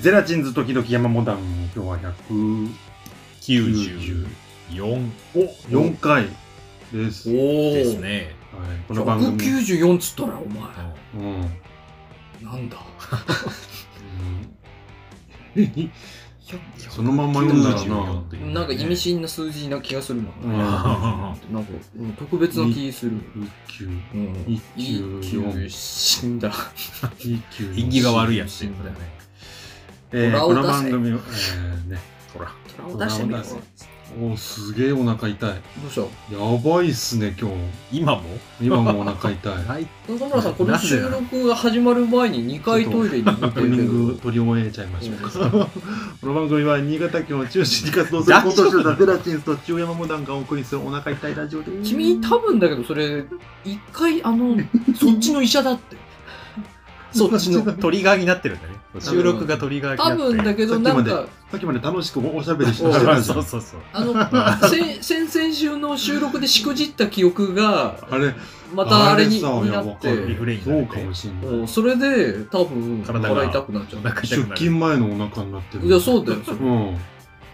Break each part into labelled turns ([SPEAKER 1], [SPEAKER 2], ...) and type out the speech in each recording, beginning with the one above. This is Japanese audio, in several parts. [SPEAKER 1] ゼラチンズ時々山モダン、今日は
[SPEAKER 2] 94
[SPEAKER 1] 100、お四4回です。
[SPEAKER 3] お
[SPEAKER 1] はい、
[SPEAKER 2] です
[SPEAKER 3] お、
[SPEAKER 2] ね。
[SPEAKER 1] この番組。
[SPEAKER 3] 194っつったらお前
[SPEAKER 1] うん。うん
[SPEAKER 3] なんだ
[SPEAKER 1] そのまんま読んだら
[SPEAKER 2] 94っていうね
[SPEAKER 3] なんか意味深な数字な気がするな、
[SPEAKER 1] うん
[SPEAKER 3] なんかうん特別な気する、
[SPEAKER 1] 19
[SPEAKER 3] うん、
[SPEAKER 1] 一
[SPEAKER 3] 一
[SPEAKER 1] 九四
[SPEAKER 3] 級死んだ
[SPEAKER 1] 19
[SPEAKER 2] 縁起が悪いやつってことだよね。
[SPEAKER 1] えー、この
[SPEAKER 3] 虎を出せ
[SPEAKER 1] 番組を、えー、ね、
[SPEAKER 2] ほら。
[SPEAKER 3] トラを出してみよう
[SPEAKER 1] 虎をおーすげえお腹痛い。
[SPEAKER 3] どうした
[SPEAKER 1] やばいっすね、今
[SPEAKER 2] 今も
[SPEAKER 1] 日。今もお腹痛 い。
[SPEAKER 2] い。
[SPEAKER 3] 中村さん、こ
[SPEAKER 2] な
[SPEAKER 3] の
[SPEAKER 2] んで
[SPEAKER 3] 収録が始まる前に2回トイレに行っ
[SPEAKER 1] オー
[SPEAKER 3] て
[SPEAKER 1] プ
[SPEAKER 3] る
[SPEAKER 1] ニ
[SPEAKER 3] け
[SPEAKER 1] ン
[SPEAKER 3] ど
[SPEAKER 1] グ取り終えちゃいましょう か。
[SPEAKER 3] う
[SPEAKER 1] この番組は新潟県を中心に活動する高等省ザゼラチンスと中山モダンがお送りするお腹痛いラジオで
[SPEAKER 3] 君、多分だけど、それ、一回、あの、そっちの医者だって。
[SPEAKER 2] そっちのトリガーになってるんだね。収録がトリガーにな
[SPEAKER 3] 多
[SPEAKER 2] って
[SPEAKER 3] 分だけど、
[SPEAKER 1] さ
[SPEAKER 3] な
[SPEAKER 1] っきま
[SPEAKER 3] ん
[SPEAKER 1] で
[SPEAKER 3] か、
[SPEAKER 1] さっきまで楽しくおしゃべりして
[SPEAKER 3] ど
[SPEAKER 1] ました じゃ
[SPEAKER 2] そ
[SPEAKER 1] ん
[SPEAKER 2] うそうそう。
[SPEAKER 3] あの、せ先々週の収録でしくじった記憶が、
[SPEAKER 1] あれ、
[SPEAKER 3] またあれに
[SPEAKER 1] さいや
[SPEAKER 3] な
[SPEAKER 1] わ
[SPEAKER 3] っ
[SPEAKER 1] かる
[SPEAKER 2] リフ
[SPEAKER 3] て、
[SPEAKER 2] レインに
[SPEAKER 1] そ
[SPEAKER 2] な
[SPEAKER 1] う
[SPEAKER 2] って
[SPEAKER 1] かもしんない。
[SPEAKER 3] もうそれで、多分、
[SPEAKER 2] 体が
[SPEAKER 3] 腹痛くなっちゃ
[SPEAKER 2] お
[SPEAKER 3] う。
[SPEAKER 2] 腹痛
[SPEAKER 1] 出
[SPEAKER 2] くなる
[SPEAKER 1] 勤前のお腹になってる。
[SPEAKER 3] いや、そうだよ。それ
[SPEAKER 1] うん。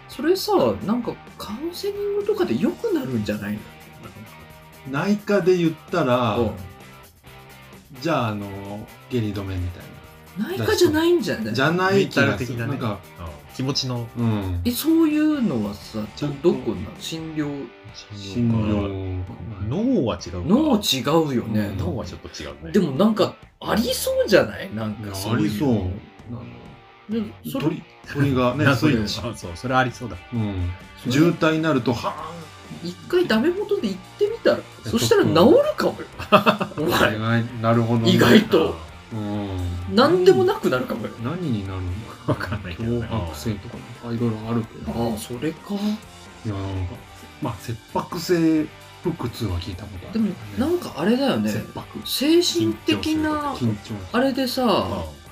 [SPEAKER 3] それさ、なんか、カウンセリングとかで良くなるんじゃないの
[SPEAKER 1] 内科で言ったら、
[SPEAKER 3] うん
[SPEAKER 1] じゃあ、あの、下痢止めみたい
[SPEAKER 3] 内科じゃないんじゃない
[SPEAKER 1] な。じゃない気がす
[SPEAKER 2] メンタル的
[SPEAKER 1] る。
[SPEAKER 2] なね
[SPEAKER 1] なんか、
[SPEAKER 2] うん気持ちの
[SPEAKER 1] うん。
[SPEAKER 3] えそういうのはさ
[SPEAKER 1] ちゃんと
[SPEAKER 3] どこなの診療
[SPEAKER 1] 診療。
[SPEAKER 2] 脳は違うか。
[SPEAKER 3] 脳違うよ
[SPEAKER 1] う
[SPEAKER 3] ね
[SPEAKER 1] ん、
[SPEAKER 2] 脳はちょっと違うね。
[SPEAKER 3] でもなんかありそうじゃないなん
[SPEAKER 1] い
[SPEAKER 3] か
[SPEAKER 1] やありそう。なんだ
[SPEAKER 3] ういうでそれ
[SPEAKER 1] 鳥鳥がね、
[SPEAKER 2] な
[SPEAKER 1] スイ
[SPEAKER 3] う
[SPEAKER 1] ッ
[SPEAKER 3] ん
[SPEAKER 1] チ。
[SPEAKER 2] そうそう、それはありそうだ。
[SPEAKER 1] うん。
[SPEAKER 3] それ
[SPEAKER 1] 渋滞になると、は
[SPEAKER 3] 一回ダメ元で行ってみたら
[SPEAKER 1] や
[SPEAKER 3] そしたら治るかもよお
[SPEAKER 1] ぁ
[SPEAKER 3] 前
[SPEAKER 1] ん。なるほどね。
[SPEAKER 3] 意外と
[SPEAKER 1] うん。
[SPEAKER 3] 何でもなくなるかもよ
[SPEAKER 1] 何になるんだろう
[SPEAKER 2] わかんないけどね
[SPEAKER 1] 脅迫性とか、なんかいろいろあるけど。
[SPEAKER 3] ああそれか
[SPEAKER 1] いや、なんか、まあ、切迫性腹痛は聞いたことあ
[SPEAKER 3] で
[SPEAKER 1] る、
[SPEAKER 3] もなんかあれだよね
[SPEAKER 1] 切迫。
[SPEAKER 3] 精神的な
[SPEAKER 1] 緊張。
[SPEAKER 3] あれでさ
[SPEAKER 2] う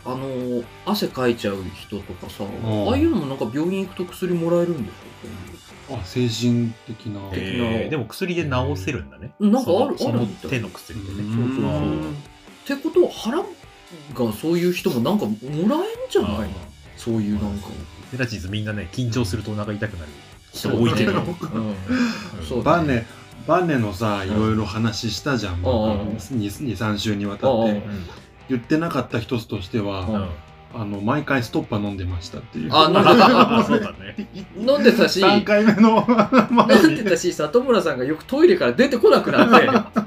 [SPEAKER 3] あの汗かいちゃう人とかさ
[SPEAKER 1] ん
[SPEAKER 3] ああいうのもなんか病院行くと薬もらえるんでしょ
[SPEAKER 1] あ、精神的な。
[SPEAKER 2] んえーでも薬で治せるんだね。
[SPEAKER 3] なんかある
[SPEAKER 2] そ
[SPEAKER 3] ある
[SPEAKER 2] の
[SPEAKER 3] みたい
[SPEAKER 2] 手の薬でね。
[SPEAKER 1] うん
[SPEAKER 3] そうってことは腹がそういう人もなんかもらえるんじゃないのそういうなんか
[SPEAKER 2] ゼラチンズみんなね、緊張するとお腹痛くなる人
[SPEAKER 3] そう
[SPEAKER 2] 多いけど。
[SPEAKER 3] うんそう
[SPEAKER 1] バネ、バネのさ、いろいろ話したじゃん。
[SPEAKER 3] ん
[SPEAKER 1] 2、3週にわた
[SPEAKER 3] う
[SPEAKER 1] って。
[SPEAKER 3] ん
[SPEAKER 1] 言ってなかった一つとして
[SPEAKER 2] う
[SPEAKER 1] は、
[SPEAKER 2] ん
[SPEAKER 1] あの、毎回ストッパー飲んでましたっていう。
[SPEAKER 3] あ
[SPEAKER 2] あ
[SPEAKER 3] な
[SPEAKER 2] そうだね。
[SPEAKER 3] 飲んで たし
[SPEAKER 1] 3
[SPEAKER 3] 飲
[SPEAKER 1] 回目の 前
[SPEAKER 3] ん
[SPEAKER 1] に
[SPEAKER 3] でたし里村さんがよくトイレから出てこなくなって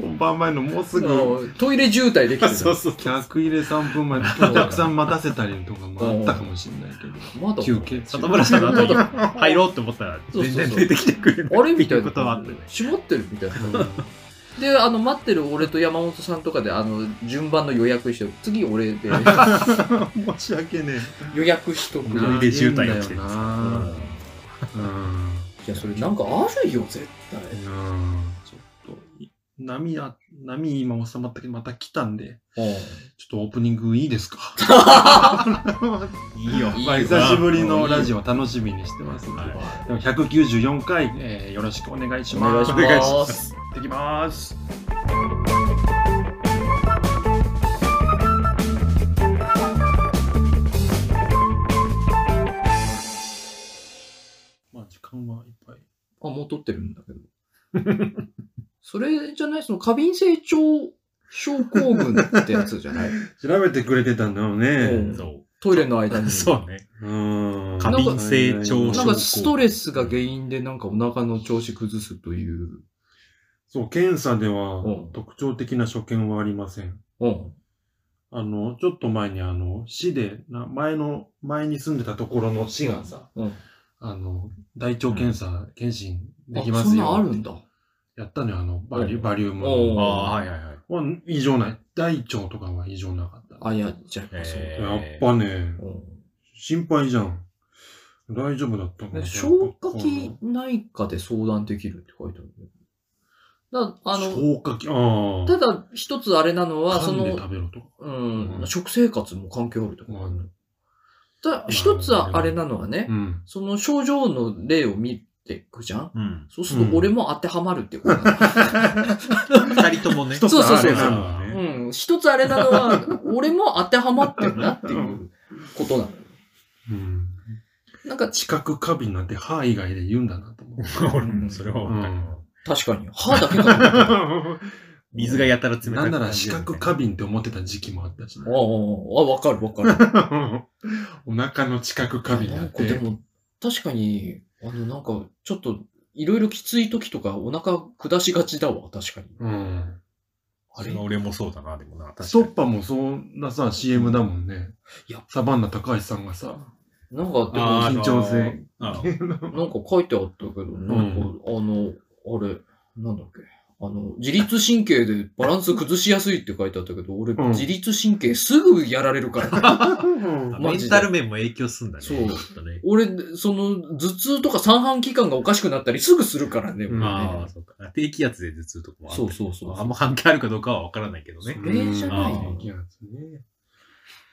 [SPEAKER 1] 本番前のもうす
[SPEAKER 3] あ
[SPEAKER 1] ぐ
[SPEAKER 3] のトイレ渋滞できてた
[SPEAKER 2] そう
[SPEAKER 1] 客入れ3分前お客さん待たせたりとかもあったかもしれないけど
[SPEAKER 3] まだ
[SPEAKER 1] 休憩中
[SPEAKER 2] 里村さんの後に入ろうと思ったら全然出てきてくれない。
[SPEAKER 3] あれみたい
[SPEAKER 2] ってこ
[SPEAKER 3] な
[SPEAKER 2] とはあってね。
[SPEAKER 3] 閉まってるみたいな
[SPEAKER 1] うん
[SPEAKER 3] であの待ってる俺と山本さんとかであの順番の予約して次俺 で
[SPEAKER 1] 申し訳ね
[SPEAKER 3] 予約しとく
[SPEAKER 2] な
[SPEAKER 3] じゃ
[SPEAKER 2] い
[SPEAKER 3] ん
[SPEAKER 2] で渋滞が来てる
[SPEAKER 1] なんん
[SPEAKER 2] で
[SPEAKER 1] ですす
[SPEAKER 2] よ
[SPEAKER 1] よ
[SPEAKER 2] うん
[SPEAKER 1] うん
[SPEAKER 3] いやそれなんかあるよ絶対
[SPEAKER 1] うんちょっと波あ波今収まったけどまた来たんでちょっとオープニングいいですか
[SPEAKER 2] いいよ。
[SPEAKER 3] いいよ
[SPEAKER 1] まあ久しぶりのラジオ楽しみにしてますんで
[SPEAKER 2] はい
[SPEAKER 1] でも194回、えーよろしくお願いし
[SPEAKER 3] お
[SPEAKER 1] ます
[SPEAKER 3] 願
[SPEAKER 2] お
[SPEAKER 3] いし
[SPEAKER 2] 願いし
[SPEAKER 3] ま
[SPEAKER 2] ます
[SPEAKER 1] 行ってきますまあ時間はいっぱい
[SPEAKER 3] あ、もう撮ってるんだけど。それじゃないその過敏性腸症候群ってやつじ ゃない
[SPEAKER 1] 調べてくれてたんだろうね
[SPEAKER 3] ん
[SPEAKER 2] そ
[SPEAKER 3] トイレの間
[SPEAKER 2] う。
[SPEAKER 3] に。
[SPEAKER 2] そうね。
[SPEAKER 1] うん
[SPEAKER 2] 過敏性腸症候群
[SPEAKER 3] なんかストレスが原因でなんかお腹の調子崩すという。
[SPEAKER 1] そう検査では
[SPEAKER 3] うん
[SPEAKER 1] 特徴的な所見はありません
[SPEAKER 3] うん。
[SPEAKER 1] あの、ちょっと前にあの、市で、な前の、前に住んでたところの市がさ、
[SPEAKER 3] うん。
[SPEAKER 1] あの、大腸検査、検診できま
[SPEAKER 3] あそ
[SPEAKER 1] す
[SPEAKER 3] んなん
[SPEAKER 1] よ
[SPEAKER 3] あ。るんだ。
[SPEAKER 1] やったのよ、あの、バリュ
[SPEAKER 3] う
[SPEAKER 1] ー、バリウム
[SPEAKER 3] おう
[SPEAKER 1] の。
[SPEAKER 2] ああ、はいはいはい。
[SPEAKER 1] まあ異常ない。大腸とかは異常なかった。
[SPEAKER 3] あ、やっちゃいます。
[SPEAKER 2] え
[SPEAKER 1] やっぱね、
[SPEAKER 3] うん
[SPEAKER 1] 心配じゃん。大丈夫だったかな
[SPEAKER 3] で消化器内科で相談できるって書いてあるね。だあの、
[SPEAKER 1] 消化器、ああ。
[SPEAKER 3] ただ一つあれなのは、そ
[SPEAKER 1] 噛んで
[SPEAKER 3] の、
[SPEAKER 1] 食べろとか。
[SPEAKER 3] うん
[SPEAKER 1] うん
[SPEAKER 3] 食生活も関係あるとか、
[SPEAKER 1] うん
[SPEAKER 3] だ一つはあれなのはね、
[SPEAKER 1] うん。
[SPEAKER 3] その症状の例を見ていくじゃん
[SPEAKER 2] うん。
[SPEAKER 3] そうすると俺も当てはまるっていうことな
[SPEAKER 2] 二人ともね。
[SPEAKER 3] そうそうそう
[SPEAKER 1] 一つあれなの
[SPEAKER 2] う
[SPEAKER 3] の、うん、一つあれなのは、俺も当てはまってるなっていう。ことなの。
[SPEAKER 2] うん。
[SPEAKER 3] なんか、
[SPEAKER 1] 知覚過敏なんて歯以外で言うんだなと思う。
[SPEAKER 2] 俺もそれは分かるわ。
[SPEAKER 3] 確かに、歯だけかと思った。
[SPEAKER 2] 水がやたら冷たく
[SPEAKER 1] なんなら視覚過
[SPEAKER 2] 敏。
[SPEAKER 1] 敏って思ってた時期もあったしね、
[SPEAKER 3] ああ、あわかるわか る。
[SPEAKER 1] お腹の知覚過敏だ
[SPEAKER 3] なん
[SPEAKER 1] っ
[SPEAKER 3] かで
[SPEAKER 1] て。
[SPEAKER 3] も、確かに、あの、なんか、ちょっと、いろいろきつい時とか、お腹下しがちだわ、確かに。
[SPEAKER 1] うん。
[SPEAKER 3] あれ
[SPEAKER 2] それは俺もそうだな、でもな。
[SPEAKER 1] ストッ
[SPEAKER 2] 確
[SPEAKER 1] パ
[SPEAKER 2] か
[SPEAKER 1] ーもそんなさ、CM だもんね。
[SPEAKER 3] いや
[SPEAKER 1] サバンナ高橋さんがさ、
[SPEAKER 3] なんか、でも
[SPEAKER 2] あ、
[SPEAKER 1] 緊
[SPEAKER 2] ー
[SPEAKER 1] 張性。
[SPEAKER 2] あ
[SPEAKER 3] なんか書いてあったけど、なんか、あの、あれ、なんだっけ。あの、自律神経でバランス崩しやすいって書いてあったけど、俺、
[SPEAKER 1] うん
[SPEAKER 3] 自律神経すぐやられる から。
[SPEAKER 2] あ
[SPEAKER 3] マ
[SPEAKER 2] メ
[SPEAKER 3] ジで
[SPEAKER 2] ンタル面も影響すんだね。
[SPEAKER 3] そう
[SPEAKER 2] ちょっとね。
[SPEAKER 3] 俺、その、頭痛とか三半規管がおかしくなったりすぐするからね、俺ね
[SPEAKER 2] ああ、そうか。低気圧で頭痛とかもあった
[SPEAKER 3] そ
[SPEAKER 2] り
[SPEAKER 3] うそうそう。
[SPEAKER 2] あんま関係あるかどうかは分からないけどね。
[SPEAKER 3] それじゃない
[SPEAKER 1] うん低気圧ね。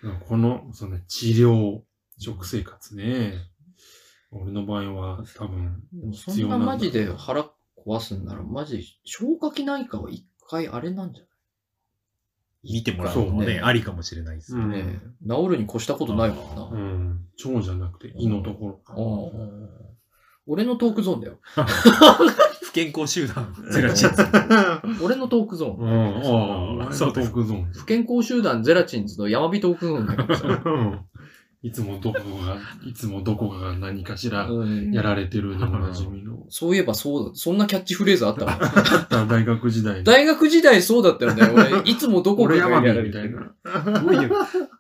[SPEAKER 1] だからこの、そのね治療、食生活ね。俺の場合は多分、
[SPEAKER 3] でもそんなマジで腹壊すんなら、マジ、消化器内科は一回あれなんじゃ
[SPEAKER 2] 見てもらうのも
[SPEAKER 3] そう
[SPEAKER 2] ね、
[SPEAKER 3] ね
[SPEAKER 2] ありかもしれないですね。
[SPEAKER 3] ないねえ治るに越したことないもんな。
[SPEAKER 2] あ
[SPEAKER 1] うん、腸じゃなくて胃のところかな。
[SPEAKER 3] うん俺のトークゾーンだよ。
[SPEAKER 2] 不健康集団。ゼラチン。
[SPEAKER 3] 俺のトークゾー
[SPEAKER 1] う
[SPEAKER 3] ン。
[SPEAKER 1] ん、ああ、
[SPEAKER 2] そ
[SPEAKER 1] そう
[SPEAKER 2] う
[SPEAKER 1] ト
[SPEAKER 2] です
[SPEAKER 1] ークゾーン。
[SPEAKER 3] 不健康集団ゼラチンズの山火トークゾーンだけどさ。
[SPEAKER 1] うんいつもどこが、いつもどこかが何かしら
[SPEAKER 3] うん
[SPEAKER 1] やられてるでおなじみの。
[SPEAKER 3] そういえばそうだ、そんなキャッチフレーズあったわ。
[SPEAKER 1] あった大学時代の。
[SPEAKER 3] 大学時代そうだったよね。俺、いつもどこか
[SPEAKER 1] 俺
[SPEAKER 3] がや
[SPEAKER 1] 山
[SPEAKER 3] ら
[SPEAKER 1] 火
[SPEAKER 3] れ
[SPEAKER 1] み
[SPEAKER 3] て
[SPEAKER 1] たい
[SPEAKER 3] る。
[SPEAKER 1] な。
[SPEAKER 2] どういう、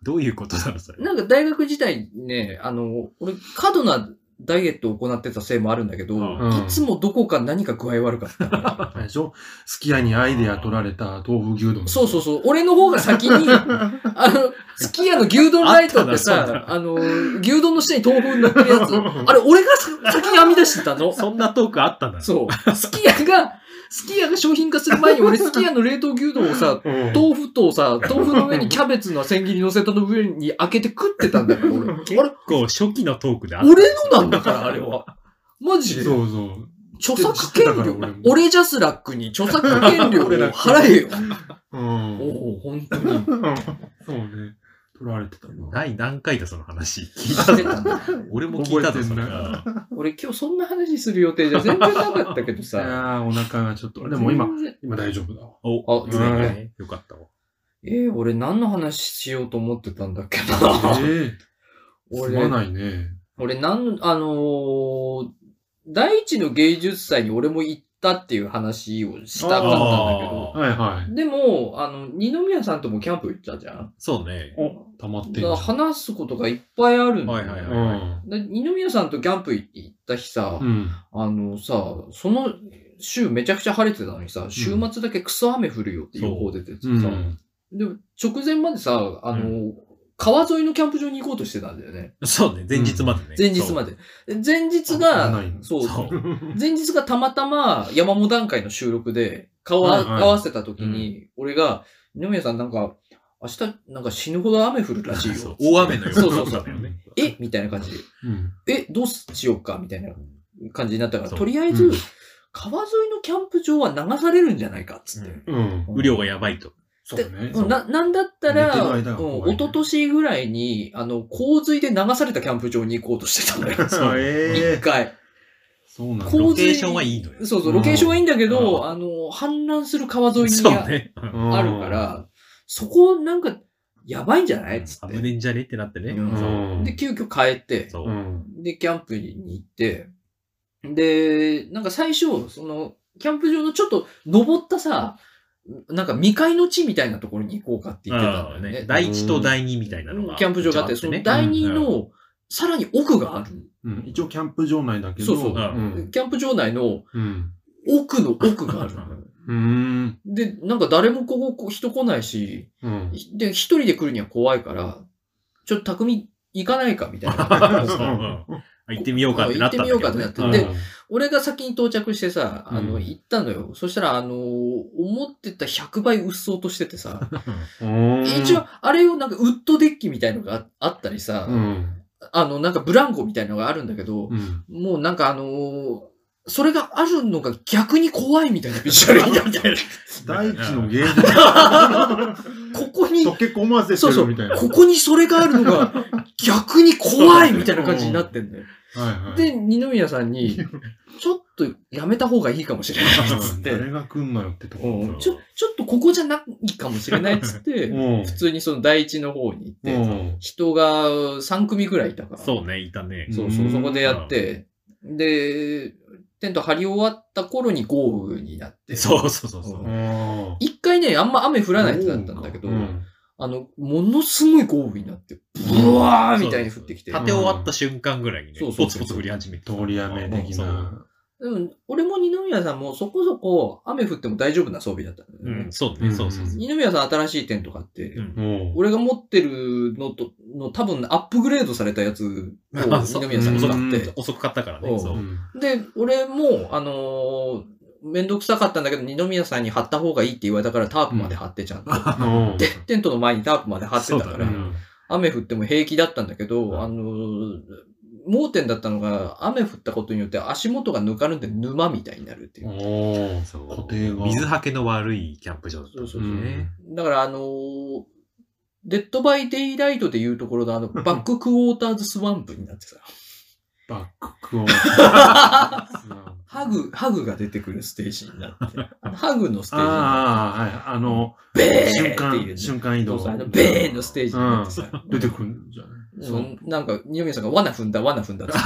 [SPEAKER 2] どういうことだろう、 それ。
[SPEAKER 3] なんか大学時代ね、あの、俺、過度なダイエットを行ってたせいもあるんだけど、
[SPEAKER 2] うん
[SPEAKER 3] いつもどこか何か具合悪かっ た。
[SPEAKER 1] あれでしょすき家にアイデア取られた豆腐牛丼。
[SPEAKER 3] そうそうそう。俺の方が 先に、あの、すき家の牛丼ライトって
[SPEAKER 2] あったな
[SPEAKER 3] さ、あの、牛丼の下に豆腐塗ってるやつ。あ
[SPEAKER 1] あ
[SPEAKER 3] れ、俺がさ先に編み出してたの。
[SPEAKER 2] そんなトークあったんだね。
[SPEAKER 3] そう。すき家が、すき家が商品化する前に俺、すき家の冷凍牛丼をさ、
[SPEAKER 1] れ
[SPEAKER 3] 豆腐とさ、豆腐の上にキャベツの千切り乗せたの上に開けて食ってたんだよ、俺。あれ
[SPEAKER 2] 結構初期のトークであった。
[SPEAKER 3] 俺のなんだから、あれは。 マジで。
[SPEAKER 1] そうそう。
[SPEAKER 3] 著作権
[SPEAKER 1] 知ってたから
[SPEAKER 3] 料
[SPEAKER 1] 俺も、
[SPEAKER 3] 俺ジャスラックに著作権料を払 えよ。
[SPEAKER 1] うん。
[SPEAKER 3] おお、本当に。
[SPEAKER 1] そうね。取られてたな。
[SPEAKER 2] 第何回だ、その話。聞いた
[SPEAKER 3] してたんだ
[SPEAKER 2] 俺も聞いた
[SPEAKER 1] 覚えてん
[SPEAKER 2] ぞ、それ
[SPEAKER 1] な
[SPEAKER 2] が。
[SPEAKER 3] 俺今日そんな話する予定じゃ全然なかったけど
[SPEAKER 1] いや
[SPEAKER 3] さ。
[SPEAKER 1] ーお腹がちょっと。でも今、
[SPEAKER 3] 全然。
[SPEAKER 1] 今大丈夫だわ。
[SPEAKER 2] お、
[SPEAKER 3] あ
[SPEAKER 2] 全然よかったわ。
[SPEAKER 3] えー、俺何の話しようと思ってたんだっけな。
[SPEAKER 1] ええすま
[SPEAKER 3] 俺、
[SPEAKER 1] ないね。
[SPEAKER 3] 俺なん、あのー、第一の芸術祭に俺も行ったっていう話をしたかったんだけど。
[SPEAKER 1] はいはい。
[SPEAKER 3] でも、あの、二宮さんともキャンプ行ったじゃん。
[SPEAKER 2] そうね。
[SPEAKER 1] お、溜まってん
[SPEAKER 3] だ
[SPEAKER 1] じ
[SPEAKER 3] か
[SPEAKER 1] ゃん
[SPEAKER 3] ら話すことがいっぱいあるんだよ
[SPEAKER 2] はいはいは
[SPEAKER 1] う
[SPEAKER 2] い
[SPEAKER 1] ん。
[SPEAKER 3] で二宮さんとキャンプ行った日さ、
[SPEAKER 1] うん。
[SPEAKER 3] あのさ、その週めちゃくちゃ晴れてたのにさ、週末だけクソ雨降るよって予報出ててさ、
[SPEAKER 1] うん。
[SPEAKER 3] でも直前までさ、あの、
[SPEAKER 2] う
[SPEAKER 3] 川沿いのキャンプ場に行こうとしてたんだよね。
[SPEAKER 2] そうね、前日までね。
[SPEAKER 3] 前日まで。で前日が
[SPEAKER 1] あない、の
[SPEAKER 3] そう、
[SPEAKER 2] そう
[SPEAKER 3] 前日がたまたま山本段階の収録で顔
[SPEAKER 1] は
[SPEAKER 3] あ
[SPEAKER 1] いはい
[SPEAKER 3] 合わせた時に、俺が、二宮さんなんか、明日なんか死ぬほど雨降るらし い
[SPEAKER 2] そう
[SPEAKER 3] よ。
[SPEAKER 2] 大雨のよ
[SPEAKER 3] そうそうそう
[SPEAKER 2] だよね。
[SPEAKER 3] えみたいな感じで。
[SPEAKER 1] うん。
[SPEAKER 3] え、どうしようかみたいな感じになったから、
[SPEAKER 2] そう
[SPEAKER 3] とりあえず、
[SPEAKER 1] うん
[SPEAKER 3] 川沿いのキャンプ場は流されるんじゃないかっつって。
[SPEAKER 2] うん
[SPEAKER 1] うん。
[SPEAKER 2] 雨量がやばいと。
[SPEAKER 1] そうね。
[SPEAKER 3] うんな、なんだった
[SPEAKER 1] 寝てる
[SPEAKER 3] ら、うん、
[SPEAKER 1] 間が怖いね
[SPEAKER 3] 一昨年ぐらいに、あの、洪水で流されたキャンプ場に行こうとしてたん だよ。
[SPEAKER 1] そう
[SPEAKER 3] 一
[SPEAKER 1] ええ。
[SPEAKER 3] 回。
[SPEAKER 1] そうなんだ。
[SPEAKER 3] 洪
[SPEAKER 2] ロ
[SPEAKER 3] 水
[SPEAKER 2] ケーションはいいのよ。
[SPEAKER 3] そうそうう、
[SPEAKER 1] ん
[SPEAKER 3] ロケーションはいいんだけ
[SPEAKER 2] う
[SPEAKER 3] ど、
[SPEAKER 2] ん
[SPEAKER 3] あの、氾濫する川沿いに
[SPEAKER 2] そう
[SPEAKER 3] あ,、
[SPEAKER 2] ね。
[SPEAKER 3] るから、そこなんか、やばいんじゃないっつっ
[SPEAKER 2] 危
[SPEAKER 3] て。
[SPEAKER 2] ねえんじゃねってなってね。
[SPEAKER 3] うん
[SPEAKER 1] う。
[SPEAKER 2] そうん
[SPEAKER 3] で、急遽帰って、
[SPEAKER 2] そうう。
[SPEAKER 1] ん。
[SPEAKER 3] で、キャンプに行って、で、なんか最初、その、キャンプ場のちょっと登ったさ、なんか未開の地みたいなところに行こうかって言ってたんだよね。
[SPEAKER 2] ね第一と第二みたいなのが。
[SPEAKER 3] キャンプ場があって、その第二の、さらに奥がある。
[SPEAKER 1] うん一応キャンプ場内だけど。
[SPEAKER 3] そうそう
[SPEAKER 1] うん。
[SPEAKER 3] キャンプ場内の
[SPEAKER 1] うん。
[SPEAKER 3] 奥の奥がある。
[SPEAKER 1] うーん。
[SPEAKER 3] で、なんか誰もこここう人来ないし、
[SPEAKER 1] うん。
[SPEAKER 3] で、一人で来るには怖いから、ちょっと匠行かないかみたいな。
[SPEAKER 2] そう うんあ行ってみようかってなったんだけどね。
[SPEAKER 3] 行ってみようかって
[SPEAKER 1] う
[SPEAKER 3] なっ
[SPEAKER 1] ん
[SPEAKER 3] てで俺が先に到着してさ、あの、
[SPEAKER 1] うん
[SPEAKER 3] 行ったのよ。そしたら、あの、思ってた100倍鬱そうとしててさ、
[SPEAKER 1] うん
[SPEAKER 3] 一応、あれをなんかウッドデッキみたいのがああったりさ、
[SPEAKER 1] うん。
[SPEAKER 3] あの、なんかブランコみたいのがあるんだけど、
[SPEAKER 1] うん。
[SPEAKER 3] もうなんかあのーそれがあるのが逆に怖いみたいなビジュアルになって る
[SPEAKER 1] 大地の芸 術。
[SPEAKER 3] ここに、
[SPEAKER 1] と結構思わせて
[SPEAKER 3] そうそ
[SPEAKER 1] る
[SPEAKER 3] う
[SPEAKER 1] みたいな。
[SPEAKER 3] ここにそれがあるのが逆に怖いみたいな感じになってんだよ。
[SPEAKER 1] はいはい。
[SPEAKER 3] で、二宮さんに、ちょっとやめた方がいいかもしれないっつっ
[SPEAKER 1] うん
[SPEAKER 3] て、
[SPEAKER 1] 誰が来んのよってところ
[SPEAKER 3] うんちょ、ちょっとここじゃないかもしれないっつって、
[SPEAKER 1] うん
[SPEAKER 3] 普通にその第一の方
[SPEAKER 1] う
[SPEAKER 3] に行って、
[SPEAKER 1] ん
[SPEAKER 3] 人が3組ぐらいいたから、
[SPEAKER 2] そうね、いたね。
[SPEAKER 3] そうそうう、
[SPEAKER 1] ん
[SPEAKER 3] そこでやって、で、テント張り終わった頃に豪雨になって、
[SPEAKER 2] そうそうそうそうう。
[SPEAKER 1] あ
[SPEAKER 3] 一回ね、あんま雨降
[SPEAKER 1] 降
[SPEAKER 3] らない人だったんだけど、
[SPEAKER 1] うん
[SPEAKER 3] あの、ものすごい豪雨になって、ブワーみたいに降ってきて、
[SPEAKER 2] 立て終わった瞬間ぐらいにね、
[SPEAKER 3] そう
[SPEAKER 2] ポ
[SPEAKER 3] そう
[SPEAKER 2] ツポツ降り始めた。
[SPEAKER 1] 通り雨的な。
[SPEAKER 3] でも俺も二宮さんもそこそこ雨降っても大丈夫な装備だったんだ
[SPEAKER 2] う
[SPEAKER 3] よね
[SPEAKER 2] ん、そうね、そうそうそう。
[SPEAKER 3] 二宮さん新しいテント買って、
[SPEAKER 2] うん
[SPEAKER 1] うん
[SPEAKER 3] 俺が持ってるのと、の多分アップグレードされたやつを
[SPEAKER 2] あそう
[SPEAKER 3] 二宮さんに買っ
[SPEAKER 1] う
[SPEAKER 3] て、
[SPEAKER 2] 遅く買ったから
[SPEAKER 3] う
[SPEAKER 2] ね。
[SPEAKER 3] ん
[SPEAKER 2] そうう。
[SPEAKER 1] ん
[SPEAKER 3] で、俺も、あのーめんどくさかったんだけど、二宮さんに貼った方がいいって言われたから、タープまで貼ってちゃんと。
[SPEAKER 1] うん
[SPEAKER 3] で、テントの前にタープまで貼ってたか
[SPEAKER 2] そう
[SPEAKER 3] ら、
[SPEAKER 2] だね
[SPEAKER 1] うん
[SPEAKER 3] 雨降っても平気だったんだけ
[SPEAKER 2] う
[SPEAKER 3] ど、
[SPEAKER 2] ん
[SPEAKER 3] あのー盲点だったのが、雨降ったことによって足元がぬかるんで沼みたいになるっていう。
[SPEAKER 1] おー
[SPEAKER 2] そう
[SPEAKER 1] 固定が。
[SPEAKER 2] 水はけの悪いキャンプ場だった
[SPEAKER 3] そうそううそうんだから、あのーデッドバイデイライトで言うところのあの、バッククォーターズスワンプになってさ、
[SPEAKER 1] バッククオン。
[SPEAKER 3] ハ
[SPEAKER 1] ハ
[SPEAKER 3] グ、ハグが出てくるステージになって、あのハグのステージになっ
[SPEAKER 1] ああ、はい。あの、
[SPEAKER 3] て、ベー
[SPEAKER 1] 瞬
[SPEAKER 3] っていうね
[SPEAKER 1] 間、瞬間移
[SPEAKER 3] そ
[SPEAKER 1] 動
[SPEAKER 3] う。そうあのベーのステージになってさ、
[SPEAKER 1] 出てくるんじゃない
[SPEAKER 3] そ。うなんか、二宮さんが罠踏んだ、罠踏んだって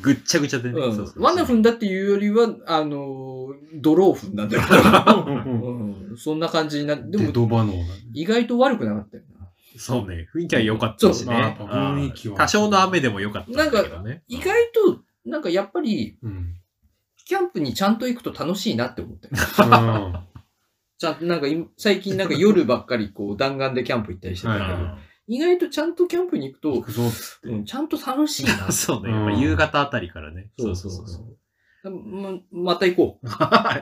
[SPEAKER 2] ぐっちゃぐちゃでね。
[SPEAKER 3] う
[SPEAKER 2] そうんそ、う
[SPEAKER 3] 罠踏んだっていうよりは、あのー、ドロー踏んだんだけど、うん、そんな感じになって、で
[SPEAKER 1] でも、
[SPEAKER 3] も
[SPEAKER 1] ドバの。
[SPEAKER 3] 意外と悪くなかったよな。
[SPEAKER 2] そうね、雰囲気は良かったし
[SPEAKER 1] そうまあや
[SPEAKER 2] ね
[SPEAKER 1] っ。ぱ
[SPEAKER 2] うん
[SPEAKER 1] 雰囲気は
[SPEAKER 2] 多少の雨でも良かったんだけどね。
[SPEAKER 3] 意外と、なんかやっぱり、
[SPEAKER 1] うん。
[SPEAKER 3] キャンプにちゃんと行くと楽しいなって思ったよ。
[SPEAKER 1] うん
[SPEAKER 3] ちゃんとなんか今、最近なんか夜ばっかりこう弾丸でキャンプ行ったりしてたけど、
[SPEAKER 1] はいは
[SPEAKER 3] 意外とちゃんとキャンプに行く
[SPEAKER 1] 行
[SPEAKER 3] と、
[SPEAKER 1] くぞ。
[SPEAKER 3] うん、ちゃんと楽しいな
[SPEAKER 2] うん。。 そうね、
[SPEAKER 1] う
[SPEAKER 2] や
[SPEAKER 1] ん
[SPEAKER 2] っぱ夕方あたりからね。そうそうそう。
[SPEAKER 3] う。ままた行こう。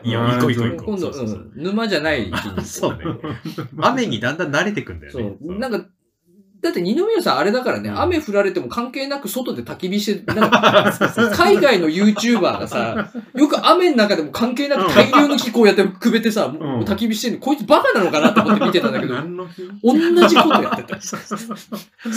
[SPEAKER 2] いや、行こう行こう行こう。
[SPEAKER 3] 今度、
[SPEAKER 2] そうそうそう
[SPEAKER 3] うん沼じゃない日に行こ
[SPEAKER 2] そうね。雨にだんだん慣れてくんだよ
[SPEAKER 3] そ
[SPEAKER 2] ね
[SPEAKER 3] う。。なんか、だって二宮さんあれだからね、
[SPEAKER 1] うん
[SPEAKER 3] 雨降られても関係なく外で焚き火して、なんか 海外の YouTuber がさ、よく雨の中でも関係なく大量の気候やってくべてさ、もう焚き火してるの、こいつバカなのかなと思って見てたんだ けど、
[SPEAKER 1] 何の日
[SPEAKER 3] 同じことやってた。
[SPEAKER 2] そ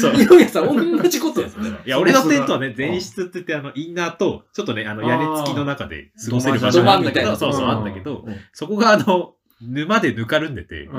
[SPEAKER 2] う
[SPEAKER 3] 二宮さん同じことやってた。
[SPEAKER 2] いや、俺のテントはね、前室って言って、あの、インナーと、ちょっとね、あの、屋根付きの中で過ごせる場所なんだけ
[SPEAKER 3] 土間
[SPEAKER 2] ど、
[SPEAKER 3] みたい
[SPEAKER 2] そ
[SPEAKER 3] な
[SPEAKER 2] うそう、
[SPEAKER 1] うん
[SPEAKER 2] あんだけど、そこがあの、沼でぬかるんでて、
[SPEAKER 1] うん。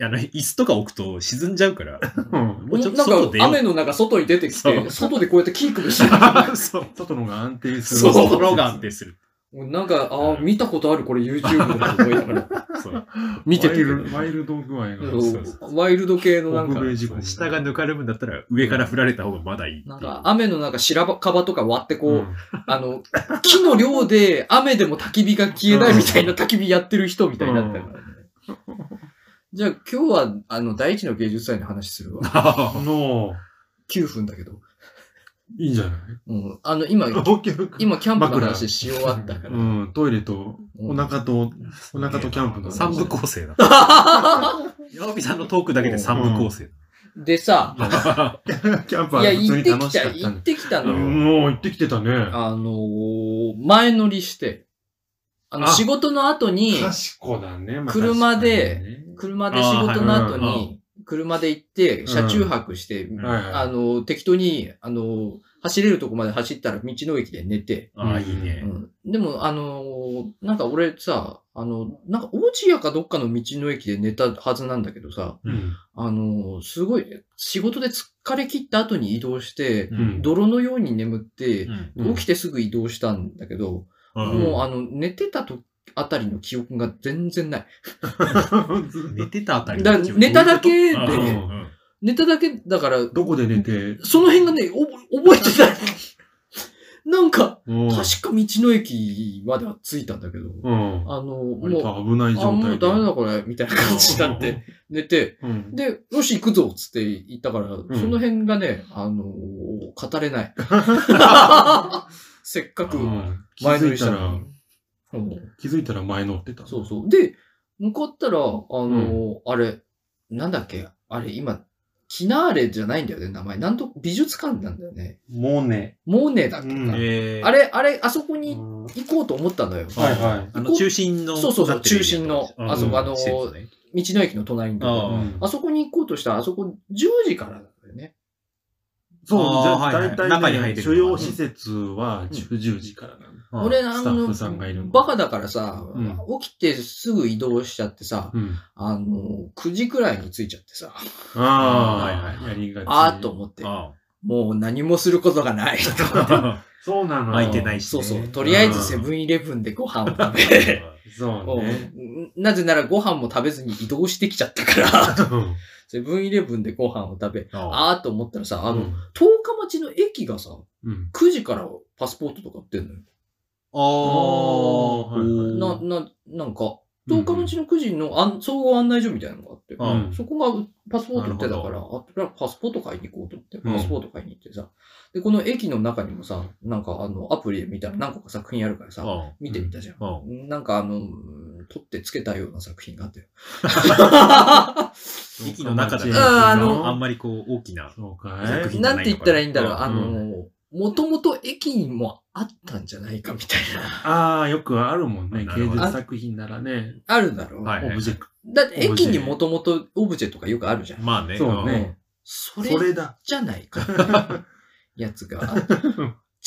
[SPEAKER 2] あの、椅子とか置くと沈んじゃうから、
[SPEAKER 1] うん。
[SPEAKER 2] もうちょっと
[SPEAKER 3] なん
[SPEAKER 2] 外
[SPEAKER 3] か
[SPEAKER 2] 出よ
[SPEAKER 3] 雨の中外に出てき
[SPEAKER 2] そ
[SPEAKER 3] て、
[SPEAKER 2] う
[SPEAKER 3] 外でこうやってキークしてる。
[SPEAKER 2] う。そう。
[SPEAKER 1] 外の方が安定する。
[SPEAKER 2] そう、
[SPEAKER 3] そう
[SPEAKER 2] ところが安定する。
[SPEAKER 3] もうなんか、ああ、見たことある、これ YouTube だと思いながら。
[SPEAKER 2] そう。
[SPEAKER 3] 見てて
[SPEAKER 1] ワイルドワイルド具合が。
[SPEAKER 2] そうそう
[SPEAKER 3] そうワイルド系のなん
[SPEAKER 1] 北
[SPEAKER 3] か、
[SPEAKER 1] 米事故。
[SPEAKER 2] 下がぬかるむんだったら、上から振られた方がまだいいっていう。
[SPEAKER 3] なんか雨の中白樺とか割ってこう、
[SPEAKER 1] うん
[SPEAKER 3] あの、木の量で雨でも焚き火が消えないみたいな焚き火やってる人みたいになったからね。じゃあ今日は、あの、第一の芸術祭の話するわ。
[SPEAKER 1] の、
[SPEAKER 3] 9分だけど。
[SPEAKER 1] いいんじゃない
[SPEAKER 3] うん。あの、今、今キャンプの話し終わったから。
[SPEAKER 1] うん、トイレと、お腹と、お腹とキャンプの。
[SPEAKER 2] 三部構成だ。山美さんのトークだけで三部構成。
[SPEAKER 3] でさ、
[SPEAKER 1] キャンプ
[SPEAKER 3] い
[SPEAKER 1] は
[SPEAKER 3] や、
[SPEAKER 1] 普
[SPEAKER 3] 行
[SPEAKER 1] 通
[SPEAKER 3] っ
[SPEAKER 1] に
[SPEAKER 3] てき、
[SPEAKER 1] 楽したかった
[SPEAKER 3] 行っ
[SPEAKER 1] んで。
[SPEAKER 3] てきた
[SPEAKER 1] う
[SPEAKER 3] のよ。
[SPEAKER 1] んもう行ってきてたね。
[SPEAKER 3] あのー前乗りして、あの、
[SPEAKER 1] あ
[SPEAKER 3] 仕事の後に、
[SPEAKER 1] 賢だね、まあ
[SPEAKER 3] 車で、
[SPEAKER 1] 確
[SPEAKER 3] 車で仕事の後
[SPEAKER 1] あーはい
[SPEAKER 3] に、車で行って、車中泊して、
[SPEAKER 1] かにねはい
[SPEAKER 3] あ
[SPEAKER 1] はい。
[SPEAKER 3] の、適当に、あの、走れるとこまで走ったら道の駅で寝て、
[SPEAKER 2] ああ、いいね
[SPEAKER 3] う。ん、でも、あの、なんか俺さ、あの、なんか、落ちやかどっかの道の駅で寝たはずなんだけどさ、
[SPEAKER 1] うん
[SPEAKER 3] あの、すごい、仕事で疲れ切った後に移動して、
[SPEAKER 1] うん
[SPEAKER 3] 泥のように眠って、
[SPEAKER 2] うん
[SPEAKER 1] うん
[SPEAKER 3] 起きてすぐ移動したんだけど、
[SPEAKER 1] ん
[SPEAKER 3] もうあの、寝てたとあたりの記憶が全然ない。
[SPEAKER 2] 寝てたあたり
[SPEAKER 3] だ寝ただけで、
[SPEAKER 1] どういう
[SPEAKER 2] ね
[SPEAKER 1] こ
[SPEAKER 3] 寝ただけだから、
[SPEAKER 1] どこで寝て、
[SPEAKER 3] その辺がね、おぼ覚えてない。 なんか、
[SPEAKER 1] うん
[SPEAKER 3] 確か道の駅までは着いたんだけど、
[SPEAKER 1] うん。
[SPEAKER 3] あの、
[SPEAKER 1] 割
[SPEAKER 3] も、
[SPEAKER 1] と危ないう
[SPEAKER 3] あ、
[SPEAKER 1] 状
[SPEAKER 3] もう
[SPEAKER 1] 態で。
[SPEAKER 3] ダメだこれ、みたいな感じになって、寝て、
[SPEAKER 1] うん。
[SPEAKER 3] で、よし行くぞ、つって行ったから、
[SPEAKER 1] ん
[SPEAKER 3] その辺がね、あのー語れ ない。せっかく
[SPEAKER 1] うん気
[SPEAKER 3] 前乗
[SPEAKER 1] づ
[SPEAKER 3] り
[SPEAKER 1] い
[SPEAKER 3] した
[SPEAKER 1] た
[SPEAKER 3] の
[SPEAKER 1] ら
[SPEAKER 3] に、。うん
[SPEAKER 1] 気づいたら前乗ってた。
[SPEAKER 3] そうそう。で、向かったら、あのーあれ、なんだっけあれ、今、キナーレじゃないんだよね、名前。なんと、美術館なんだよね。
[SPEAKER 1] モネ。
[SPEAKER 3] モーネだっけ
[SPEAKER 1] うん
[SPEAKER 3] か。
[SPEAKER 2] えー
[SPEAKER 3] あれ、あれ、あそこ
[SPEAKER 1] う
[SPEAKER 3] に
[SPEAKER 1] ん
[SPEAKER 3] 行こうと思ったのよ。道
[SPEAKER 1] はいはい
[SPEAKER 2] あの中心の。
[SPEAKER 3] そうそうそう
[SPEAKER 2] なってる
[SPEAKER 3] 中心の
[SPEAKER 2] うん
[SPEAKER 1] あそこ
[SPEAKER 3] あのー
[SPEAKER 2] 施設ね
[SPEAKER 3] の駅の隣に。
[SPEAKER 2] あ
[SPEAKER 3] あ
[SPEAKER 2] ー
[SPEAKER 1] うん
[SPEAKER 3] そこに行こうとしたら、あそこ10時からなんだよね。
[SPEAKER 1] そう、
[SPEAKER 2] あー
[SPEAKER 1] じゃ
[SPEAKER 2] はいはい
[SPEAKER 1] 大体、ね、
[SPEAKER 2] 中に入ってる
[SPEAKER 1] 主要施設は10時からなの。
[SPEAKER 2] うん
[SPEAKER 3] 俺、あ
[SPEAKER 1] スタッ
[SPEAKER 3] の
[SPEAKER 1] フさんがいる、の
[SPEAKER 3] バカだからさ、
[SPEAKER 1] う
[SPEAKER 3] 起きてすぐ移動しちゃってさ、
[SPEAKER 1] うん。
[SPEAKER 3] あの、9時くらいに着いちゃって
[SPEAKER 1] あ
[SPEAKER 3] さ、
[SPEAKER 1] あ、
[SPEAKER 2] はいはい
[SPEAKER 1] やりがち。
[SPEAKER 3] あーっと思って、
[SPEAKER 2] あ
[SPEAKER 3] もう何もすることがないと 思って。
[SPEAKER 2] あ
[SPEAKER 1] そうなの。。
[SPEAKER 2] 空いてないいし、ね。
[SPEAKER 3] そうそう、とりあえずセ
[SPEAKER 2] うん
[SPEAKER 3] ブンイレブンでご飯を食 べ、
[SPEAKER 1] そうね。
[SPEAKER 3] うんなぜならご飯も食べずに移動してきちゃったか ら、
[SPEAKER 1] うん
[SPEAKER 3] セブンイレブンでご飯を食べ、
[SPEAKER 2] あ
[SPEAKER 3] あーっと思ったらさ、あの、
[SPEAKER 1] うん
[SPEAKER 3] 十日町の駅がさ、
[SPEAKER 1] うん。
[SPEAKER 3] 9時からパスポートとか売ってんのよ。
[SPEAKER 2] あー
[SPEAKER 1] はいはい
[SPEAKER 3] な、な、なんか、十日町の9時のあん総合案内所みたいなのがあって、
[SPEAKER 2] あ
[SPEAKER 1] うん
[SPEAKER 3] そこがパスポート売ってたか
[SPEAKER 2] な
[SPEAKER 3] ら、あとパスポート買いに行こうと思って、
[SPEAKER 1] うん
[SPEAKER 3] パスポート買いに行ってさ、で、この駅の中にもさ、なんかあの、アプリで見たら何個か作品あるからさ、
[SPEAKER 2] あ
[SPEAKER 3] 見てみたじゃん。
[SPEAKER 2] ああ
[SPEAKER 3] なんかあの、うん取ってつけたような作品があったよ。
[SPEAKER 2] 駅の中だ
[SPEAKER 1] そう
[SPEAKER 2] か
[SPEAKER 1] から
[SPEAKER 2] ら、
[SPEAKER 3] あ
[SPEAKER 2] あ
[SPEAKER 3] の
[SPEAKER 2] んまりこう、大きな。
[SPEAKER 1] そう
[SPEAKER 2] 作
[SPEAKER 1] か
[SPEAKER 2] 品
[SPEAKER 1] い。
[SPEAKER 3] なんて言ったらいいんだろう。
[SPEAKER 2] うん
[SPEAKER 3] あの、もともと駅にもあったんじゃないかみたい な。
[SPEAKER 1] ああ、よくあるもんね。
[SPEAKER 2] な
[SPEAKER 1] 芸
[SPEAKER 2] るほど
[SPEAKER 1] 術作品ならね、
[SPEAKER 3] あるだろう。
[SPEAKER 2] はい
[SPEAKER 1] オブジェク
[SPEAKER 3] だって
[SPEAKER 1] オブ
[SPEAKER 3] 駅
[SPEAKER 1] ジェ
[SPEAKER 3] にもともとオブジェとかよくあるじゃん。
[SPEAKER 2] まあね。
[SPEAKER 1] そうね
[SPEAKER 3] うんそ
[SPEAKER 1] ト。
[SPEAKER 3] れ
[SPEAKER 1] それだ。
[SPEAKER 3] じゃないか。やつが。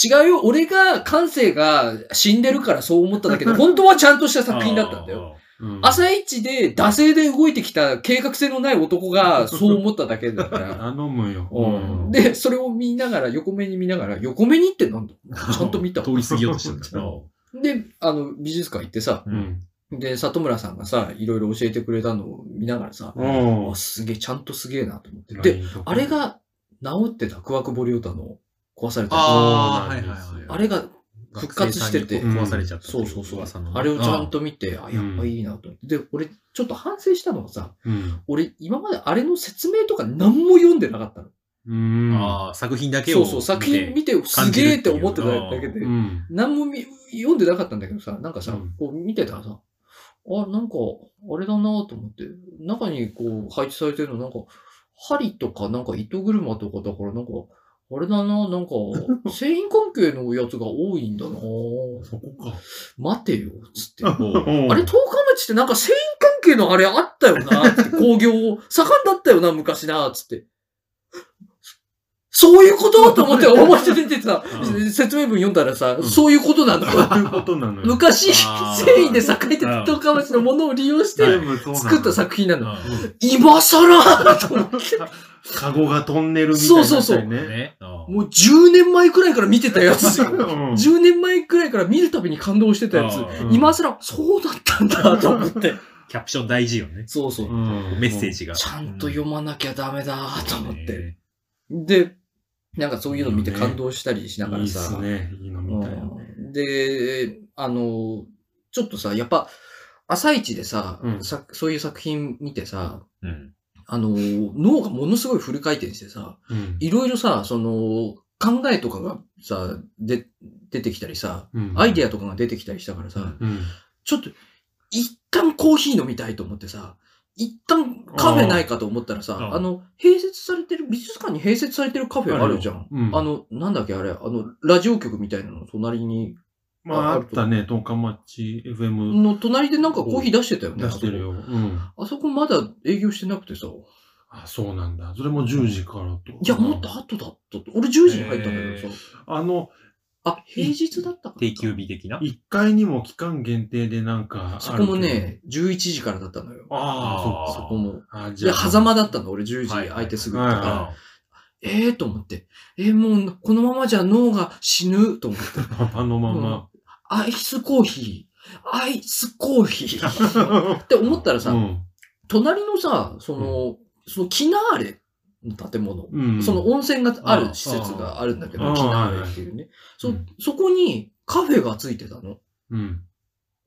[SPEAKER 3] 違うよ。俺が、感性が死んでるからそう思っただけど、本当はちゃんとした作品だったんだよ。
[SPEAKER 2] よ。
[SPEAKER 1] うん
[SPEAKER 3] 朝一で、惰性で動いてきた計画性のない男がそう思っただけだから。
[SPEAKER 1] 頼むよ。
[SPEAKER 3] うんで、それを見ながら、横目に見ながら、横目にってなん だちゃんと見たわ
[SPEAKER 2] 通り過ぎようとしてるんだけど。
[SPEAKER 3] で、あの、美術館行ってさ、
[SPEAKER 1] う
[SPEAKER 2] うん
[SPEAKER 1] ん。
[SPEAKER 3] で、里村さんがさ、いろいろ教えてくれたのを見ながらさ、
[SPEAKER 1] うん
[SPEAKER 3] あすげえ、ちゃんとすげえなと思って。で、、あれ、が治ってた、クワクボリオタの壊された。あ
[SPEAKER 2] ああ、
[SPEAKER 1] そう
[SPEAKER 2] は
[SPEAKER 1] ないん
[SPEAKER 2] はい
[SPEAKER 1] です
[SPEAKER 2] はい。
[SPEAKER 3] れが復活してて
[SPEAKER 2] 学生さんにこう壊されちゃったってい。
[SPEAKER 3] そうそうそう
[SPEAKER 2] 噂の。
[SPEAKER 3] あれをちゃんと見て、あ、やっぱいいなと思って。で、俺、ちょっと反省したのはさ、
[SPEAKER 1] うん。
[SPEAKER 3] 俺、今まであれの説明とか何も読んでなかったの。
[SPEAKER 1] うん。
[SPEAKER 2] ああ、作品だけを
[SPEAKER 3] そ
[SPEAKER 2] 見て。
[SPEAKER 3] うそう、作品見て、すげえって思ってただけで
[SPEAKER 1] う。ん。
[SPEAKER 3] 何も見読んでなかったんだけどさ、なんかさ、
[SPEAKER 1] うん
[SPEAKER 3] こう見てたらさ、あ、なんか、あれだなと思って、中にこう配置されてるの、なんか、針とか、なんか糸車とかだから、なんか、あれだな なんか、繊維関係のやつが多いんだな
[SPEAKER 1] そこか。
[SPEAKER 3] 待てよ、つって。
[SPEAKER 2] おう
[SPEAKER 3] あれ、十日町ってなんか繊維関係のあれあったよなつって、工業、盛んだったよな、昔な、つって。そういうこと と思って思い出ててさ、
[SPEAKER 2] うん
[SPEAKER 3] 説明文読んだらさ、
[SPEAKER 1] ん
[SPEAKER 3] そういうことなんだよ。
[SPEAKER 1] そういうことなのよ。
[SPEAKER 3] 昔、
[SPEAKER 2] あー
[SPEAKER 3] 繊維で栄えてた十日町のものを利用して
[SPEAKER 1] 全部そうなの
[SPEAKER 3] 作った作品な
[SPEAKER 2] うん
[SPEAKER 3] の。今更 と思って
[SPEAKER 1] カゴが飛んでるみたいな、ね。
[SPEAKER 3] そうそうそ
[SPEAKER 1] ね。
[SPEAKER 3] う
[SPEAKER 2] ね。うん
[SPEAKER 3] もう10年前くらいから見てたやつよ。
[SPEAKER 1] うん
[SPEAKER 3] 10年前くらいから見るたびに感動してたやつ。
[SPEAKER 2] うん
[SPEAKER 3] 今更、そうだったんだと思って。
[SPEAKER 2] キャプション大事よね。
[SPEAKER 3] そうそう。
[SPEAKER 1] うん
[SPEAKER 2] メッセー。ジが。
[SPEAKER 3] ちゃんと読まなきゃダメだと思って。
[SPEAKER 2] ね。
[SPEAKER 3] で、なんかそういうの見て感動したりしながらさ。
[SPEAKER 1] いいっすね。いいのみたいな。
[SPEAKER 3] うんで、あの、ちょっとさ、やっぱ、朝一でさ、
[SPEAKER 1] うん
[SPEAKER 3] さそういう作品見てさ、
[SPEAKER 2] うん。
[SPEAKER 3] あの、脳がものすごいフル回転してさ、
[SPEAKER 1] うん。
[SPEAKER 3] いろいろさ、その、考えとかがさ、で、出てきたりさ、
[SPEAKER 1] うん
[SPEAKER 3] アイデアとかが出てきたりしたからさ、
[SPEAKER 1] うん。
[SPEAKER 3] ちょっと、一旦コーヒー飲みたいと思ってさ、一旦カフェないかと思ったら
[SPEAKER 2] あ
[SPEAKER 3] さ、
[SPEAKER 2] あ
[SPEAKER 3] あの、併設されてる、美術館に併設されてるカフェあるじゃん。
[SPEAKER 1] うん。
[SPEAKER 3] あの、なんだっけあれ、あの、ラジオ局みたいなの隣に、
[SPEAKER 1] まあ、あったね、十日町 FM
[SPEAKER 3] の隣でなんかコーヒー出してたよね。
[SPEAKER 1] 出してるよ。うん。
[SPEAKER 3] あそこ。あそこまだ営業してなくてさ。
[SPEAKER 1] あ、そうなんだ。それも10時からと。
[SPEAKER 3] いや、もっと後だったと。俺10時に入ったんだけどさ。
[SPEAKER 1] あの、
[SPEAKER 3] あ、平日だったから。
[SPEAKER 2] 定休日的な。
[SPEAKER 1] 1階にも期間限定でなんかあるけ
[SPEAKER 3] そ
[SPEAKER 1] ど
[SPEAKER 3] こも。ね、11時からだったのよ。
[SPEAKER 1] ああ、
[SPEAKER 2] あ
[SPEAKER 1] そ
[SPEAKER 3] そうこも。
[SPEAKER 1] か。あじ
[SPEAKER 3] で、
[SPEAKER 1] ゃあ。
[SPEAKER 3] 狭間だったの、俺10時
[SPEAKER 2] はい
[SPEAKER 3] 空いてすぐだった
[SPEAKER 1] はい
[SPEAKER 3] から
[SPEAKER 1] は。
[SPEAKER 3] ええと思って。えーもう、このままじゃ脳が死ぬと思って。
[SPEAKER 1] あのまま。
[SPEAKER 3] アイスコーヒー。アイスコーヒ ー。って思ったらさ、
[SPEAKER 1] うん
[SPEAKER 3] 隣のさ、その、そのキナーレの建物、
[SPEAKER 1] うん。
[SPEAKER 3] その温泉があ
[SPEAKER 2] あ
[SPEAKER 3] る
[SPEAKER 2] あ
[SPEAKER 3] 施設があるんだけど、
[SPEAKER 1] ああ
[SPEAKER 3] キナーレっていうね。
[SPEAKER 1] う
[SPEAKER 3] そ
[SPEAKER 1] ん、
[SPEAKER 3] そこにカフェがついてたの。
[SPEAKER 1] うん。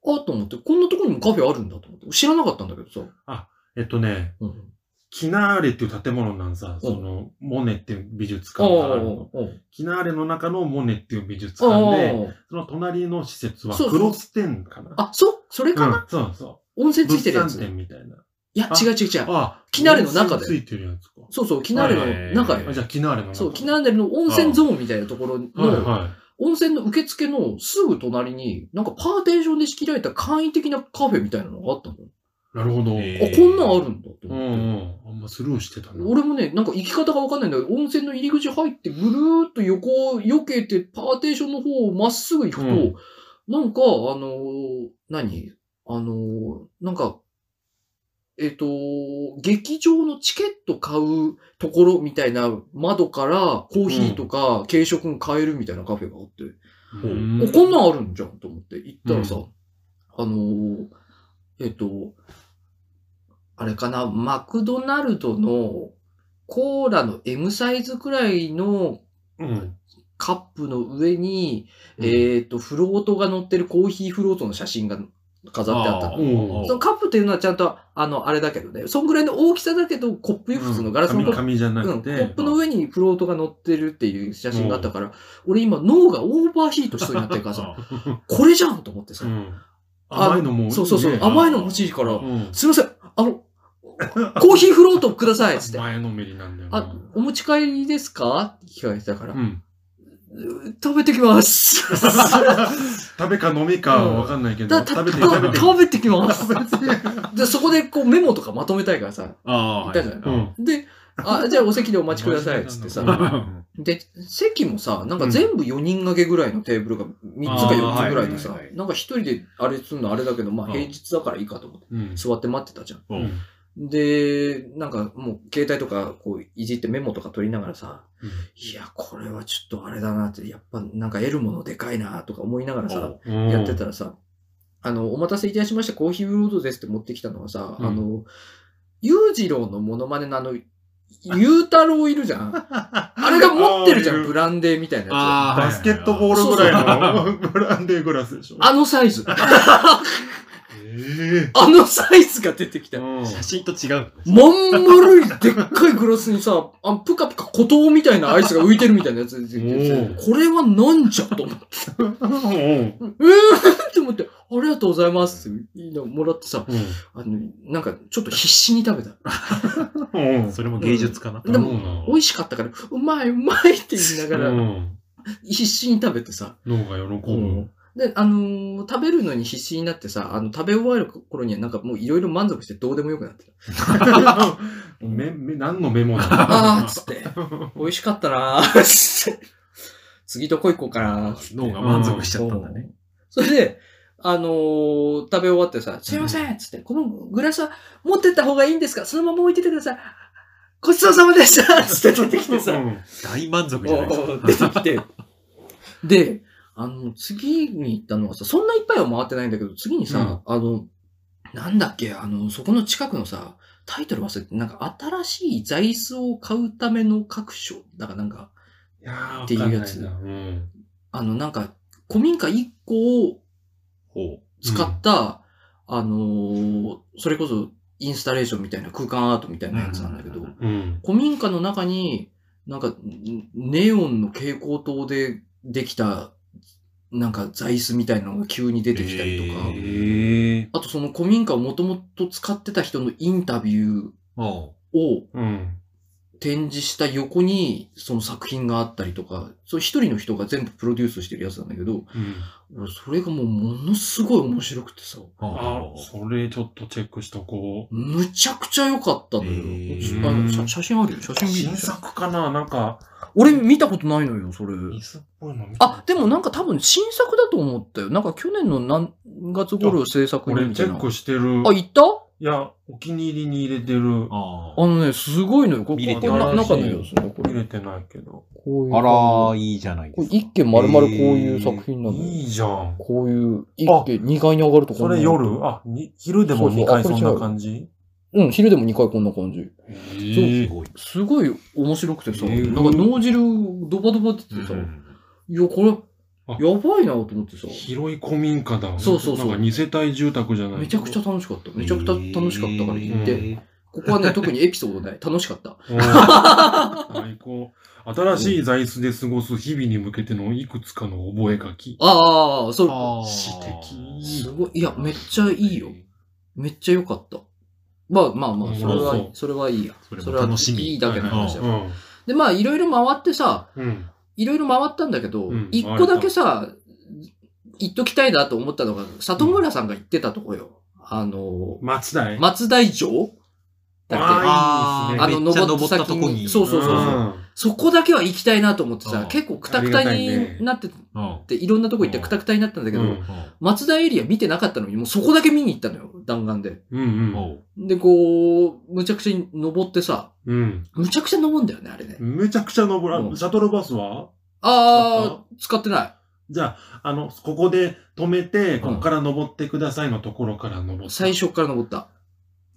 [SPEAKER 3] あ、と思って、こんなとこにもカフェあるんだと思って。知らなかったんだけどさ。
[SPEAKER 1] えっとね、
[SPEAKER 3] うん。
[SPEAKER 1] キナーレっていう建物なんさ、その、モネっていう美術館があるの。
[SPEAKER 3] おうおう
[SPEAKER 1] キナーレの中のモネっていう美術
[SPEAKER 3] おう
[SPEAKER 1] 館で、
[SPEAKER 3] おう
[SPEAKER 1] その隣の施設は
[SPEAKER 3] そうそう
[SPEAKER 1] クロス店かな。
[SPEAKER 3] あ、そうそれかな、
[SPEAKER 1] うん、そうそ
[SPEAKER 3] 温
[SPEAKER 1] う。
[SPEAKER 3] 泉つ
[SPEAKER 1] 物
[SPEAKER 3] いてるや
[SPEAKER 1] 産
[SPEAKER 3] つ。
[SPEAKER 1] 店みたいな。
[SPEAKER 3] いや、
[SPEAKER 1] あ
[SPEAKER 3] 違う違う違う。
[SPEAKER 1] あ、
[SPEAKER 3] キナーレの中で
[SPEAKER 1] 温泉ついてるやつか。
[SPEAKER 3] そうそう、キナー
[SPEAKER 2] はい
[SPEAKER 3] レの中
[SPEAKER 2] はい
[SPEAKER 1] あ
[SPEAKER 3] よ。
[SPEAKER 1] じゃあ、キナーレの中。
[SPEAKER 3] そう、キナーレの温泉ゾーンみたいなところ
[SPEAKER 1] はい
[SPEAKER 3] の、
[SPEAKER 1] は
[SPEAKER 3] 温泉の受付のすぐ隣に、なんかパーテーションで仕切られた簡易的なカフェみたいなのがあったのよ。
[SPEAKER 1] い。なるほど。
[SPEAKER 2] え
[SPEAKER 3] あ、こんなんあるんだと
[SPEAKER 1] うん
[SPEAKER 3] 思って。
[SPEAKER 1] うん。あんまスルーしてたな。
[SPEAKER 3] 俺もね、なんか行き方がわかんないんだけど、温泉の入り口入って、ぐるーっと横を避けて、パーテーションの方をまっすぐ行くと、
[SPEAKER 1] うん
[SPEAKER 3] なんか、あのー何あのーなんか、えっ、と、劇場のチケット買うところみたいな窓からコーヒーとか軽食が買えるみたいなカフェがあって、
[SPEAKER 1] うん
[SPEAKER 3] おこんなんあるんじゃんと思って行ったらさ、あのーえっ、と、あれかな、マクドナルドのコーラの M サイズくらいの
[SPEAKER 1] うん。
[SPEAKER 3] カップの上に、
[SPEAKER 1] うん
[SPEAKER 3] えっ、と、フロートが乗ってるコーヒーフロートの写真が飾ってあったの
[SPEAKER 2] あー
[SPEAKER 1] うん
[SPEAKER 3] そのカップっていうのはちゃんと、あの、あれだけどね、そんぐらいの大きさだけど、コップよ、普通のガラスのコップ
[SPEAKER 1] 紙じゃな
[SPEAKER 3] うん、
[SPEAKER 1] くて。
[SPEAKER 3] コップの上にフロートが乗ってるっていう写真があったから、俺今脳がオーバーヒートしそうになってるからさ、これじゃんと思ってさ
[SPEAKER 1] う、ん。甘いのも。
[SPEAKER 3] そうそうそう、
[SPEAKER 1] ね
[SPEAKER 3] 甘いの欲しいから、
[SPEAKER 1] うん。
[SPEAKER 3] すいません、あの、コーヒーフロートくださいっつって、
[SPEAKER 1] 前のめりなんだよな。
[SPEAKER 3] あ、お持ち帰りですかって聞かれてたから
[SPEAKER 1] う、ん。
[SPEAKER 3] 食べてきます。
[SPEAKER 1] 食べか飲みかわかんないけど、
[SPEAKER 3] だ
[SPEAKER 1] 食べ
[SPEAKER 3] 食べ
[SPEAKER 1] て
[SPEAKER 3] て
[SPEAKER 1] る食べてる。
[SPEAKER 3] 食べてきます。で、そこでこうメモとかまとめたいからさ、
[SPEAKER 2] ああ、
[SPEAKER 3] 行ったじゃない
[SPEAKER 1] うん。
[SPEAKER 3] で、あ、じゃあお席でお待ちくださいっつって
[SPEAKER 1] マジ
[SPEAKER 3] さ、
[SPEAKER 1] で
[SPEAKER 3] で、席もさ、なんか全部4人掛けぐらいのテーブルが3つか4つぐらいで
[SPEAKER 2] あー
[SPEAKER 3] さ
[SPEAKER 2] はいはいは、い
[SPEAKER 3] なんか1人であれするのあれだけど、まあ平日だからいいかと思って、
[SPEAKER 1] うん。
[SPEAKER 3] 座って待ってたじゃん。
[SPEAKER 2] うん。
[SPEAKER 3] で、なんかもう携帯とかこういじってメモとか取りながらさ、
[SPEAKER 1] うん
[SPEAKER 3] いや、これはちょっとあれだなって、やっぱなんか得るものでかいなとか思いながらさ、
[SPEAKER 1] うん
[SPEAKER 3] やってたらさ、あの、お待たせいたしました、コーヒーブロードですって持ってきたのはさ、
[SPEAKER 1] うん
[SPEAKER 3] あの、裕次郎のモノマネのあの、ゆうたろういるじゃ ん。あれが持ってるじゃ
[SPEAKER 1] あーい
[SPEAKER 3] ん、
[SPEAKER 1] る
[SPEAKER 3] ブランデーみたいなや
[SPEAKER 2] あー
[SPEAKER 1] バスケットボールぐらいのブランデーグラスでしょ
[SPEAKER 3] つ。。あのサイズ。
[SPEAKER 1] え
[SPEAKER 3] あのサイズが出てき
[SPEAKER 1] え
[SPEAKER 3] た。
[SPEAKER 1] うん
[SPEAKER 2] 写真と違う。
[SPEAKER 3] まん丸いでっかいグラスにさ、あぷかぷか孤島みたいなアイスが浮いてるみたいなやつ出てき
[SPEAKER 1] お
[SPEAKER 3] て
[SPEAKER 1] ー
[SPEAKER 3] これはなんじゃと思って、
[SPEAKER 1] うん
[SPEAKER 3] うーんって思って、ありがとうございますって言いながらもらってさ、
[SPEAKER 1] うん
[SPEAKER 3] あの、なんかちょっと必死に食べた。
[SPEAKER 1] うん
[SPEAKER 2] それも芸術かな。
[SPEAKER 3] でも
[SPEAKER 1] も
[SPEAKER 3] 美味しかったから、うまいうまいって言いなが
[SPEAKER 1] う
[SPEAKER 3] ら、
[SPEAKER 1] ん
[SPEAKER 3] 必死に食べてさ、
[SPEAKER 1] 脳が喜ぶ。
[SPEAKER 3] で、あのー食べるのに必死になってさ、あの、食べ終わる頃にはなんかもういろいろ満足してどうでもよくなってた。
[SPEAKER 1] め、め、何のメモだ
[SPEAKER 3] あーっつって、美味しかったなーっつって、次どこ行こうかなーっつって
[SPEAKER 2] 脳が満足しちゃったんだね。。
[SPEAKER 3] それで、あのー食べ終わってさ、すいませんっつって、このグラスは持ってった方がいいんですかそのまま置いててください。ごちそうさまでしたっつって出てきてさ
[SPEAKER 1] う、ん
[SPEAKER 2] 大満足じゃないですか。
[SPEAKER 3] 出てきて。で、あの、次に行ったのはさ、そんないっぱいは回ってないんだけど、次にさ、あの、なんだっけ、あの、そこの近くのさ、タイトル忘れて、なんか新しい座椅子を買うための各所、なんかなんか、
[SPEAKER 1] いやー
[SPEAKER 3] っていうやつ
[SPEAKER 1] わかんないなうん
[SPEAKER 3] あの、なんか、古民家1個を
[SPEAKER 2] ほ
[SPEAKER 3] 使った、あのーそれこそインスタレーションみたいな空間アートみたいなやつなんだけ
[SPEAKER 2] う
[SPEAKER 3] ど、
[SPEAKER 2] んうんうん
[SPEAKER 1] うん。
[SPEAKER 3] 古民家の中に、なんか、んネオンの蛍光灯でできた、なんか座椅子みたいなのが急に出てきたりとか、
[SPEAKER 2] へえ
[SPEAKER 1] え
[SPEAKER 3] あとその古民家をもともと使ってた人のインタビュ
[SPEAKER 2] う。ほ
[SPEAKER 3] ーを
[SPEAKER 1] うん。
[SPEAKER 3] 展示した横にその作品があったりとか、そう一人の人が全部プロデュースしてるやつなんだけど、
[SPEAKER 1] うん
[SPEAKER 3] 俺それがもうものすごい面白くてさ、
[SPEAKER 2] う。
[SPEAKER 1] あ
[SPEAKER 2] ほ、う。
[SPEAKER 1] それちょっとチェックしとこ
[SPEAKER 3] むちゃくちゃ良かったのよ
[SPEAKER 2] へー。
[SPEAKER 3] あの写写真あるよ、写
[SPEAKER 1] う。
[SPEAKER 3] 真見る
[SPEAKER 1] 新作かななんか、
[SPEAKER 3] 俺見たことないのよ、それ。
[SPEAKER 1] 椅子っぽいの見た
[SPEAKER 3] あ、でもなんか多分新作だと思ったよ。なんか去年の何月頃制作に
[SPEAKER 1] 俺
[SPEAKER 3] み
[SPEAKER 1] チ
[SPEAKER 3] たい
[SPEAKER 1] ェ
[SPEAKER 3] な。
[SPEAKER 1] ックしてる。
[SPEAKER 3] あ、行った
[SPEAKER 1] いや、お気に入りに入れてる。
[SPEAKER 2] あ
[SPEAKER 3] あのね、すごいのよ。ここ
[SPEAKER 2] 見れて
[SPEAKER 3] こんな
[SPEAKER 1] ない
[SPEAKER 3] 中の様子ね。こ
[SPEAKER 1] 入
[SPEAKER 3] れ、
[SPEAKER 1] れてないけど。
[SPEAKER 3] こういう。
[SPEAKER 2] あ。ら、いいじゃない
[SPEAKER 3] こ
[SPEAKER 2] で
[SPEAKER 3] れ
[SPEAKER 2] すか。
[SPEAKER 3] 一軒丸々こういう作品なのよ。
[SPEAKER 1] いいじゃん。
[SPEAKER 3] こういう、一軒、2階に上がるとこ
[SPEAKER 1] そ
[SPEAKER 3] んな
[SPEAKER 1] れ夜あ、に昼でも2回そんな感じ
[SPEAKER 3] うん、昼でも2階こんな感じ。
[SPEAKER 1] へ
[SPEAKER 2] す
[SPEAKER 1] ー
[SPEAKER 2] ごい。
[SPEAKER 3] すごい面白くてさ、
[SPEAKER 1] えー
[SPEAKER 3] なんか脳汁ドバドバって言ってさ、いや、これ、
[SPEAKER 1] あ
[SPEAKER 3] やばいなと思ってさ、
[SPEAKER 1] 広い古民家だ。
[SPEAKER 3] そうそうそう
[SPEAKER 1] なんか2世帯住宅じゃない。
[SPEAKER 3] めちゃくちゃ楽しかった。めちゃくちゃ楽しかったから行って、
[SPEAKER 1] へ
[SPEAKER 2] え
[SPEAKER 3] ここは ね、特にエピソードない。楽しかった。
[SPEAKER 1] うん最高。新しい座椅子で過ごす日々に向けてのいくつかの覚え書き。
[SPEAKER 3] ああ、そう
[SPEAKER 2] ー。、あー
[SPEAKER 1] 詩的
[SPEAKER 3] すごいいやめっちゃいいよ。めっちゃ良かった。まあまあまあ、それ
[SPEAKER 1] そう
[SPEAKER 3] は
[SPEAKER 1] そ、う
[SPEAKER 3] それはいいや。
[SPEAKER 2] それも
[SPEAKER 3] それは
[SPEAKER 2] 楽しみ
[SPEAKER 3] いいだけの話だ
[SPEAKER 1] う
[SPEAKER 3] よ。
[SPEAKER 1] ん。
[SPEAKER 3] で、まあ、いろいろ回ってさ、
[SPEAKER 1] うん。
[SPEAKER 3] いろいろ回ったんだけど
[SPEAKER 1] うん、
[SPEAKER 3] 一個だけさ、言っときたいなと思ったのが、里村さんが言ってたとこよ。あの、
[SPEAKER 1] 松田ね
[SPEAKER 3] 松大城だっけ
[SPEAKER 1] あーいいですね。
[SPEAKER 3] あの、
[SPEAKER 2] めっちゃ
[SPEAKER 3] 登った
[SPEAKER 2] 登った
[SPEAKER 3] 先
[SPEAKER 2] とこ
[SPEAKER 3] に。
[SPEAKER 2] に
[SPEAKER 3] そうそうそうそう。
[SPEAKER 1] うん
[SPEAKER 3] そこだけは行きたいなと思って
[SPEAKER 2] う
[SPEAKER 3] さ
[SPEAKER 2] ん、
[SPEAKER 3] 結構くたくたになって
[SPEAKER 2] うん。うん
[SPEAKER 3] て、いろんなとこ行って
[SPEAKER 2] うん
[SPEAKER 3] くたくたになったんだけど、
[SPEAKER 1] うん
[SPEAKER 3] 松田エリア見てなかったのに、もうそこだけ見に行ったのよ、弾丸で。
[SPEAKER 1] うんうん。
[SPEAKER 2] おう
[SPEAKER 3] で、こう、むちゃくちゃに登ってさ、
[SPEAKER 1] うん。
[SPEAKER 3] むちゃくちゃ登るんだよね、あれね。
[SPEAKER 1] めちゃくちゃ登ら、
[SPEAKER 3] うんん
[SPEAKER 1] シャトルバスは
[SPEAKER 3] あー、使ってない。
[SPEAKER 1] じゃあ、あの、ここで止めて、ここから登ってくださいのところから登って。
[SPEAKER 3] 最。初から登った。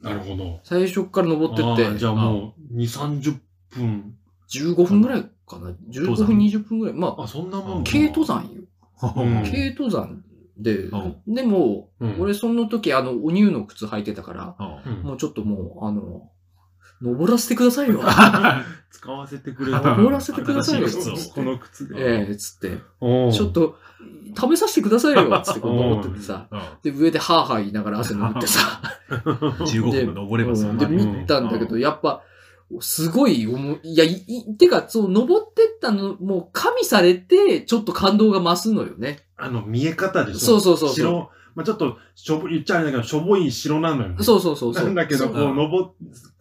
[SPEAKER 1] なるほど。
[SPEAKER 3] 最初から登ってっ
[SPEAKER 1] あー
[SPEAKER 3] て
[SPEAKER 1] じ、ゃあもう、2、30分。
[SPEAKER 3] 15分ぐらいかな。15
[SPEAKER 2] 登
[SPEAKER 3] 分、
[SPEAKER 2] 山
[SPEAKER 3] 20分ぐらい。まあ、
[SPEAKER 1] あ、そんなもんか。
[SPEAKER 3] 軽登山よ。
[SPEAKER 1] うん
[SPEAKER 3] 軽登山で
[SPEAKER 2] ん、
[SPEAKER 3] でも、
[SPEAKER 1] うん
[SPEAKER 3] 俺その時、あの、お乳の靴履いてたから、
[SPEAKER 2] うん
[SPEAKER 1] うん
[SPEAKER 3] もうちょっともう、あの、登らせてください よ。
[SPEAKER 1] 使わせてくれた。
[SPEAKER 3] 登らせてくださいよ。
[SPEAKER 2] 新しい靴を
[SPEAKER 3] つって
[SPEAKER 1] この靴で。
[SPEAKER 3] ええ、つって、
[SPEAKER 1] おう
[SPEAKER 3] ちょっと、食べさせてくださいよ、つってこう登ってってさ。
[SPEAKER 2] うん
[SPEAKER 3] で、上でハーハー言いながら汗拭って さ。
[SPEAKER 2] 15分も登ればそ
[SPEAKER 3] うんんで、
[SPEAKER 2] なに
[SPEAKER 3] 見たんだけど、やっぱ、すごい思う、いや、い、いてか、そう、登ってったの、もう、加味されて、ちょっと感動が増すのよね。
[SPEAKER 1] あの、見え方でしょ。
[SPEAKER 3] そうそうそうそう
[SPEAKER 1] 白、まあちょっと、しょぼ、言っちゃあれだけど、しょぼい白なのよ。
[SPEAKER 3] そうそうそう。そう
[SPEAKER 1] なんだけど、
[SPEAKER 3] そう
[SPEAKER 1] こう、登っ、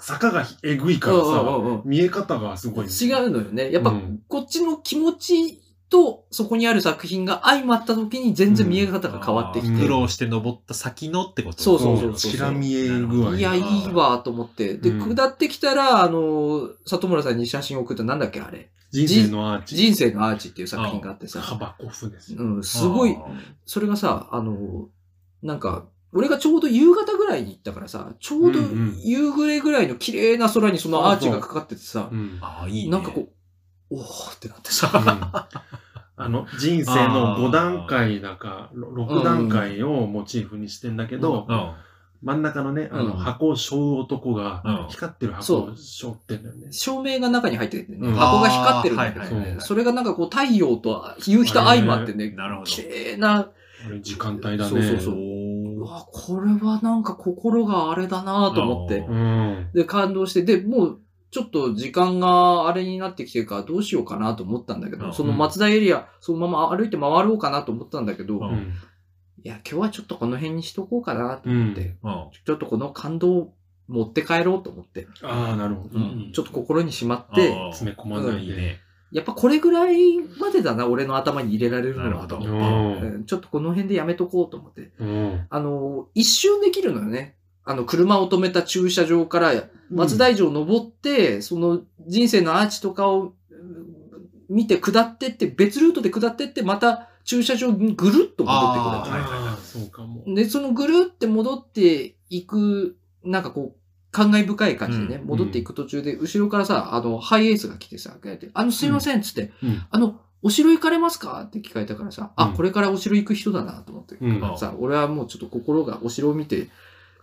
[SPEAKER 1] 坂がえぐいか
[SPEAKER 3] う
[SPEAKER 1] ら
[SPEAKER 3] んう
[SPEAKER 1] さ、
[SPEAKER 3] んうんうん
[SPEAKER 1] 見え方がすごい。
[SPEAKER 3] 違
[SPEAKER 1] う。
[SPEAKER 3] うのよね。やっぱ、
[SPEAKER 1] うん
[SPEAKER 3] こっちの気持ちと、そこにある作品が相まった時に、全然見え方が変わってきて。
[SPEAKER 1] うん
[SPEAKER 2] 苦労して登った先のってこと
[SPEAKER 3] そうそうそうそう
[SPEAKER 1] 白見え具合。
[SPEAKER 3] いや、いいわ、と思って。で、
[SPEAKER 1] うん
[SPEAKER 3] 下ってきたら、あの、里村さんに写真を送った、なんだっけ、あれ。
[SPEAKER 1] 人生のアーチ。
[SPEAKER 3] 人生のアーチっていう作品があって
[SPEAKER 1] カ
[SPEAKER 3] さ。
[SPEAKER 1] バコフですよ。
[SPEAKER 3] うん、すごい
[SPEAKER 2] あ、
[SPEAKER 3] それがさ、あの、なんか、俺がちょうど夕方ぐらいに行ったからさ、ちょうど
[SPEAKER 1] うんうん
[SPEAKER 3] 夕暮れぐらいの綺麗な空にそのアーチがかかっててさ
[SPEAKER 1] う、ん。
[SPEAKER 2] ああ、いいね。
[SPEAKER 3] なんかこう、おーってなって
[SPEAKER 1] うん
[SPEAKER 3] さ、
[SPEAKER 1] あの、人生の5段階だか、6段階をモチーフにしてんだけど、
[SPEAKER 2] うん。
[SPEAKER 1] 真ん中のね、あ
[SPEAKER 3] う
[SPEAKER 1] の、
[SPEAKER 3] ん
[SPEAKER 1] 箱を背負う男が
[SPEAKER 2] う、ん
[SPEAKER 1] 光ってる箱
[SPEAKER 3] そ
[SPEAKER 1] を背負ってんだよね。
[SPEAKER 3] 照明が中に入ってて
[SPEAKER 1] う
[SPEAKER 3] ね、
[SPEAKER 1] ん
[SPEAKER 3] 箱が光ってるんだけど
[SPEAKER 1] あーはいはい
[SPEAKER 3] ね
[SPEAKER 2] は、い
[SPEAKER 3] それがなんかこう太陽と夕日と相まってね、
[SPEAKER 2] なるほど
[SPEAKER 3] 綺麗な、
[SPEAKER 1] あれ時間帯だね。
[SPEAKER 3] そうそうそうう
[SPEAKER 2] おー
[SPEAKER 3] わ、これはなんか心があれだなと思って
[SPEAKER 2] あー、
[SPEAKER 1] うん。
[SPEAKER 3] で、感動して、で、もう、ちょっと時間があれになってきてるからどうしようかなと思ったんだけ
[SPEAKER 2] う
[SPEAKER 3] ど、
[SPEAKER 2] ん
[SPEAKER 3] その松田エリア、そのまま歩いて回ろうかなと思ったんだけど、
[SPEAKER 2] うん
[SPEAKER 1] う
[SPEAKER 3] い
[SPEAKER 1] ん。
[SPEAKER 3] や、今日はちょっとこの辺にしとこうかなと
[SPEAKER 1] う
[SPEAKER 3] 思っ
[SPEAKER 1] ん
[SPEAKER 3] て、
[SPEAKER 2] うん
[SPEAKER 3] ちょっとこの感動を持って帰ろうと思って、
[SPEAKER 1] ああ、なるほど。
[SPEAKER 2] うん
[SPEAKER 3] ちょっと心にしまって、
[SPEAKER 2] あー
[SPEAKER 1] 詰め込まない
[SPEAKER 2] いい
[SPEAKER 1] で。
[SPEAKER 2] ね。
[SPEAKER 3] やっぱこれぐらいまでだな、俺の頭に入れられるのはと
[SPEAKER 1] う
[SPEAKER 2] う
[SPEAKER 3] 思って、
[SPEAKER 1] ん。
[SPEAKER 3] うんちょっとこの辺でやめとこうと思って、
[SPEAKER 1] うん。
[SPEAKER 3] あの、一瞬できるのよね。あの、車を止めた駐車場から松台城を登って、その人生のアーチとかをうん見て下ってって、別ルートで下ってって、また駐車場にぐるっと戻って
[SPEAKER 2] はいはいはい
[SPEAKER 1] ああ、そうかも
[SPEAKER 3] く。る。で、そのぐるって戻っていく、なんかこう、感慨深い感じでね、
[SPEAKER 2] うん
[SPEAKER 3] 戻っていく途中で、後ろからさ、あの、ハイエースが来てさ、こうやってあの、すいません、つって、
[SPEAKER 1] うん
[SPEAKER 3] あの、お城行かれますかって聞かれたからさ、
[SPEAKER 1] う
[SPEAKER 3] あ
[SPEAKER 1] ん、
[SPEAKER 3] これからお城行く人だなと思って。
[SPEAKER 1] うん
[SPEAKER 2] あ
[SPEAKER 3] さ、俺はもうちょっと心が、お城を見て、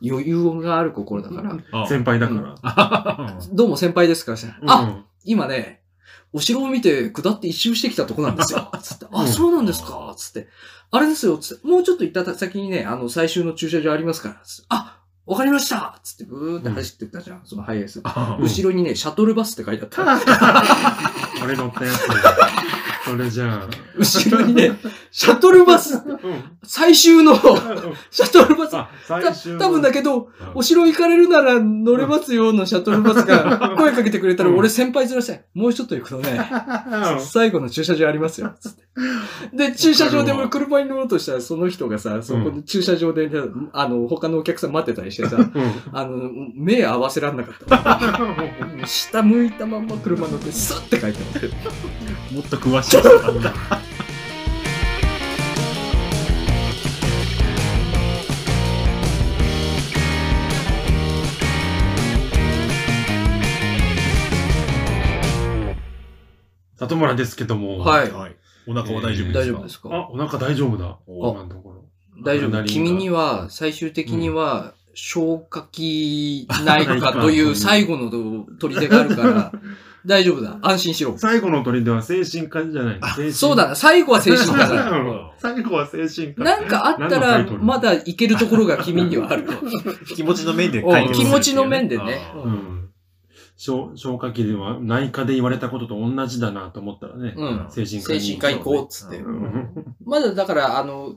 [SPEAKER 3] 余裕がある心だから、
[SPEAKER 1] 先輩だから。
[SPEAKER 2] 輩。
[SPEAKER 3] どうも先輩ですからさ、
[SPEAKER 1] うん
[SPEAKER 3] あ、今ね、お城を見て下って一周してきたとこなんですよ。つって、
[SPEAKER 1] うん
[SPEAKER 3] あ、そうなんですか。つって、あれですよ。つって、もうちょっと行った先にね、あの、最終の駐車場ありますから。つってあ、わかりました。つって、ブーって走ってったじゃん。そのハイエース。
[SPEAKER 2] あ
[SPEAKER 1] うん
[SPEAKER 3] 後ろにね、シャトルバスって書いてあった。
[SPEAKER 1] あれ乗ったやつ。 それじゃあ。
[SPEAKER 3] 後ろにね、シャトルバス、
[SPEAKER 1] うん
[SPEAKER 3] 最終のシャトルバス。た
[SPEAKER 1] あ、最終。
[SPEAKER 3] 多分だけど、
[SPEAKER 2] うん
[SPEAKER 3] お城行かれるなら乗れますよのシャトルバスが声かけてくれたら、
[SPEAKER 1] うん
[SPEAKER 3] 俺先輩ずらして、もうちょっと行くとね、最後の駐車場ありますよ。つってで、駐車場で俺車に乗ろうとしたら、その人がさ、そこの駐車場でね、あの、他のお客さん待ってたりして さ、
[SPEAKER 1] うん。
[SPEAKER 3] あの、目合わせらんなかった。下向いたまんま車乗って、スッて帰ってます。
[SPEAKER 2] もっと詳しい。
[SPEAKER 1] 里村ですけども。
[SPEAKER 3] はい。
[SPEAKER 2] はい。お腹は大丈夫ですか
[SPEAKER 3] 大丈夫ですか
[SPEAKER 1] あ、お腹大丈夫だ。
[SPEAKER 2] お
[SPEAKER 1] 今のところ。
[SPEAKER 3] 大丈
[SPEAKER 1] アドレナ
[SPEAKER 3] 夫。
[SPEAKER 1] リンが
[SPEAKER 3] 君には、最終的には、消化器内科と い
[SPEAKER 1] うん
[SPEAKER 3] う最後の砦があるから、大丈夫だ。安心しろ。
[SPEAKER 1] 最後の砦は精神科医じゃない。精神
[SPEAKER 3] そうだな。最後は精神科 だ。
[SPEAKER 1] うん最後は精神科。
[SPEAKER 3] なんかあった
[SPEAKER 1] 何のタ
[SPEAKER 3] ら
[SPEAKER 1] イト、ル
[SPEAKER 3] まだいけるところが君にはある。
[SPEAKER 2] 気持ちの面で
[SPEAKER 3] お
[SPEAKER 2] 解決す
[SPEAKER 3] 気
[SPEAKER 2] る
[SPEAKER 3] 持ちの面でね。
[SPEAKER 1] う。ん。消消化器では内科で言われたことと同じだなと思ったらね。
[SPEAKER 3] うん。
[SPEAKER 1] 精神科
[SPEAKER 3] 精
[SPEAKER 1] 医。
[SPEAKER 3] 神科行こうっつって
[SPEAKER 2] う。
[SPEAKER 1] うん
[SPEAKER 3] まだだから、あの、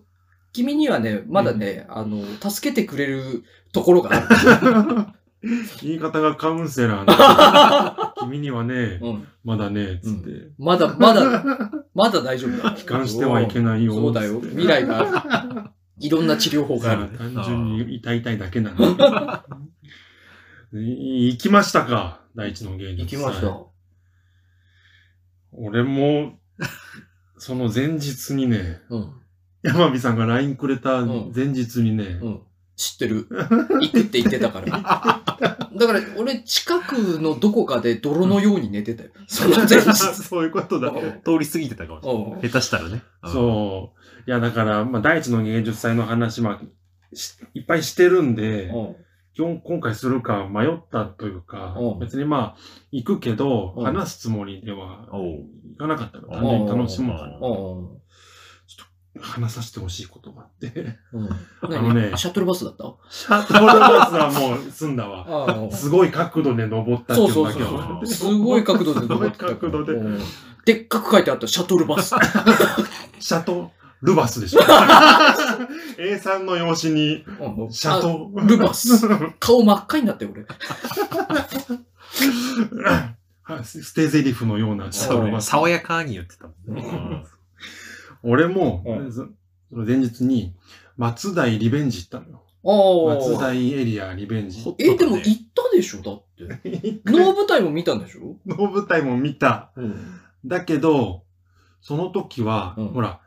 [SPEAKER 3] 君にはね、まだね、あの、助けてくれるところがある。
[SPEAKER 1] 言い方がカウンセラー な君にはね、
[SPEAKER 3] うん。
[SPEAKER 1] まだね、つって。
[SPEAKER 3] まだ、まだ、まだ大丈夫だ。
[SPEAKER 1] 悲観してはいけないよ。
[SPEAKER 3] そうだよ。未来が ある。いろんな治療法がある。
[SPEAKER 1] 単純に痛いたいだけなの に。い行きましたか第一の芸人。
[SPEAKER 3] 行きました。
[SPEAKER 1] はい俺も、その前日にね、
[SPEAKER 3] うん。
[SPEAKER 1] 山美さんが LINE くれた前日にね、
[SPEAKER 3] うん。知ってる。行くって言って たから。だから、俺、近くのどこかで泥のように寝てたよ。その前日。
[SPEAKER 1] そういうことだ。
[SPEAKER 2] 通り過ぎてたかもしれ
[SPEAKER 3] うん
[SPEAKER 2] ない。下手したらね。
[SPEAKER 1] そう。いや、だから、まあ、第一の芸術祭の話、まあ、しいっぱいしてるんで、
[SPEAKER 3] うん
[SPEAKER 1] 今今回するか迷ったというか
[SPEAKER 3] うん、
[SPEAKER 1] 別にまあ、行くけど、
[SPEAKER 3] うん
[SPEAKER 1] 話すつもりでは
[SPEAKER 2] おう
[SPEAKER 1] 行かなかったの。単純に楽しもうか
[SPEAKER 2] う
[SPEAKER 1] な。
[SPEAKER 3] うん
[SPEAKER 1] 話させてほしいことがあって。
[SPEAKER 3] うん。
[SPEAKER 1] あのね
[SPEAKER 3] 何シャトルバスだった
[SPEAKER 1] シャトルバスはもう済んだわ。
[SPEAKER 3] ああ
[SPEAKER 1] すごい角度で登ったって
[SPEAKER 3] そう
[SPEAKER 1] いう
[SPEAKER 3] そ
[SPEAKER 1] だ
[SPEAKER 3] う
[SPEAKER 1] け
[SPEAKER 3] そう
[SPEAKER 1] は分
[SPEAKER 3] そ
[SPEAKER 1] か
[SPEAKER 3] う。
[SPEAKER 1] ってる。
[SPEAKER 3] すごい角度で
[SPEAKER 1] 登
[SPEAKER 3] 登っ
[SPEAKER 1] ってて
[SPEAKER 3] た
[SPEAKER 1] た
[SPEAKER 3] か
[SPEAKER 1] からら
[SPEAKER 3] うんでっかく書いてあった、シャトルバス。
[SPEAKER 1] シャトルバスでし ょ。A さんの用紙に、
[SPEAKER 3] うん
[SPEAKER 1] シャト
[SPEAKER 3] あルバス。顔真っ赤になったよ、俺。
[SPEAKER 1] はいステーゼリフのようなシャ
[SPEAKER 2] そ
[SPEAKER 1] ト
[SPEAKER 2] う
[SPEAKER 1] ル
[SPEAKER 2] ね
[SPEAKER 1] バス。
[SPEAKER 2] 爽やかに言ってたもんね。
[SPEAKER 1] 俺も
[SPEAKER 3] う、
[SPEAKER 1] そその前日に、松代リベンジ行ったのよ。松
[SPEAKER 3] ああ。
[SPEAKER 1] 代エリアリベンジ。
[SPEAKER 2] ほっ
[SPEAKER 3] え、でも行ったでしょだって。能舞台も見たんでしょ
[SPEAKER 1] の舞台も見た。
[SPEAKER 3] うん。
[SPEAKER 1] だけど、その時は、
[SPEAKER 3] うん
[SPEAKER 1] ほら、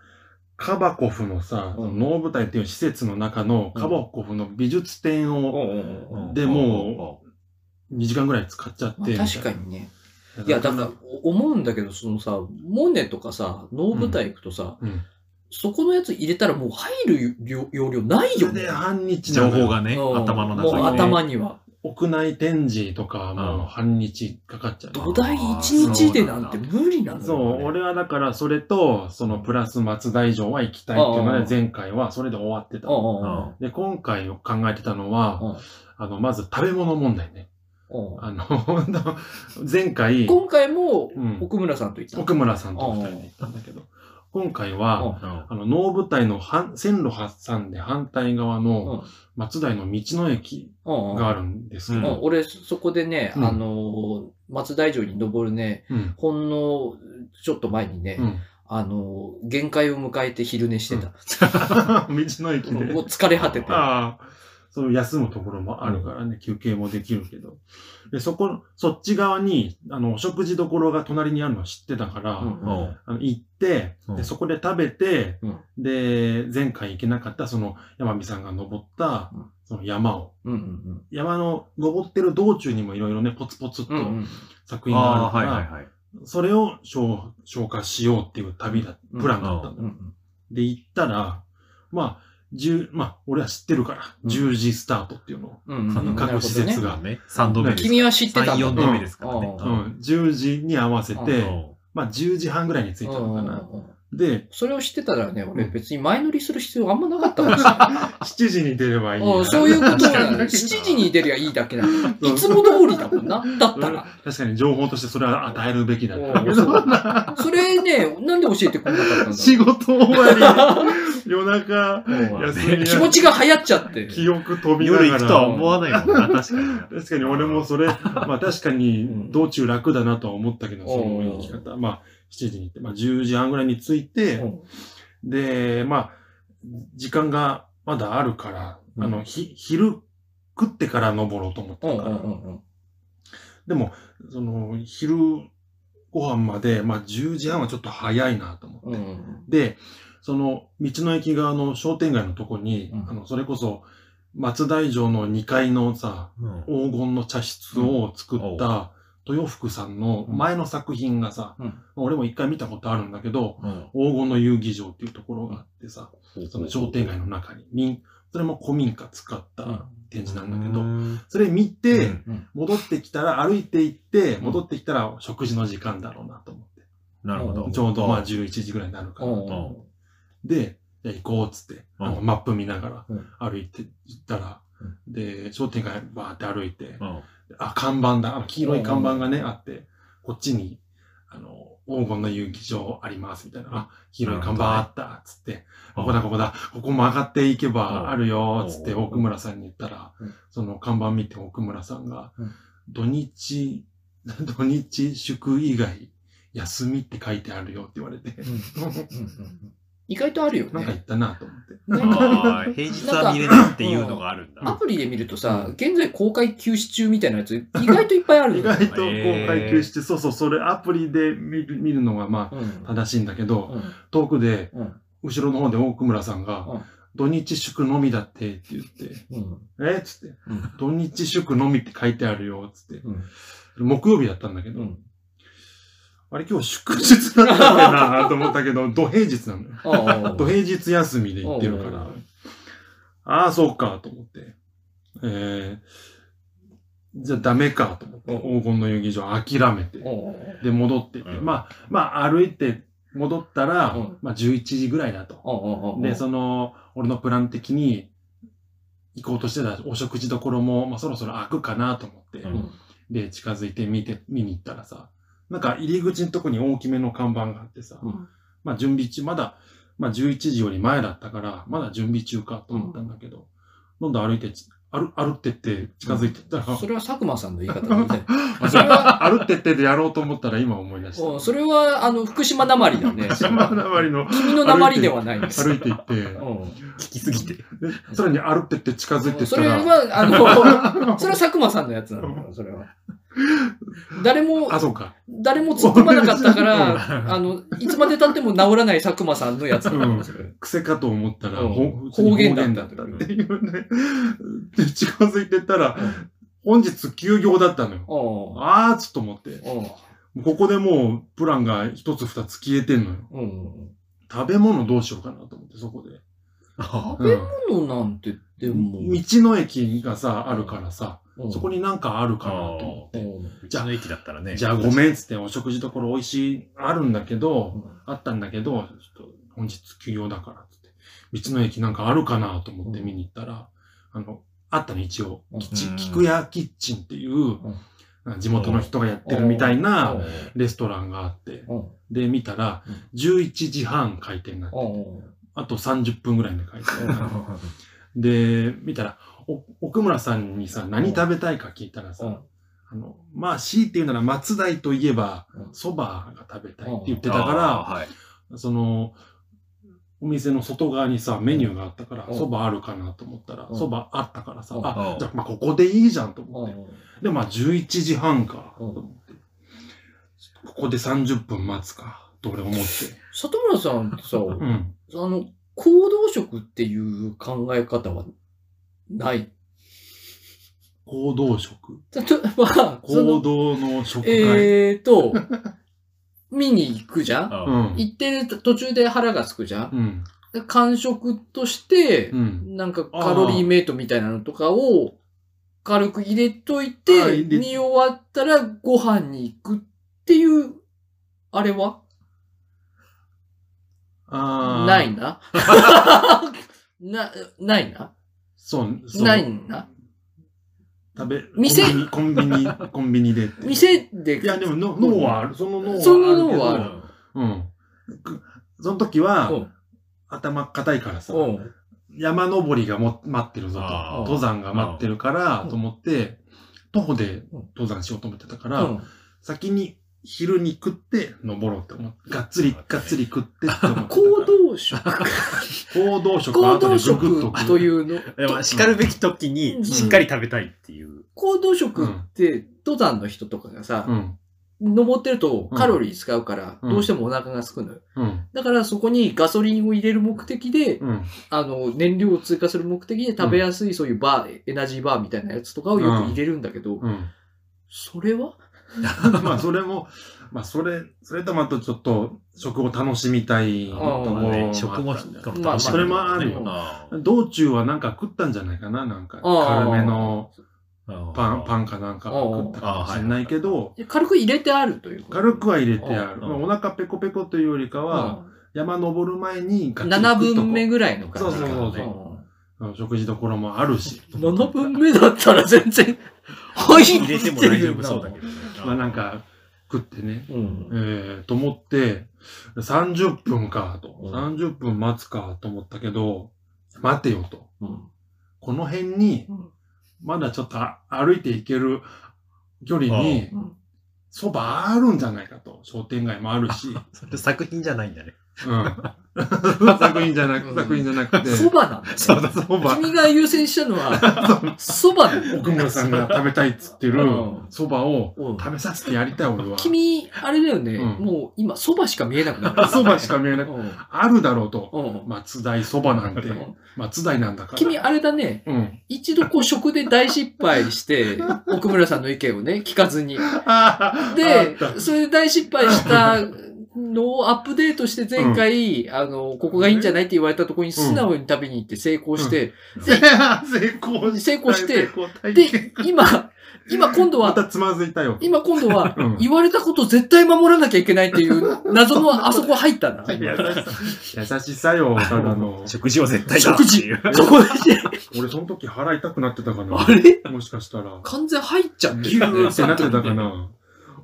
[SPEAKER 1] カバコフのさ、
[SPEAKER 3] うん
[SPEAKER 1] 能舞台っていう施設の中の
[SPEAKER 3] うん
[SPEAKER 1] カバコフの美術展を
[SPEAKER 2] うん
[SPEAKER 1] でも2時間ぐらい使っちゃって
[SPEAKER 3] まあ。確かにね。
[SPEAKER 1] みた
[SPEAKER 3] いや、だから、お思うんだけど、そのさ、モネとかさ、能舞台行くとさ、
[SPEAKER 1] うん
[SPEAKER 3] そこのやつ入れたらもう入る容容量ない
[SPEAKER 1] それ
[SPEAKER 3] よね
[SPEAKER 1] で。半日な
[SPEAKER 2] 情
[SPEAKER 1] のよ
[SPEAKER 2] 報がね、
[SPEAKER 3] うん
[SPEAKER 2] 頭の
[SPEAKER 3] もう
[SPEAKER 2] 中にね。
[SPEAKER 3] 頭には。
[SPEAKER 1] 屋内展示とか
[SPEAKER 2] う
[SPEAKER 1] も
[SPEAKER 2] ん
[SPEAKER 1] 半日かかっちゃう。
[SPEAKER 3] 土台1日でなんて無理なのよ
[SPEAKER 1] そう、俺はだからそれと、そのプラス松代城は行きたいっていうの
[SPEAKER 3] うん
[SPEAKER 1] で、前回はそれで終わってた
[SPEAKER 3] う。んうんうん
[SPEAKER 1] で、今回考えてたのは、
[SPEAKER 3] うん
[SPEAKER 1] あの、まず食べ物問題ね。
[SPEAKER 3] うん
[SPEAKER 1] あの、 前回、
[SPEAKER 3] 今回も
[SPEAKER 1] うん
[SPEAKER 3] 奥村さんと行った。
[SPEAKER 1] 奥村さんと二人で行ったんだけど、今回は、
[SPEAKER 2] うん
[SPEAKER 1] あの、能舞台の反線路挟んで反対側の松代の道の駅
[SPEAKER 3] うんうん
[SPEAKER 1] があるんですけ
[SPEAKER 3] うん
[SPEAKER 1] ど、
[SPEAKER 3] 俺、そこでね、
[SPEAKER 1] うん
[SPEAKER 3] あのー、松大城に登るね、
[SPEAKER 1] うん。
[SPEAKER 3] ほんのちょっと前にね、
[SPEAKER 1] うん。
[SPEAKER 3] あのー、限界を迎えて昼寝してた。
[SPEAKER 1] 道の 駅
[SPEAKER 3] もう
[SPEAKER 1] で。
[SPEAKER 3] 疲れ果てて。
[SPEAKER 1] ああ。そう、休むところもあるからね、休憩もできるけど。で、そこ、そっち側に、あの、お食事処が隣にあるの知ってたから、
[SPEAKER 3] うん
[SPEAKER 2] うんうん
[SPEAKER 1] あの行って、
[SPEAKER 2] うん
[SPEAKER 1] で、そこで食べて、
[SPEAKER 3] うん
[SPEAKER 1] で、前回行けなかった、その、山美さんが登った
[SPEAKER 3] うん、
[SPEAKER 1] その山を、
[SPEAKER 3] うんうん
[SPEAKER 1] 山の登ってる道中にもいろいろね、ポツポツっと
[SPEAKER 3] うん。うんうん
[SPEAKER 1] 作品があ
[SPEAKER 2] あ
[SPEAKER 1] る
[SPEAKER 2] あ、
[SPEAKER 1] か
[SPEAKER 2] はい
[SPEAKER 1] ら、
[SPEAKER 2] はいはい。
[SPEAKER 1] それを消消化しようっていう旅だ、
[SPEAKER 3] うん
[SPEAKER 1] プランだったの、
[SPEAKER 3] うんうん
[SPEAKER 1] で、行ったら、まあ、十、まあ、俺は知ってるから、
[SPEAKER 3] うん
[SPEAKER 1] 10時スタートっていうのを。
[SPEAKER 3] うんうん
[SPEAKER 2] あの
[SPEAKER 3] なるほどね
[SPEAKER 1] 各施設が
[SPEAKER 2] ね、3度目です。
[SPEAKER 3] 君は知ってたんだ
[SPEAKER 2] 3、4度目ですから
[SPEAKER 3] う
[SPEAKER 2] ね
[SPEAKER 3] ん。
[SPEAKER 1] うん、10時に合わせて、
[SPEAKER 2] うん
[SPEAKER 1] まあ、10時半ぐらいに着いたのかな。
[SPEAKER 3] うんうんうん
[SPEAKER 1] で、
[SPEAKER 3] それを知ってたらね、俺
[SPEAKER 1] うん
[SPEAKER 3] 別に前乗りする必要あんまなかったかもしれ
[SPEAKER 1] 7
[SPEAKER 3] ない。
[SPEAKER 1] 時に出れ ばいい
[SPEAKER 3] うん
[SPEAKER 1] な。
[SPEAKER 3] そういうことなの。7
[SPEAKER 1] 7
[SPEAKER 3] 時に出りゃいいだけなの。いつも通りだもんな。だったら。
[SPEAKER 1] 確かに情報としてそれは与えるべきだったけ
[SPEAKER 3] う
[SPEAKER 1] ど、
[SPEAKER 3] んそうそれね、なんで教えてくれなかったんだ
[SPEAKER 1] 仕事終わり、夜中、
[SPEAKER 2] うん
[SPEAKER 1] 休みな
[SPEAKER 3] 気持ちが流行っちゃって。
[SPEAKER 1] 記憶飛びなが
[SPEAKER 2] 夜
[SPEAKER 1] ら。
[SPEAKER 2] 行くとは思わないもんな、確かにな。
[SPEAKER 1] 確かに俺もそれ、 まあ確かに道中楽だなとは思ったけど、その行き方。まあ7時に行って、まあ10時半ぐらいに着いうて、
[SPEAKER 3] ん
[SPEAKER 1] で、まあ、時間がまだあるから、
[SPEAKER 3] うん
[SPEAKER 1] あの、ひ、昼食ってから登ろうと思っ
[SPEAKER 3] う
[SPEAKER 1] てる
[SPEAKER 3] んう
[SPEAKER 1] か
[SPEAKER 3] んう
[SPEAKER 1] ら。
[SPEAKER 3] んうん
[SPEAKER 1] でも、その、昼ご飯まで、まあ10時半はちょっと早いなと思って。
[SPEAKER 3] うんうん
[SPEAKER 1] で、その道の駅側の商店街のとこに、
[SPEAKER 3] うん
[SPEAKER 1] あの、それこそ松代城の2階のさ、
[SPEAKER 2] うん
[SPEAKER 1] 黄金の茶室を作った豊福さんの前の作品がさ、
[SPEAKER 3] うん
[SPEAKER 1] 俺も一回見たことあるんだけど、
[SPEAKER 2] うん
[SPEAKER 1] 黄金の遊技場っていうところがあってさ、その商店街の中に民それも古民家使った展示なんだけど、
[SPEAKER 2] ど。
[SPEAKER 1] それ見て、
[SPEAKER 2] うん
[SPEAKER 3] うん
[SPEAKER 1] 戻ってきたら歩いて行って、
[SPEAKER 3] ん
[SPEAKER 1] 戻ってきたら食事の時間だろうなと思って。
[SPEAKER 2] なるほど。
[SPEAKER 1] ちょうどまあ
[SPEAKER 2] ん
[SPEAKER 1] 11時ぐらいになるか
[SPEAKER 3] う
[SPEAKER 1] ら。
[SPEAKER 3] ん
[SPEAKER 2] うん
[SPEAKER 1] で、じゃあ行こうっつって、
[SPEAKER 2] うん
[SPEAKER 1] あのマップ見なが
[SPEAKER 3] うん
[SPEAKER 1] ら歩いて行ったら、で、商店街バーって歩いて、
[SPEAKER 2] うん。
[SPEAKER 1] あ、看板だ。あの黄色い看板がね、あって、こっちに、あの、黄金の遊技場あります、みたいな。あ、黄色い看板あった、つって、ここだ、ここだ、ここ曲がっていけ
[SPEAKER 2] うん
[SPEAKER 1] ばあるよ、つって
[SPEAKER 2] うん
[SPEAKER 1] 奥村さんに言ったら
[SPEAKER 3] うん、
[SPEAKER 1] その看板見て奥村さんが
[SPEAKER 3] うん、
[SPEAKER 1] 土日、 土日祝以外、休みって書いてあるよって言われて、
[SPEAKER 3] 意外とあるよ
[SPEAKER 1] なんか言
[SPEAKER 3] ね。
[SPEAKER 1] ったなと思って。
[SPEAKER 3] なんか
[SPEAKER 2] あー平日は見れないっていうのがあるんだ。
[SPEAKER 3] アプリで見るとさ、
[SPEAKER 1] うん
[SPEAKER 3] 現在公開休止中みたいなやつ、意外といっぱいある
[SPEAKER 1] 意
[SPEAKER 3] んだよ
[SPEAKER 1] 外と公開休止、そうそう、それアプリで見る見るのがま
[SPEAKER 3] うん
[SPEAKER 1] あ正しいんだけど、
[SPEAKER 3] うん
[SPEAKER 1] 遠くで、
[SPEAKER 3] うん
[SPEAKER 1] 後ろの方で大村さんが、
[SPEAKER 3] うん
[SPEAKER 1] 土日祝のみだってって言って、
[SPEAKER 3] うん
[SPEAKER 1] えっつって、
[SPEAKER 3] うん
[SPEAKER 1] 土日祝のみって書いてあるよ、つって。
[SPEAKER 3] うん
[SPEAKER 1] 木曜日だったんだけど、
[SPEAKER 3] うん
[SPEAKER 1] あれ今日祝日なんだよなと思ったけど、 土平日なのよ。
[SPEAKER 3] ああ
[SPEAKER 1] 土平日休みで行ってるか
[SPEAKER 3] う
[SPEAKER 1] ら
[SPEAKER 3] ん、
[SPEAKER 1] ああ、そうか、と思って。えー、じゃあダメか、と思って、
[SPEAKER 3] う
[SPEAKER 1] 黄金の遊技場諦めて。
[SPEAKER 3] うん
[SPEAKER 1] で、戻ってって、
[SPEAKER 2] うん
[SPEAKER 1] まあ、まあ、歩いて戻ったら、
[SPEAKER 3] うん
[SPEAKER 1] まあ、11時ぐらいだと。
[SPEAKER 3] うんうん
[SPEAKER 1] で、その、俺のプラン的に行こうとしてたお食事どころも、まあ、そろそろ開くかなと思って、
[SPEAKER 2] うん
[SPEAKER 1] で、近づいて見て、見に行ったらさ、なんか入り口のとこに大きめの看板があってさ、
[SPEAKER 3] うん
[SPEAKER 1] まあ準備中、まだ、まあ11時より前だったから、まだ準備中かと思ったんだけど、どんどん歩いてち、歩、歩ってって近づいてった ら、
[SPEAKER 3] それは佐久間さんの言い方だね。
[SPEAKER 1] あそれは歩ってってでやろうと思ったら今思い出した。
[SPEAKER 3] うんそれは、あの、福島なまりだね。
[SPEAKER 1] 山なまりの
[SPEAKER 3] 君のなまりではないんです。
[SPEAKER 1] 歩いて行って、
[SPEAKER 3] う
[SPEAKER 2] 聞きすぎて。
[SPEAKER 1] でさらに歩ってって近づいてっ
[SPEAKER 3] んそ
[SPEAKER 1] た
[SPEAKER 3] れ
[SPEAKER 1] ら、
[SPEAKER 3] は、あの、それは佐久間さんのやつなんだよ、それは。誰も、
[SPEAKER 1] あ、そうか。
[SPEAKER 3] 誰も突っ込まなかったか
[SPEAKER 1] う
[SPEAKER 3] ら、あの、いつまで経っても治らない佐久間さんのやつなん
[SPEAKER 1] う
[SPEAKER 3] で
[SPEAKER 1] ん
[SPEAKER 3] すよ。
[SPEAKER 1] 癖かと思ったら、
[SPEAKER 3] うん
[SPEAKER 1] ほ
[SPEAKER 3] 方言だった
[SPEAKER 1] 方言だっていうね。で、近づいてったら、本日休業だったのよ。
[SPEAKER 3] うん
[SPEAKER 1] あーつと思って。
[SPEAKER 3] う
[SPEAKER 1] ここでもう、プランが一つ二つ消えてんのよ。
[SPEAKER 3] ん。うん。
[SPEAKER 1] 食べ物どうしようかなと思って、そこで。
[SPEAKER 3] 食べ物なんて、でも、
[SPEAKER 1] うん道の駅がさ、あるからさ、
[SPEAKER 3] うん
[SPEAKER 1] そこになんかあるかなと思
[SPEAKER 2] あ
[SPEAKER 3] うん
[SPEAKER 2] じゃあ、道の駅だったら
[SPEAKER 1] って。
[SPEAKER 2] ね。
[SPEAKER 1] じゃあごめんっつって、お食事ところ美味しい、あるんだけど、あったんだけど、ちょっと本日休業だからっつって、道の駅なんかあるかなと思って見に行ったら、あの、あったの一応、キッチ
[SPEAKER 2] うん
[SPEAKER 1] ン、菊屋キッチンっていう、
[SPEAKER 3] ん
[SPEAKER 1] なんか地元の人がやってるみたいな
[SPEAKER 3] う
[SPEAKER 1] レストランがあって、
[SPEAKER 3] ん。
[SPEAKER 1] で、見たら
[SPEAKER 3] うん、
[SPEAKER 1] 11時半開店になって
[SPEAKER 3] う
[SPEAKER 1] て、
[SPEAKER 3] ん。
[SPEAKER 1] あと30分ぐらいで開店。
[SPEAKER 2] あ。
[SPEAKER 1] で、見たら、お奥村さんにさ、何食べたいか聞いたら
[SPEAKER 3] うん
[SPEAKER 1] さ、あの、まあ、強いて言うなら松代といえば
[SPEAKER 3] うん、
[SPEAKER 1] 蕎麦が食べたいって言ってたから、
[SPEAKER 2] はい。
[SPEAKER 1] その、お店の外側にさ、メニューがあったから、
[SPEAKER 3] うん
[SPEAKER 1] そばあるかなと思ったら、
[SPEAKER 3] うん
[SPEAKER 1] そばあったからさ、
[SPEAKER 3] うん
[SPEAKER 1] あ
[SPEAKER 2] う、ん
[SPEAKER 1] じゃあ、まあ、ここでいいじゃんと思って。
[SPEAKER 3] うん
[SPEAKER 1] で、まあ、11時半か、と
[SPEAKER 3] うん
[SPEAKER 1] 思って。ここで30分待つか、と俺思って。
[SPEAKER 3] 里村さん ってさ、
[SPEAKER 1] うん。
[SPEAKER 3] あの、行動食っていう考え方はない。
[SPEAKER 1] 行動食。
[SPEAKER 3] 例えば、そ
[SPEAKER 1] 行
[SPEAKER 3] の、
[SPEAKER 1] 動の食会。
[SPEAKER 3] えーと、見に行くじゃん
[SPEAKER 1] う
[SPEAKER 2] あ
[SPEAKER 1] ん。
[SPEAKER 3] 行ってる途中で腹が空くじゃん
[SPEAKER 1] うん。
[SPEAKER 3] で間食として
[SPEAKER 1] う、ん。
[SPEAKER 3] なんかカロリーメイトみたいなのとかを軽く入れとい
[SPEAKER 1] あ
[SPEAKER 3] て、
[SPEAKER 1] ー入れ
[SPEAKER 3] 見終わったらご飯に行くっていう、あれは
[SPEAKER 1] あー
[SPEAKER 3] ない。な。 な、ないな。
[SPEAKER 1] そう、そう。
[SPEAKER 3] ないんだ。
[SPEAKER 1] 食べ、
[SPEAKER 3] 店
[SPEAKER 1] コンビニ、コンビニ、コン ビニでって。
[SPEAKER 3] 店で、
[SPEAKER 1] いや、でもの脳はある。その脳はあるけど。
[SPEAKER 3] その脳はある
[SPEAKER 1] うん。くその時
[SPEAKER 3] う
[SPEAKER 1] は、
[SPEAKER 3] ん
[SPEAKER 1] 頭硬いからさ、
[SPEAKER 3] うん
[SPEAKER 1] 山登りがも待ってるぞ
[SPEAKER 2] あ
[SPEAKER 1] と
[SPEAKER 2] ー、
[SPEAKER 1] 登山が待ってるから
[SPEAKER 3] う、ん
[SPEAKER 1] と思って、徒歩で
[SPEAKER 3] うん
[SPEAKER 1] 登山しようと思ってたか
[SPEAKER 3] う
[SPEAKER 1] ら、
[SPEAKER 3] ん
[SPEAKER 1] 先に昼に食って登ろうって思って、がっつりがっつり食ってって思ってたか
[SPEAKER 3] 行
[SPEAKER 1] ら。
[SPEAKER 3] 動食。
[SPEAKER 1] 行動食は
[SPEAKER 3] 行
[SPEAKER 1] 後
[SPEAKER 3] 動
[SPEAKER 1] でググっと
[SPEAKER 3] 食というの。
[SPEAKER 2] でも、叱るべき時に、しっかり食べたいっていう。
[SPEAKER 3] 行動食って、登山の人とかがさ
[SPEAKER 1] う、ん。
[SPEAKER 3] 登ってるとカロリー使うから、
[SPEAKER 1] うん
[SPEAKER 3] どうしてもお腹が空くのよ。
[SPEAKER 1] うん。
[SPEAKER 3] だからそこにガソリンを入れる目的で、
[SPEAKER 1] うん。
[SPEAKER 3] あの、燃料を追加する目的で食べやすいそういうバー、エナジーバーみたいなやつとかをよく入れるんだけど、
[SPEAKER 1] うん。
[SPEAKER 3] それは
[SPEAKER 1] まあ、それも、まあ、それ、それとまたちょっと、食を楽しみたいところ
[SPEAKER 3] あ
[SPEAKER 1] もあったん
[SPEAKER 3] ーまあ
[SPEAKER 1] だよね
[SPEAKER 2] 食も引っかも楽し
[SPEAKER 1] それもあるよ
[SPEAKER 2] な。
[SPEAKER 1] 道中はなんか食ったんじゃないかななんか、
[SPEAKER 3] あー
[SPEAKER 1] 軽めのパン、パ
[SPEAKER 2] ン。
[SPEAKER 1] ンかなんか
[SPEAKER 3] あー
[SPEAKER 1] 食ったかもしれないけど、
[SPEAKER 3] 軽く入れてあるということ
[SPEAKER 1] 軽くは入れてある。
[SPEAKER 2] あー
[SPEAKER 1] まあお腹ペコペコというよりかは、山登る前にガッツリ食っと
[SPEAKER 3] 7
[SPEAKER 1] こう、
[SPEAKER 3] 分目ぐらいの感じ
[SPEAKER 1] そうそうそううん食事どころもある し。
[SPEAKER 3] 7分目だったら全然、入
[SPEAKER 2] 入れ
[SPEAKER 3] ってて
[SPEAKER 2] も
[SPEAKER 3] も
[SPEAKER 2] 大丈夫そうだけどね。
[SPEAKER 1] まあなんか、食ってね、
[SPEAKER 3] うん
[SPEAKER 1] えー、と思って、30分かと、
[SPEAKER 2] うん
[SPEAKER 1] 30分待つかと思ったけど、待てよと。
[SPEAKER 2] うん
[SPEAKER 1] この辺に
[SPEAKER 3] うん、
[SPEAKER 1] まだちょっとあ歩いていける距離に、そばあるんじゃないかと。商店街もある し、
[SPEAKER 2] それ作品じゃないんだね。
[SPEAKER 1] うん。作品じゃな
[SPEAKER 3] う
[SPEAKER 1] く、
[SPEAKER 3] ん
[SPEAKER 1] 作品じゃなくて、
[SPEAKER 3] そばなんだね
[SPEAKER 2] そうだ、そ
[SPEAKER 1] そば、
[SPEAKER 3] 君が優先したのは、そばなんだ
[SPEAKER 1] 奥村さんが食べたいっつってる
[SPEAKER 3] うん
[SPEAKER 1] そばを
[SPEAKER 3] うん
[SPEAKER 1] 食べさせてやりたい俺は。
[SPEAKER 3] 君、あれだよね、
[SPEAKER 1] うん
[SPEAKER 3] もう今、そばしか見えなくなる。
[SPEAKER 1] そばしか見えなく、
[SPEAKER 3] うん
[SPEAKER 1] あるだろうと。
[SPEAKER 3] うん
[SPEAKER 1] 松代そばなんて
[SPEAKER 3] う、ん
[SPEAKER 1] 松代なんだから。
[SPEAKER 3] 君、あれだね、
[SPEAKER 1] うん。
[SPEAKER 3] 一度こう食で大失敗して、奥村さんの意見をね、聞かずに。
[SPEAKER 1] あーあっ
[SPEAKER 3] で
[SPEAKER 1] た、
[SPEAKER 3] それで大失敗したのをアップデートして前回、あの、ここがいいんじゃないって言われたところに素直に食べに行って成功して、
[SPEAKER 1] 成功
[SPEAKER 3] 成功し
[SPEAKER 1] 成
[SPEAKER 3] て
[SPEAKER 1] 功体験
[SPEAKER 3] で、今、今今度
[SPEAKER 1] ま
[SPEAKER 3] は、
[SPEAKER 1] たつまずいたよ。
[SPEAKER 3] 今今度は
[SPEAKER 1] うん、
[SPEAKER 3] 言われたこと絶対守らなきゃいけないっていう謎のあそこ入ったな。
[SPEAKER 1] 優し優しさ よ、ただの。
[SPEAKER 2] 食事を絶対
[SPEAKER 3] 食事
[SPEAKER 2] う。
[SPEAKER 3] そこで、
[SPEAKER 1] 俺、その時腹痛くなってたか
[SPEAKER 3] あ
[SPEAKER 1] な。
[SPEAKER 3] れ
[SPEAKER 1] もしかしたら。
[SPEAKER 3] 完全入っちゃって
[SPEAKER 1] ギュー
[SPEAKER 3] るね。
[SPEAKER 1] ってなってたかな。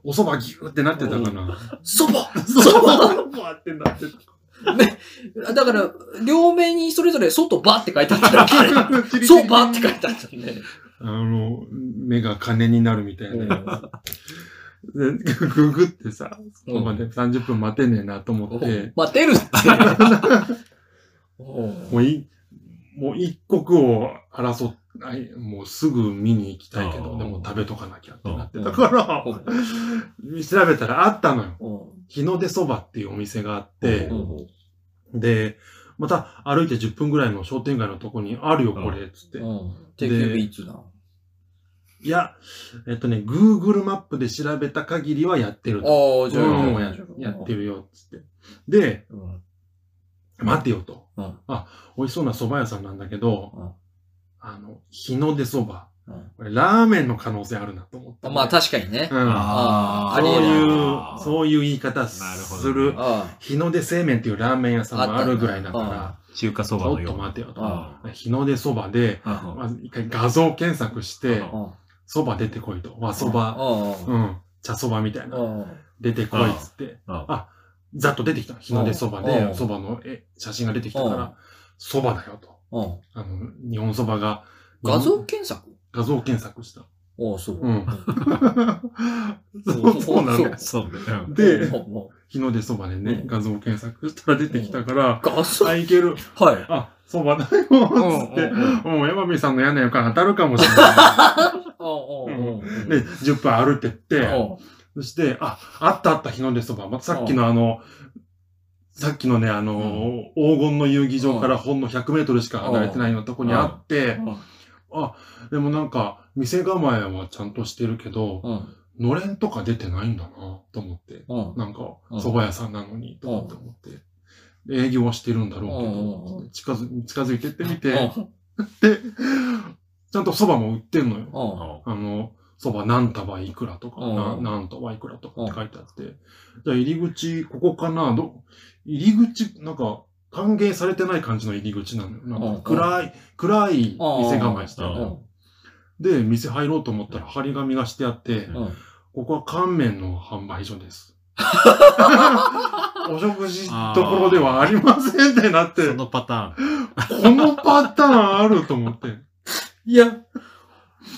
[SPEAKER 1] お蕎麦ギューってなってたかな。
[SPEAKER 3] そば
[SPEAKER 1] そばってなってた。
[SPEAKER 3] だから、両面にそれぞれ外ばって書いてあったら、 そばって書いてあったんで。
[SPEAKER 1] あの、目が金になるみたいな。でググってさ、そこまで30分待てねえなと思って、
[SPEAKER 3] 待てるって。
[SPEAKER 1] もうい、もう一刻を争っないもうすぐ見に行きたいけ
[SPEAKER 2] あ
[SPEAKER 1] ど、
[SPEAKER 2] ー
[SPEAKER 1] でも食べとかなきゃってなってたから、調べたらあったのよ。日の出そばっていうお店があって、で、また歩いて10分ぐらいの商店街のとこにあるよ、これ、つって。
[SPEAKER 3] TQB いつだ
[SPEAKER 1] いや、えっとね、Google マップで調べた限りはやってる。
[SPEAKER 3] ああ、じゃあ、
[SPEAKER 1] うん
[SPEAKER 3] や
[SPEAKER 1] や
[SPEAKER 3] る
[SPEAKER 1] やって。るよ、つって。で、
[SPEAKER 3] うん
[SPEAKER 1] 待てよと。
[SPEAKER 3] うん
[SPEAKER 1] あ、美味しそうな蕎麦屋さんなんだけど、
[SPEAKER 3] うん
[SPEAKER 1] あの、日の出蕎麦。
[SPEAKER 3] うん
[SPEAKER 1] これラーメンの可能性あるなと思って。
[SPEAKER 3] まあ、確かにね。
[SPEAKER 1] うん。
[SPEAKER 3] あー
[SPEAKER 1] そうい
[SPEAKER 2] あ
[SPEAKER 1] う、
[SPEAKER 2] ー
[SPEAKER 1] そういう言い方す
[SPEAKER 2] なるほど
[SPEAKER 1] する。
[SPEAKER 3] あ
[SPEAKER 1] 日の出製麺っていうラーメン屋さんもあるぐらいだか
[SPEAKER 2] 中華そ
[SPEAKER 1] ら、ち
[SPEAKER 2] ば
[SPEAKER 1] ょっ
[SPEAKER 2] のよ
[SPEAKER 1] と
[SPEAKER 2] う
[SPEAKER 1] 待
[SPEAKER 2] な。
[SPEAKER 1] てよと。
[SPEAKER 2] あ
[SPEAKER 1] 日の出蕎麦で、まあ、一回画像検索して、
[SPEAKER 2] うん
[SPEAKER 3] あ。
[SPEAKER 1] 蕎麦出てこいと。和蕎
[SPEAKER 3] あ
[SPEAKER 1] 麦、
[SPEAKER 3] あ。
[SPEAKER 1] うん、茶蕎麦みたいな。出てこいっつって。
[SPEAKER 2] うん
[SPEAKER 1] あ、ざっと出てきた。日の出そば
[SPEAKER 3] う
[SPEAKER 1] で、
[SPEAKER 3] ん
[SPEAKER 1] そばのえ写真が出てきたか
[SPEAKER 3] うん
[SPEAKER 1] ら、そばだよと。
[SPEAKER 3] うん
[SPEAKER 1] あの、日本そばが。
[SPEAKER 3] 画像検索
[SPEAKER 1] 画像検索した。
[SPEAKER 3] ああ、そう
[SPEAKER 1] う。 ん。そうそうなのよ。
[SPEAKER 2] そうだよ。
[SPEAKER 1] で、
[SPEAKER 3] うんうん
[SPEAKER 1] 日の出そばでね
[SPEAKER 3] う、ん
[SPEAKER 1] 画像検索したら出てきたから、
[SPEAKER 3] 画像
[SPEAKER 1] あ、
[SPEAKER 3] はい。
[SPEAKER 1] いける。あ、そばだよ、つって。もう、山美さんの嫌な予感当たるかもしれな
[SPEAKER 3] うんうんうん
[SPEAKER 1] い。で、10分歩いてって、
[SPEAKER 3] うん
[SPEAKER 1] そして、あ、あったあった日の出そば。またさっきのあの、さっきのね、あの、黄金の遊技場からほんの100メートルしか離れてないようなとこにあって、あ、でもなんか、店構えはちゃんとしてるけど、
[SPEAKER 3] うん
[SPEAKER 1] のれんとか出てないんだな、と思って。
[SPEAKER 3] うん
[SPEAKER 1] なんか
[SPEAKER 3] うん、
[SPEAKER 1] 蕎麦屋さんなのに、とかって思って。営業はしてるんだ
[SPEAKER 3] うんうん
[SPEAKER 1] ろ
[SPEAKER 3] う
[SPEAKER 1] うけど、近づ、近づいてってみ
[SPEAKER 3] う
[SPEAKER 1] て、
[SPEAKER 3] ん
[SPEAKER 1] で、ちゃんと蕎麦も売ってんのよ。
[SPEAKER 3] うん
[SPEAKER 1] あの、そば何束いくらとか、
[SPEAKER 3] うん
[SPEAKER 1] な何束いくらとかって書いてあって、じゃあ入り口、ここかなど、入り口、なんか、歓迎されてない感じの入り口なのよ。なん
[SPEAKER 3] うん
[SPEAKER 1] か暗い、暗い店構えした
[SPEAKER 2] う
[SPEAKER 1] の
[SPEAKER 2] ん
[SPEAKER 1] よ。で、店入ろうと思ったら張り紙がしてあって、
[SPEAKER 3] うん
[SPEAKER 1] ここは乾麺の販売所 です。お食事どころではありませんってなって、
[SPEAKER 2] そ
[SPEAKER 1] こ
[SPEAKER 2] のパターン。
[SPEAKER 1] のパターンあると思って。
[SPEAKER 3] いや、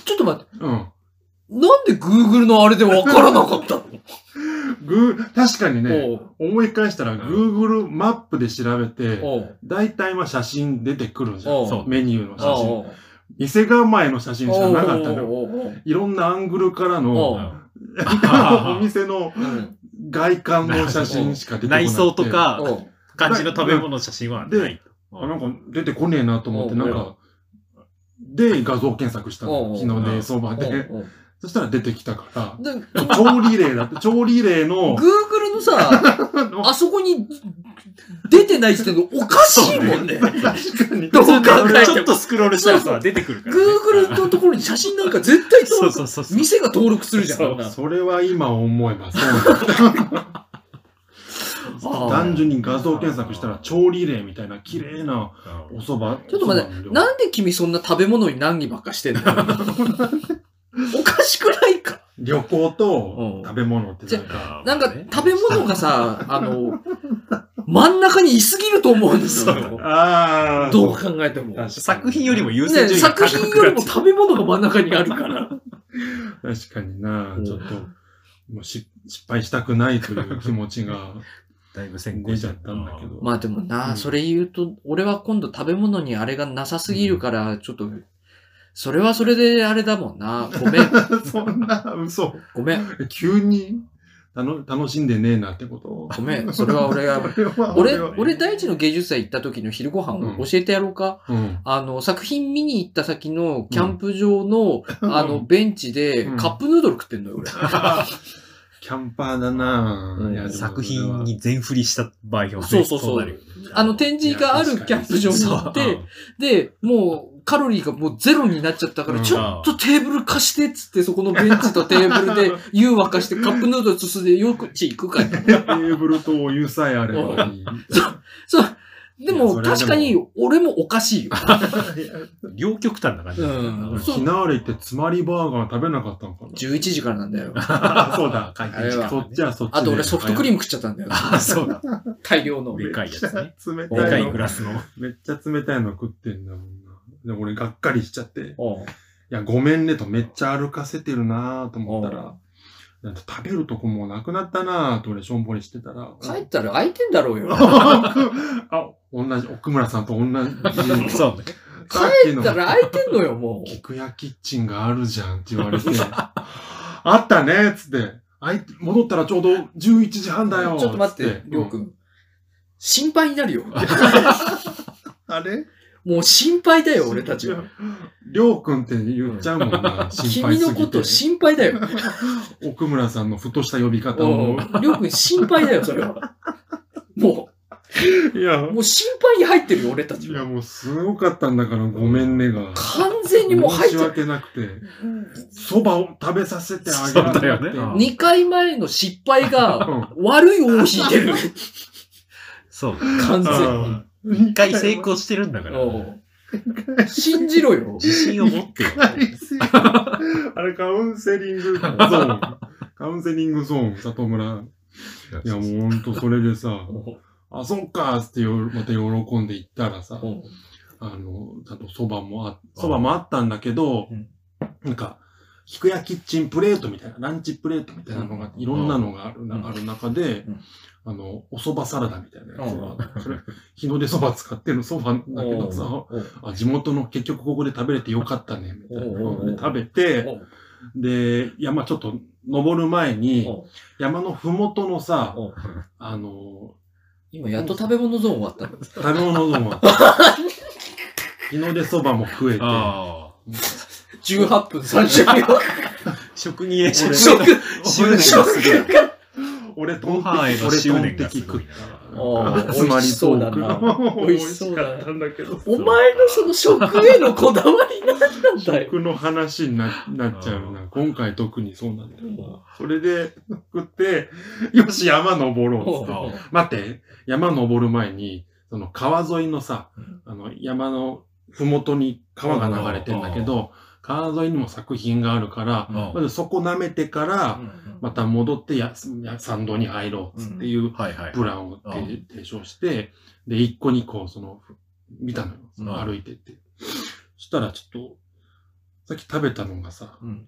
[SPEAKER 3] ちょっと待って、
[SPEAKER 1] うん。
[SPEAKER 3] なんで Google のあれでわからなかったの
[SPEAKER 1] グー、確かにね、
[SPEAKER 3] おう
[SPEAKER 1] 思い返したら
[SPEAKER 2] ん
[SPEAKER 1] Google マップで調べて、
[SPEAKER 3] おう
[SPEAKER 1] 大体は写真出てくるじゃ
[SPEAKER 3] お
[SPEAKER 1] ん。
[SPEAKER 3] う
[SPEAKER 2] そう
[SPEAKER 1] メニューの写
[SPEAKER 3] お
[SPEAKER 1] 真。
[SPEAKER 3] う
[SPEAKER 1] 店構えの写真しかなかったのよ。
[SPEAKER 3] おうおうおう
[SPEAKER 1] いろんなアングルからの、
[SPEAKER 3] おう
[SPEAKER 1] お店の
[SPEAKER 3] うん
[SPEAKER 1] 外観の写真しか出てこない。
[SPEAKER 2] 内装と。
[SPEAKER 3] お
[SPEAKER 2] か、
[SPEAKER 3] う
[SPEAKER 2] 感じの食べ物の写真はない。
[SPEAKER 1] あなんか出てこねえなと思って、
[SPEAKER 3] うん
[SPEAKER 1] なんか、で、画像検索した
[SPEAKER 3] う
[SPEAKER 1] の。
[SPEAKER 3] ん
[SPEAKER 1] 日の出そばで。
[SPEAKER 3] おう
[SPEAKER 1] そしたら出てきたか
[SPEAKER 3] で、Google
[SPEAKER 1] ら、調理例だって、調理例の、
[SPEAKER 3] の さ、あそこに出てない時点でおかしいもんね。
[SPEAKER 1] 確かに
[SPEAKER 3] どう考え
[SPEAKER 2] ち
[SPEAKER 3] て
[SPEAKER 2] ょっと
[SPEAKER 3] も。
[SPEAKER 2] スクロールしたらさ、出てくるからね。
[SPEAKER 3] Google のところに写真なんか絶対
[SPEAKER 2] そう
[SPEAKER 3] 登
[SPEAKER 2] そ
[SPEAKER 3] 録、
[SPEAKER 2] うそうそう。
[SPEAKER 3] 店が登録するじゃん。
[SPEAKER 2] そう
[SPEAKER 3] あ
[SPEAKER 1] それは今思えば そうなんだ
[SPEAKER 3] ー
[SPEAKER 1] 単純に画像検索したら調理例みたいな綺麗なお蕎麦
[SPEAKER 3] ちょっと待ってなんで君そんな食べ物に難儀ばっかしてん のおかしくないか
[SPEAKER 1] 旅行
[SPEAKER 3] うん
[SPEAKER 1] と食べ物ってなんか
[SPEAKER 2] あー
[SPEAKER 3] なんか食べ物がさ、あの、真ん中にいすぎると思うんです
[SPEAKER 2] そう
[SPEAKER 3] よ。
[SPEAKER 1] ああ
[SPEAKER 3] どう考えて
[SPEAKER 1] 確かに
[SPEAKER 3] も。ね、
[SPEAKER 2] 作品よりも優先順位が
[SPEAKER 3] 作
[SPEAKER 2] 高く
[SPEAKER 3] 品
[SPEAKER 2] なっ
[SPEAKER 3] よりも
[SPEAKER 2] ちゃ
[SPEAKER 3] 食べ物が真ん中にあるから。
[SPEAKER 1] 確かにな
[SPEAKER 3] う、ん
[SPEAKER 1] ちょっと、もうし失敗したくないという気持ちが
[SPEAKER 2] うだいぶ先行
[SPEAKER 1] 出
[SPEAKER 2] し
[SPEAKER 1] ち
[SPEAKER 2] ち
[SPEAKER 1] ゃ
[SPEAKER 2] ゃ
[SPEAKER 1] っ
[SPEAKER 2] ったた
[SPEAKER 1] ん
[SPEAKER 2] ん
[SPEAKER 1] だ
[SPEAKER 2] だ
[SPEAKER 1] け
[SPEAKER 2] け
[SPEAKER 1] ど。
[SPEAKER 2] ど。
[SPEAKER 3] まあでもな、
[SPEAKER 1] うん
[SPEAKER 3] それ言うと、俺は今度食べ物にあれがなさすぎるから、ちょっと、それはそれであれだもんな。ごめん、
[SPEAKER 1] そんな、嘘。
[SPEAKER 3] ごめん、
[SPEAKER 1] 急に楽楽しんでねえなってこと
[SPEAKER 3] ごめん。それは俺 が、
[SPEAKER 1] 俺は
[SPEAKER 3] 俺、
[SPEAKER 1] は
[SPEAKER 3] 俺大地の芸術祭行った時の昼ご飯を教えてやろうか、
[SPEAKER 1] うん。
[SPEAKER 3] あの、作品見に行った先のキャンプ場の、あの、ベンチで
[SPEAKER 1] うん
[SPEAKER 3] カップヌードル食ってんのよ、 俺。
[SPEAKER 1] キャンパーだな
[SPEAKER 3] うん
[SPEAKER 1] いやでも
[SPEAKER 2] 作品に全振りした場合はね
[SPEAKER 3] そうそうそう
[SPEAKER 2] なるよね
[SPEAKER 3] あの、展示があ
[SPEAKER 1] い
[SPEAKER 3] る
[SPEAKER 1] や
[SPEAKER 3] キャンプ場に行っ
[SPEAKER 2] そう
[SPEAKER 3] て、で、もう、カロリーがもうゼロになっちゃったか
[SPEAKER 1] う
[SPEAKER 3] ら、
[SPEAKER 1] ん
[SPEAKER 3] ちょっとテーブル貸してっつって、そこのベンチとテー ブルで湯沸かしてカップヌードルつつでよくち行くかい。
[SPEAKER 1] テーブルとお湯さえあれば いい。
[SPEAKER 3] そう。で
[SPEAKER 1] いや
[SPEAKER 3] も、
[SPEAKER 1] それはでも
[SPEAKER 3] 確かに、俺もおかしいよ。
[SPEAKER 2] 両極端な感じだよね。
[SPEAKER 3] うん
[SPEAKER 2] うん
[SPEAKER 3] そ う
[SPEAKER 1] ひなあれってつまりバーガー食べなかったのかな
[SPEAKER 3] 11時からなんだよ。
[SPEAKER 1] あ そうだ。
[SPEAKER 2] 回
[SPEAKER 3] あれは
[SPEAKER 1] そっちはそっちで。
[SPEAKER 3] あと俺ソフトクリー
[SPEAKER 1] ム。
[SPEAKER 3] ム食っちゃったんだよ。
[SPEAKER 2] あ、そう だ。
[SPEAKER 3] 大量の。
[SPEAKER 2] でかいやつね
[SPEAKER 1] め っちゃ冷
[SPEAKER 2] でか
[SPEAKER 1] たい
[SPEAKER 2] いグ
[SPEAKER 1] の。
[SPEAKER 2] ラスの。
[SPEAKER 1] めっちゃ冷たいの食ってんだもんな。で俺がっかりしちゃって。い
[SPEAKER 3] おう
[SPEAKER 1] や、ごめんねとめっちゃ歩かせてるなぁと思ったら、なんか食べるとこもなくなったなぁと俺しょんぼりしてたら。
[SPEAKER 3] 帰ったら空いてんだろうよ。
[SPEAKER 1] あ、同じ、奥村さんと同じ。
[SPEAKER 2] そうね。
[SPEAKER 1] さっき
[SPEAKER 3] 帰っ
[SPEAKER 1] の
[SPEAKER 3] たら空いてんのよ、もう。
[SPEAKER 1] 菊屋キッチンがあるじゃんって言われて、あったねっつって、あい戻ったらちょうど11時半だよ
[SPEAKER 3] ちょっと待っ
[SPEAKER 1] つ
[SPEAKER 3] て、りょうくん。心配になるよ。
[SPEAKER 1] あれ
[SPEAKER 3] もう心配だよ、俺たちは。。
[SPEAKER 1] りょうくんって言っちゃうもんな、心配すぎ
[SPEAKER 3] 君
[SPEAKER 1] て。
[SPEAKER 3] のこと心配だよ。
[SPEAKER 1] 奥村さんのふとした呼び方
[SPEAKER 3] お
[SPEAKER 1] も
[SPEAKER 3] う。りょうくん心配だよ、それは。も
[SPEAKER 1] いや
[SPEAKER 3] う、、もう心配に入ってるよ、俺たち
[SPEAKER 1] いや
[SPEAKER 3] は。
[SPEAKER 1] もうすごかったんだからごめんねが。
[SPEAKER 3] 完全にもう入
[SPEAKER 1] 申
[SPEAKER 3] って
[SPEAKER 1] し
[SPEAKER 3] る。
[SPEAKER 1] 訳なくて、蕎麦を食べさせてあげられなくて
[SPEAKER 2] そうだよね
[SPEAKER 3] 2回前の失敗が、
[SPEAKER 1] う
[SPEAKER 3] 悪い尾を引い てる。
[SPEAKER 2] そう。
[SPEAKER 3] 完全に。
[SPEAKER 1] ん
[SPEAKER 2] 一回成功してるんだから。
[SPEAKER 3] おう信じろよ。
[SPEAKER 2] 自信を持ってよ。
[SPEAKER 1] あれ、カウンセリングゾーン。 カウンセリングゾーン、里村。いや、もうほんとそれでさ、
[SPEAKER 3] おう
[SPEAKER 1] あ、そっかーっつってよ、また喜んで行ったらさ、
[SPEAKER 3] おう
[SPEAKER 1] あの、あと蕎麦もあ、蕎麦もあったんだけど
[SPEAKER 3] うん、
[SPEAKER 1] なんか、菊屋キッチンプレートみたいな、ランチプレートみたいなのが、いろんなのがある,、
[SPEAKER 3] ん
[SPEAKER 1] ある中で
[SPEAKER 3] うん、
[SPEAKER 1] あの、お蕎麦サラダみたいなやつがあって、それ、日の出蕎麦使ってる蕎麦なんだけどさ、
[SPEAKER 3] おう
[SPEAKER 1] あ、地元の結局ここで食べれてよかったね、みたいなの
[SPEAKER 3] おうおうお
[SPEAKER 1] で
[SPEAKER 3] う
[SPEAKER 1] 食べて、
[SPEAKER 3] おう
[SPEAKER 1] で、山ちょっと登る前に、
[SPEAKER 3] おう
[SPEAKER 1] 山のふもとのさ、
[SPEAKER 3] おう
[SPEAKER 1] あの
[SPEAKER 3] 今やっと食べ物ゾーン終わったの。
[SPEAKER 1] ー、食べ物のも、 日の出そばも食えて、
[SPEAKER 2] あ
[SPEAKER 3] 18分30秒。
[SPEAKER 2] あ。職人へ
[SPEAKER 1] 俺
[SPEAKER 3] 食
[SPEAKER 2] 執念がすげえ。
[SPEAKER 1] 俺ト
[SPEAKER 2] ご
[SPEAKER 1] ン
[SPEAKER 2] 飯へ
[SPEAKER 1] テキ、
[SPEAKER 2] の
[SPEAKER 1] 俺
[SPEAKER 2] 執
[SPEAKER 1] ト
[SPEAKER 2] 念
[SPEAKER 1] ンテ
[SPEAKER 2] が
[SPEAKER 1] キ
[SPEAKER 2] すご
[SPEAKER 1] 食っ
[SPEAKER 2] い
[SPEAKER 1] た。
[SPEAKER 2] な。
[SPEAKER 3] あー
[SPEAKER 1] つまり
[SPEAKER 3] 美味しそうだ
[SPEAKER 1] ト
[SPEAKER 3] な
[SPEAKER 1] ーク
[SPEAKER 3] 美
[SPEAKER 1] 美
[SPEAKER 3] 味
[SPEAKER 1] 味
[SPEAKER 3] し
[SPEAKER 1] し
[SPEAKER 3] そうだな
[SPEAKER 1] かったんだけど、
[SPEAKER 3] お前のその食へのこだわりなんなんだよ。
[SPEAKER 1] 食の話にななっちゃうな。今回特にそうなんだよな。それで食って、よし、山登ろうっつって。
[SPEAKER 2] おう
[SPEAKER 1] 待って、山登る前に、その川沿いのさ
[SPEAKER 3] うん、
[SPEAKER 1] あの山のふもとに川が流れてんだけど、川沿いにも作品があるから、
[SPEAKER 2] うん
[SPEAKER 1] まずそこ舐めてから、また戻ってやや参道に入ろうっつっていう
[SPEAKER 2] はいはい。
[SPEAKER 1] プランをて
[SPEAKER 2] うん
[SPEAKER 1] 提唱して、で、一個二個、その、見たのよ。その
[SPEAKER 2] うん
[SPEAKER 1] 歩いてって。そしたらちょっと、さっき食べたのがさ、
[SPEAKER 3] うん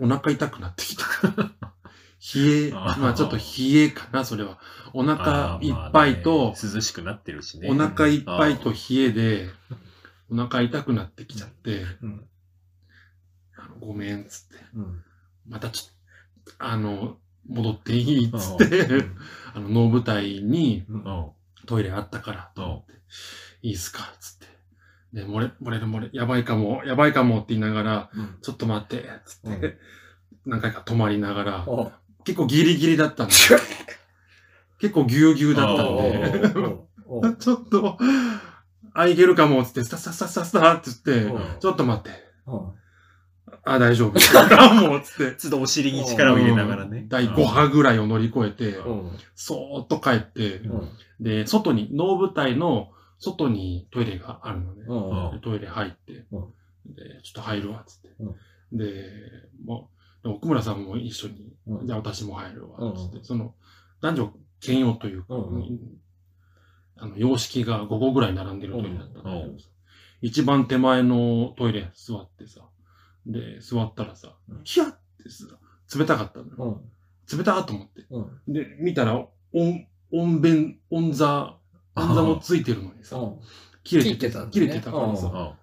[SPEAKER 1] お腹痛くなって きた。冷え、
[SPEAKER 2] あー
[SPEAKER 1] まあちょっと冷えかな、それは。お腹
[SPEAKER 2] あー
[SPEAKER 1] い
[SPEAKER 2] まあ
[SPEAKER 1] っぱいと、
[SPEAKER 2] ね涼しくなってるしね。
[SPEAKER 1] お腹いっぱいと冷えで、お腹痛くなってきちゃって、
[SPEAKER 3] うん
[SPEAKER 1] あのごめんっつって、
[SPEAKER 2] うん。
[SPEAKER 1] またちょっと、あの、戻っていいっ
[SPEAKER 2] うん。
[SPEAKER 1] つって、 あの、能舞台に
[SPEAKER 2] うん。うん。
[SPEAKER 1] トイレあったから、
[SPEAKER 2] うん。
[SPEAKER 1] いいっすかっつって。で、漏れ、漏れる漏れ、やばいかも、やばいかもって言いながら、
[SPEAKER 2] うん
[SPEAKER 1] ちょっと待って、つって、何回か泊まりながら、
[SPEAKER 3] おう
[SPEAKER 1] 結構ギリギリだったんで、結構ぎゅうぎゅうだったん
[SPEAKER 2] おう
[SPEAKER 1] で、
[SPEAKER 3] おうお う
[SPEAKER 1] ちょっと、あ、いけるかも、つって、スタスタスタスタスタって言って、
[SPEAKER 3] おう
[SPEAKER 1] ちょっと待って、
[SPEAKER 3] おう
[SPEAKER 1] あ、大丈夫、か も、つって。
[SPEAKER 2] 都度お尻に力を入れながらね
[SPEAKER 1] う。ん第5波ぐらいを乗り越えて、
[SPEAKER 3] おう
[SPEAKER 1] そーっと帰って、
[SPEAKER 3] おう
[SPEAKER 1] で、外に、能舞台の外にトイレがあるのね。
[SPEAKER 3] おう
[SPEAKER 1] でトイレ入って、
[SPEAKER 3] うん
[SPEAKER 1] で、ちょっと入るわ、つって。
[SPEAKER 3] う
[SPEAKER 1] で、もう、で奥村さんも一緒に、
[SPEAKER 3] うん
[SPEAKER 1] じゃあ私も入るわ、つって。
[SPEAKER 3] うん
[SPEAKER 1] その、男女兼用というか、
[SPEAKER 3] うんうん
[SPEAKER 1] あの、様式が5個ぐらい並んでるトイレだったんだけどさ
[SPEAKER 2] う
[SPEAKER 1] 一番手前のトイレ座ってさ、で、座ったらさ
[SPEAKER 3] うん、
[SPEAKER 1] ヒヤッてさ、冷たかったのよ。
[SPEAKER 3] おう
[SPEAKER 1] 冷たーと思って。
[SPEAKER 3] おう
[SPEAKER 1] で、見たら、おん、おんべん、おんざ、おんざもついてるのにさ、
[SPEAKER 3] おう
[SPEAKER 1] 切れ
[SPEAKER 3] 切って
[SPEAKER 1] て
[SPEAKER 3] たんだね
[SPEAKER 1] 切れてたから
[SPEAKER 3] う
[SPEAKER 1] さ、
[SPEAKER 2] あ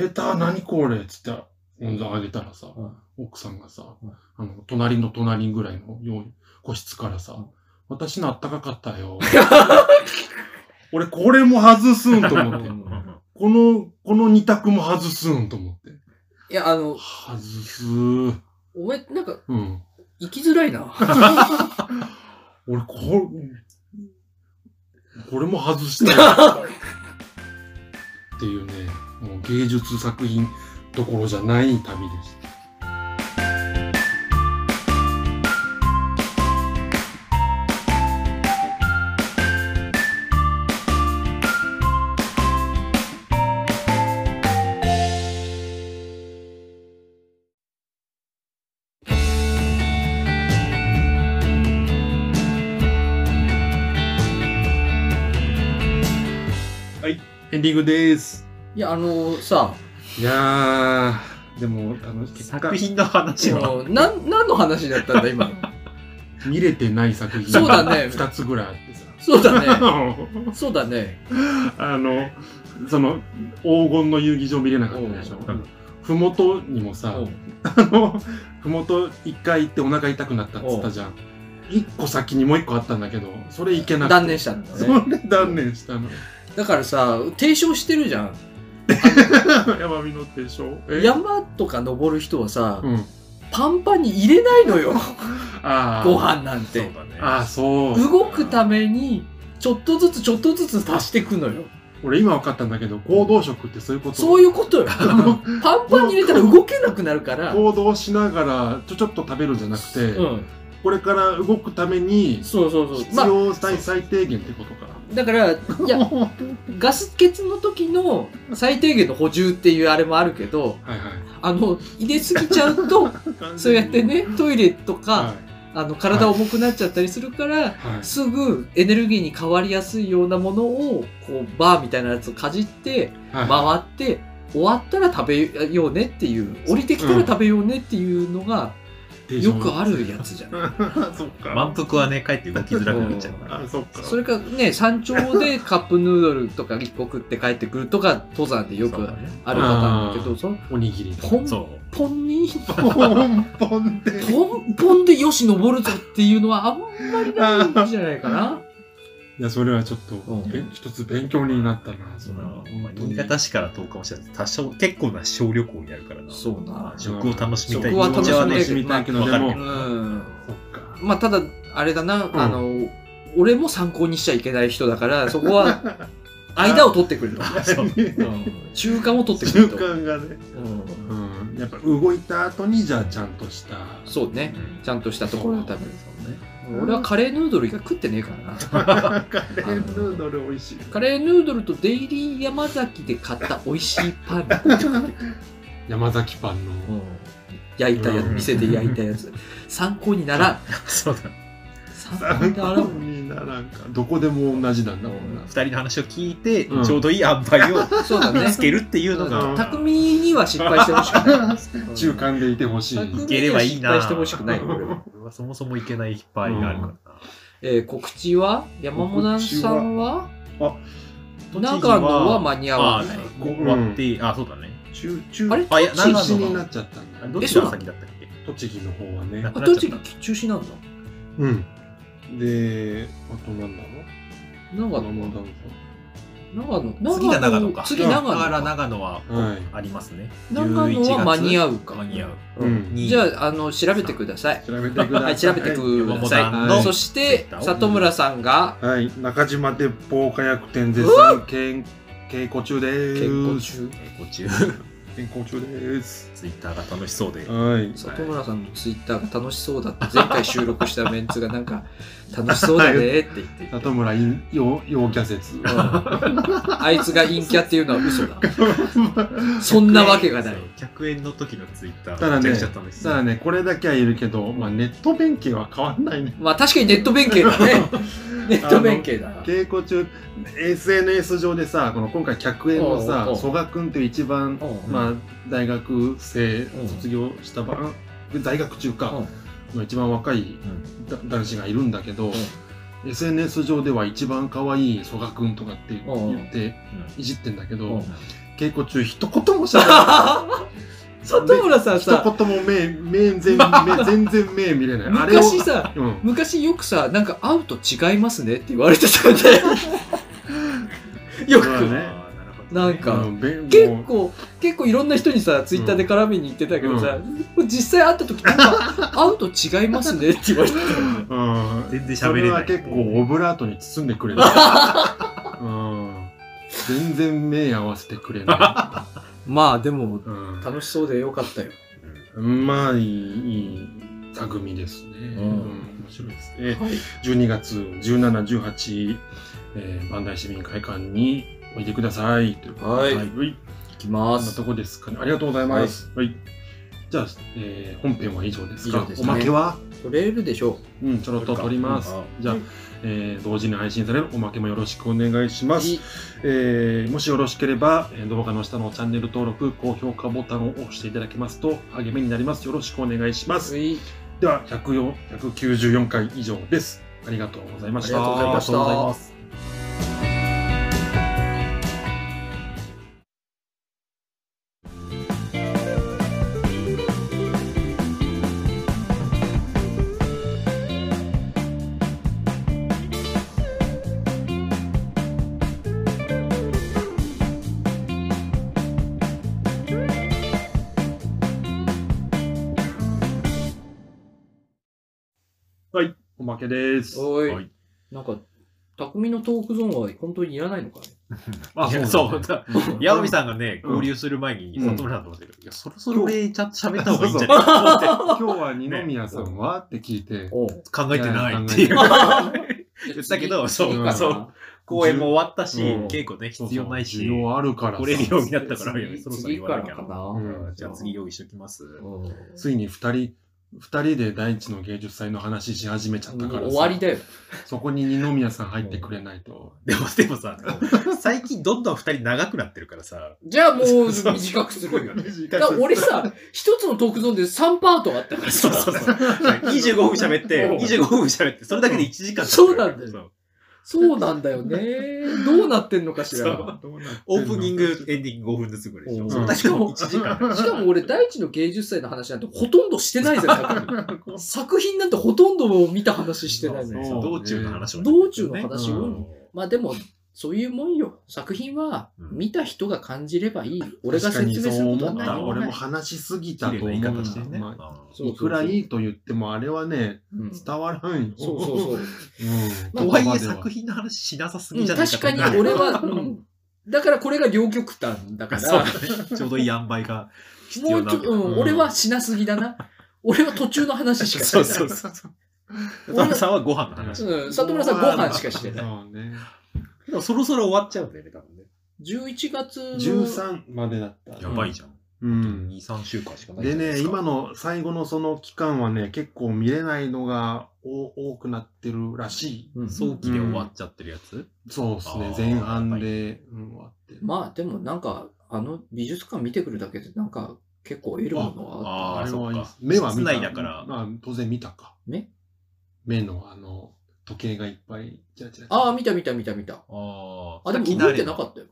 [SPEAKER 1] 冷たー、何これっつって、おんざあげたらさ、
[SPEAKER 3] おう
[SPEAKER 1] 奥さんがさ
[SPEAKER 3] うん、
[SPEAKER 1] あの、隣の隣ぐらいのよう個室からさ、
[SPEAKER 3] うん
[SPEAKER 1] 私のあったかかったよ。俺、これも外すんと思って。この、この二択も外すんと思って。
[SPEAKER 3] いや、あの、
[SPEAKER 1] 外すー。
[SPEAKER 3] お前、なんか、
[SPEAKER 1] うん。
[SPEAKER 3] 生きづらいな。
[SPEAKER 1] 俺、こ、これも外したよ っていうね、もう芸術作品どころじゃない旅でした。エンディングです。
[SPEAKER 3] いや、あのさ、
[SPEAKER 1] いやー、でも、あの、結果
[SPEAKER 2] 作、品の話は。
[SPEAKER 3] もうなん、何の話だったんだ、今。
[SPEAKER 1] 見れてない作品
[SPEAKER 3] そうだね
[SPEAKER 1] 2つぐらいあって さ。
[SPEAKER 3] そうだね。
[SPEAKER 1] あ
[SPEAKER 3] そうだね。
[SPEAKER 1] の、その、黄金の遊技場見れなかったでしょ
[SPEAKER 3] う。ん
[SPEAKER 1] ふもとにもさ、
[SPEAKER 3] おう
[SPEAKER 1] あの、ふもと一回行ってお腹痛くなったっつったじゃん。一個先にもう一個あったんだけど、それ行けなくて。
[SPEAKER 3] 断念したんだ
[SPEAKER 1] そ
[SPEAKER 3] ね。
[SPEAKER 1] れ断念した の。
[SPEAKER 3] だからさ、提唱してるじゃん。
[SPEAKER 1] 山見のでしょえ
[SPEAKER 3] 山とか登る人はさ、
[SPEAKER 1] うん。
[SPEAKER 3] パンパンに入れないのよ。
[SPEAKER 1] ああ。
[SPEAKER 3] ご飯なん
[SPEAKER 2] そう
[SPEAKER 3] て。
[SPEAKER 2] だね。
[SPEAKER 1] ああ、そう。
[SPEAKER 3] 動くために、ちょっとずつちょっとずつ足していくのよ。
[SPEAKER 1] 俺今分かったんだけど、行動食ってそういうこと。
[SPEAKER 3] そういうこと よ。パンパンに入れたら動けなくなるから。
[SPEAKER 1] 行動しながら、ちょちょっと食べるんじゃなくて、
[SPEAKER 3] うん。
[SPEAKER 1] これから動くために、
[SPEAKER 3] そうそうそう。
[SPEAKER 1] 必
[SPEAKER 3] まあ、
[SPEAKER 1] 要最最低限ってことか。
[SPEAKER 3] だから、い や、
[SPEAKER 1] は
[SPEAKER 3] ガス欠の時の最低限の補充っていうあれもあるけど、
[SPEAKER 1] いは
[SPEAKER 3] あの、入れすぎちゃう と、
[SPEAKER 1] い。
[SPEAKER 3] そうやってね、トイレとか、
[SPEAKER 1] は
[SPEAKER 3] あの、体重くなっちゃったりするから、
[SPEAKER 1] い。はい。
[SPEAKER 3] すぐエネルギーに変わりやすいようなものを、こう、バーみたいなやつをかじって、
[SPEAKER 1] はい
[SPEAKER 3] 回って、終わったら食べようねっていう、降りてきたら食べようねっていうのが、よくあるやつじゃない。
[SPEAKER 1] そっか。
[SPEAKER 2] 満腹はね、帰って動きづらくなっちゃうか
[SPEAKER 1] あ、
[SPEAKER 2] ら。
[SPEAKER 1] そっか。
[SPEAKER 3] それかね、山頂でカップヌードルとか一個食って帰ってくるとか、登山でよく
[SPEAKER 2] そうだね
[SPEAKER 3] あるパターンだけ
[SPEAKER 1] う
[SPEAKER 3] ど、その
[SPEAKER 1] おにぎり。
[SPEAKER 3] ポン
[SPEAKER 2] そう。
[SPEAKER 3] ポンに、
[SPEAKER 1] ポンポンで。
[SPEAKER 3] ポンポンでよし登るぞっていうのはあんまりないんじゃないかな。
[SPEAKER 1] いや、それはちょっと、
[SPEAKER 3] うん
[SPEAKER 1] べん一つ勉強になったな、そ
[SPEAKER 2] そ
[SPEAKER 1] れは。
[SPEAKER 2] の新潟市から10日もしたら多少結構な小旅行になるからな。
[SPEAKER 3] そうな。
[SPEAKER 2] 食を楽しみたい。
[SPEAKER 3] 食は
[SPEAKER 2] 気持
[SPEAKER 3] 楽しみたい
[SPEAKER 2] ちはね
[SPEAKER 1] みたいけど、
[SPEAKER 2] ま
[SPEAKER 1] で
[SPEAKER 2] あ
[SPEAKER 3] う
[SPEAKER 1] も、
[SPEAKER 3] ん。
[SPEAKER 1] そっか。
[SPEAKER 3] まあ、ただ、あれだな、あの、俺も参考にしちゃいけない人だから、そこは、間を取ってくれと。
[SPEAKER 2] そう
[SPEAKER 3] うん中間を取ってく
[SPEAKER 1] 習
[SPEAKER 3] れと。
[SPEAKER 1] 慣がね。
[SPEAKER 3] うん
[SPEAKER 1] うん。やっぱ動いた後に、じゃあちゃんとした。
[SPEAKER 3] そうね。ちゃんとしたところで食べる。
[SPEAKER 2] そうね。
[SPEAKER 3] 俺はカレーヌードル以外食ってねえからな。
[SPEAKER 1] カレーヌードル美味しい。
[SPEAKER 3] カレーヌードルとデイリー山崎で買った美味しいパン、
[SPEAKER 1] 山崎パンの。
[SPEAKER 3] 焼いたやつ店で焼いたやつ参考にならん
[SPEAKER 2] そうだ。
[SPEAKER 3] 参考
[SPEAKER 1] 参
[SPEAKER 3] になら
[SPEAKER 1] 考
[SPEAKER 3] ん
[SPEAKER 1] にならんか。どこでも同じなんだもんな。
[SPEAKER 2] 二人の話を聞いて、
[SPEAKER 1] うん
[SPEAKER 2] ちょうどいい塩梅を
[SPEAKER 3] そうだね
[SPEAKER 2] 見つけるっていうの
[SPEAKER 1] う
[SPEAKER 2] が
[SPEAKER 1] ん
[SPEAKER 3] 匠には失敗してほしくな い
[SPEAKER 1] 中間でいてほしい。
[SPEAKER 3] うん
[SPEAKER 2] いければいいな。
[SPEAKER 3] 失敗してほしくないこれは
[SPEAKER 2] 俺はそもそもいけない失敗があるからな。
[SPEAKER 3] えー告知は山本さんは
[SPEAKER 2] 栃木は
[SPEAKER 3] 長野は間に合わない
[SPEAKER 2] あこう終わって、あ、そうだね。
[SPEAKER 1] 中、中、
[SPEAKER 3] あれ
[SPEAKER 2] あ、いや、
[SPEAKER 1] 中
[SPEAKER 2] 長
[SPEAKER 1] 止
[SPEAKER 2] 野
[SPEAKER 1] にな
[SPEAKER 2] が
[SPEAKER 1] っちゃったんだ
[SPEAKER 2] どっ
[SPEAKER 1] よ。
[SPEAKER 2] ちが先だったっけ
[SPEAKER 1] 栃木の方はね。
[SPEAKER 3] あ栃木中止なんだ
[SPEAKER 1] うん。で、あとなんだろう
[SPEAKER 3] なんか
[SPEAKER 1] 山本さん。
[SPEAKER 3] 長野。
[SPEAKER 2] 次が長野か。
[SPEAKER 3] 次長
[SPEAKER 2] だから
[SPEAKER 3] 野か。
[SPEAKER 2] 長野は
[SPEAKER 1] はい。
[SPEAKER 2] ありますね。
[SPEAKER 3] 長野は間に合うか
[SPEAKER 2] 間。に合う。
[SPEAKER 1] うん
[SPEAKER 3] じゃあ、あの、調べてください。
[SPEAKER 1] 調べてくださ。
[SPEAKER 3] はいい、調べてく
[SPEAKER 2] 山
[SPEAKER 3] だ
[SPEAKER 2] 本
[SPEAKER 3] さい。
[SPEAKER 2] さ
[SPEAKER 1] ん
[SPEAKER 3] は
[SPEAKER 1] の
[SPEAKER 3] いそして、
[SPEAKER 2] Twitter を
[SPEAKER 3] 里村さんが、
[SPEAKER 1] はい、中島鉄砲火薬店絶賛稽稽古中で
[SPEAKER 3] 健康
[SPEAKER 1] ーす。
[SPEAKER 3] 中。
[SPEAKER 2] えーこっち、
[SPEAKER 1] 健康中でーす。
[SPEAKER 2] ツイッターが楽しそうで。
[SPEAKER 1] はい。
[SPEAKER 3] 里村さんのツイッターが楽しそうだって、前回収録したメンツがなんか、楽しそうだねって言 っていて。
[SPEAKER 1] 里村陰陽陽キャ説。
[SPEAKER 3] うんあいつが陰キャっていうのは嘘だ。そんなわけがない。
[SPEAKER 2] 100円の時のツイッター。
[SPEAKER 1] ただね
[SPEAKER 2] めちゃくちゃ楽しそ
[SPEAKER 1] ただ
[SPEAKER 2] う。
[SPEAKER 1] ね、これだけはいるけど、まあ、ネット弁慶は変わんないね。
[SPEAKER 3] まあ確かにネット弁慶 だね。ネット弁慶だな。
[SPEAKER 1] 稽古中、SNS 上でさ、この今回、客演の
[SPEAKER 3] おうおうお
[SPEAKER 1] さ、
[SPEAKER 3] う
[SPEAKER 1] 曽我君っていう一番、
[SPEAKER 3] うん
[SPEAKER 1] まあ、大学生
[SPEAKER 3] ん
[SPEAKER 1] 卒業したば、在学中か、
[SPEAKER 3] うん
[SPEAKER 1] の一番若いだ男子がいるんだけど、SNS 上では一番可愛い曽我君とかって言っていじってんだけど、
[SPEAKER 3] うん
[SPEAKER 1] 稽古中一言 もしゃべら
[SPEAKER 3] 里村さん
[SPEAKER 1] ない
[SPEAKER 3] さ、
[SPEAKER 1] 一言も目目 全然目全然目見れないあれを
[SPEAKER 3] 昔さ、
[SPEAKER 1] うん、
[SPEAKER 3] 昔よくさ、なんか会うと違いますねって言われてたんだよ。 よ
[SPEAKER 1] そうだね
[SPEAKER 2] あーなるほ
[SPEAKER 3] く。
[SPEAKER 2] どね
[SPEAKER 3] なんか
[SPEAKER 1] うんべ
[SPEAKER 3] 結
[SPEAKER 1] もう
[SPEAKER 3] 構、結構いろんな人にさ、ツイッターで絡みに行ってたけどさ、実際会った時なんか、会うと違いますねって言われてた。
[SPEAKER 1] うん
[SPEAKER 2] 全然
[SPEAKER 1] そ
[SPEAKER 2] 喋
[SPEAKER 1] れ
[SPEAKER 2] れな。
[SPEAKER 1] はい結構オブラートに包んでくれる、 うん、全然目合わせてくれな
[SPEAKER 3] まあでも
[SPEAKER 1] い、、う
[SPEAKER 3] 楽しそうでよかったよ。
[SPEAKER 1] ん、まあいいいい座組ですね、
[SPEAKER 3] う
[SPEAKER 1] うんん、面白いですね
[SPEAKER 3] はい。
[SPEAKER 1] 12月17、18、えー、万代市民会館においでください。ということ
[SPEAKER 3] はい
[SPEAKER 1] ではい。
[SPEAKER 3] 行きま
[SPEAKER 1] こんな
[SPEAKER 3] す
[SPEAKER 1] と。こですかね。ありがとうございます。はい。じゃあ、えー本編は以上です
[SPEAKER 3] 以
[SPEAKER 1] か
[SPEAKER 3] 上。です
[SPEAKER 1] お
[SPEAKER 3] ね
[SPEAKER 1] まけは、
[SPEAKER 3] 取れるでしょ
[SPEAKER 1] うん、ちょろっと撮ります
[SPEAKER 2] うんあ。
[SPEAKER 1] じゃあ、えー同時に配信されるおまけもよろしくお願いし
[SPEAKER 3] う。
[SPEAKER 1] ま
[SPEAKER 3] い
[SPEAKER 1] す。えーもしよろしければ、えー動画の下のチャンネル登録、高評価ボタンを押していただけますと励みになります。よろしくお願いします。
[SPEAKER 3] い
[SPEAKER 1] では104 194回以上です。ありがとうございました。
[SPEAKER 3] ありがとうございました
[SPEAKER 1] ありがとうございます。おまけです。
[SPEAKER 3] お
[SPEAKER 2] はい
[SPEAKER 3] い。なんか、匠のトークゾーンは本当にいらないのかね。
[SPEAKER 1] あ、
[SPEAKER 2] いや
[SPEAKER 1] そう
[SPEAKER 2] そ
[SPEAKER 1] なん
[SPEAKER 2] う
[SPEAKER 1] だ。
[SPEAKER 2] だ。
[SPEAKER 1] うん
[SPEAKER 2] 矢 上さんがね、
[SPEAKER 1] うん
[SPEAKER 2] 合流する前に、
[SPEAKER 1] うん
[SPEAKER 2] 里村さんと思ってる。いや、そろそろ俺、ちゃんと喋った
[SPEAKER 1] そ
[SPEAKER 2] 方が
[SPEAKER 1] う
[SPEAKER 2] いい
[SPEAKER 1] そう
[SPEAKER 2] んじゃない
[SPEAKER 1] 今日は二宮さんはって聞いて、
[SPEAKER 3] お
[SPEAKER 2] 考えてないって いう。言ったけどそうそう。公演も終わったし、
[SPEAKER 1] うん
[SPEAKER 2] 稽古ね、必要ないし
[SPEAKER 1] 需、要あるから
[SPEAKER 2] 来れるようになったから、
[SPEAKER 3] 次
[SPEAKER 2] いやそろそろ言わなきゃ
[SPEAKER 3] 次からかな
[SPEAKER 2] うんじゃあ次用意しときます。
[SPEAKER 3] うん
[SPEAKER 1] ついに二人、二人で第一の芸術祭の話し始めちゃったからさ
[SPEAKER 3] 終わりだよ。
[SPEAKER 1] そこに二宮さん入ってくれないと。
[SPEAKER 2] でも、でもさ、最近どんどん二人長くなってるからさ、
[SPEAKER 3] じゃあもう 短くするよ。だから俺さ、一つのトークゾーンで3パートあったから
[SPEAKER 2] そうそうそう。25分喋って、25分喋って、それだけで1時間経ってる
[SPEAKER 3] そうなんだよ
[SPEAKER 2] そう
[SPEAKER 3] そうなんだよね。どうなってんのかし
[SPEAKER 2] そ
[SPEAKER 3] ら
[SPEAKER 2] う。 オープニング、エンディング5分ずつぐらいでしょ。それだけでも1時間。
[SPEAKER 3] しかも俺、第一の芸術祭の話なんてほとんどしてないぜ、 匠作品なんてほとんど見た話してないのよ。
[SPEAKER 2] そう道中の話をね
[SPEAKER 3] 道中の話
[SPEAKER 1] を
[SPEAKER 2] うん
[SPEAKER 3] まあでも、そういうもんよ。作品は
[SPEAKER 2] うん
[SPEAKER 3] 見た人が感じればいい。俺が説明することは
[SPEAKER 1] 確かにそう思っ
[SPEAKER 3] ない
[SPEAKER 1] た。
[SPEAKER 3] よ
[SPEAKER 1] 俺も話しすぎたと思う
[SPEAKER 2] 綺麗な言い方してね。
[SPEAKER 1] な。
[SPEAKER 3] そうそうそう
[SPEAKER 1] いくらいいと言っても、あれはね、
[SPEAKER 3] うん
[SPEAKER 1] 伝わらんよ。
[SPEAKER 3] そうそうそう。
[SPEAKER 1] うん。
[SPEAKER 2] とはいえ
[SPEAKER 1] 言葉で
[SPEAKER 2] 作品の話しなさす
[SPEAKER 3] う
[SPEAKER 2] ぎ
[SPEAKER 3] ん
[SPEAKER 2] じゃない
[SPEAKER 3] 確かに俺は、うんだからこれが両極端だ か
[SPEAKER 2] そう
[SPEAKER 3] ら
[SPEAKER 2] だ、ねちょうどいい塩梅が必
[SPEAKER 3] も
[SPEAKER 2] 要
[SPEAKER 3] う
[SPEAKER 2] な
[SPEAKER 3] ちょっと、うん
[SPEAKER 1] うん
[SPEAKER 3] 俺はしなすぎだな。俺は途中の話しかして
[SPEAKER 2] そ
[SPEAKER 3] な
[SPEAKER 2] う
[SPEAKER 3] い。
[SPEAKER 2] そうそう。里村さんはご飯の話。
[SPEAKER 3] うん里村さんご飯しかしてない。
[SPEAKER 1] そうね。
[SPEAKER 2] でもそろそろ終わっちゃうんだよね、多分ね。
[SPEAKER 3] 11月の
[SPEAKER 1] 13までだった。
[SPEAKER 2] やばいじゃん。
[SPEAKER 1] うん
[SPEAKER 2] 2、。3週間しかない
[SPEAKER 1] で
[SPEAKER 2] じゃない
[SPEAKER 1] ね、
[SPEAKER 2] すか
[SPEAKER 1] 今。の最後のその期間はね、結構見れないのがお多くなってるらし
[SPEAKER 3] うん
[SPEAKER 2] 早期で終わっちゃってるやつ
[SPEAKER 1] い。そうです
[SPEAKER 2] あ
[SPEAKER 1] ね
[SPEAKER 2] ー、
[SPEAKER 1] 前半で、うん、終わって。
[SPEAKER 3] まあでもなんか、あの美術館見てくるだけでなんか結構得るものはあった。
[SPEAKER 2] ああ、そ
[SPEAKER 1] は
[SPEAKER 2] う
[SPEAKER 1] いいで
[SPEAKER 2] か
[SPEAKER 1] す。目は
[SPEAKER 2] 室
[SPEAKER 1] 見た。
[SPEAKER 2] 内だから。
[SPEAKER 1] まあ、当然見たか。
[SPEAKER 3] 目
[SPEAKER 1] 目のあの、時計がいっぱい、チラチラチラ
[SPEAKER 3] ああ、見た見た見た見た。
[SPEAKER 2] あ
[SPEAKER 3] あ、でも動いてなかったよ。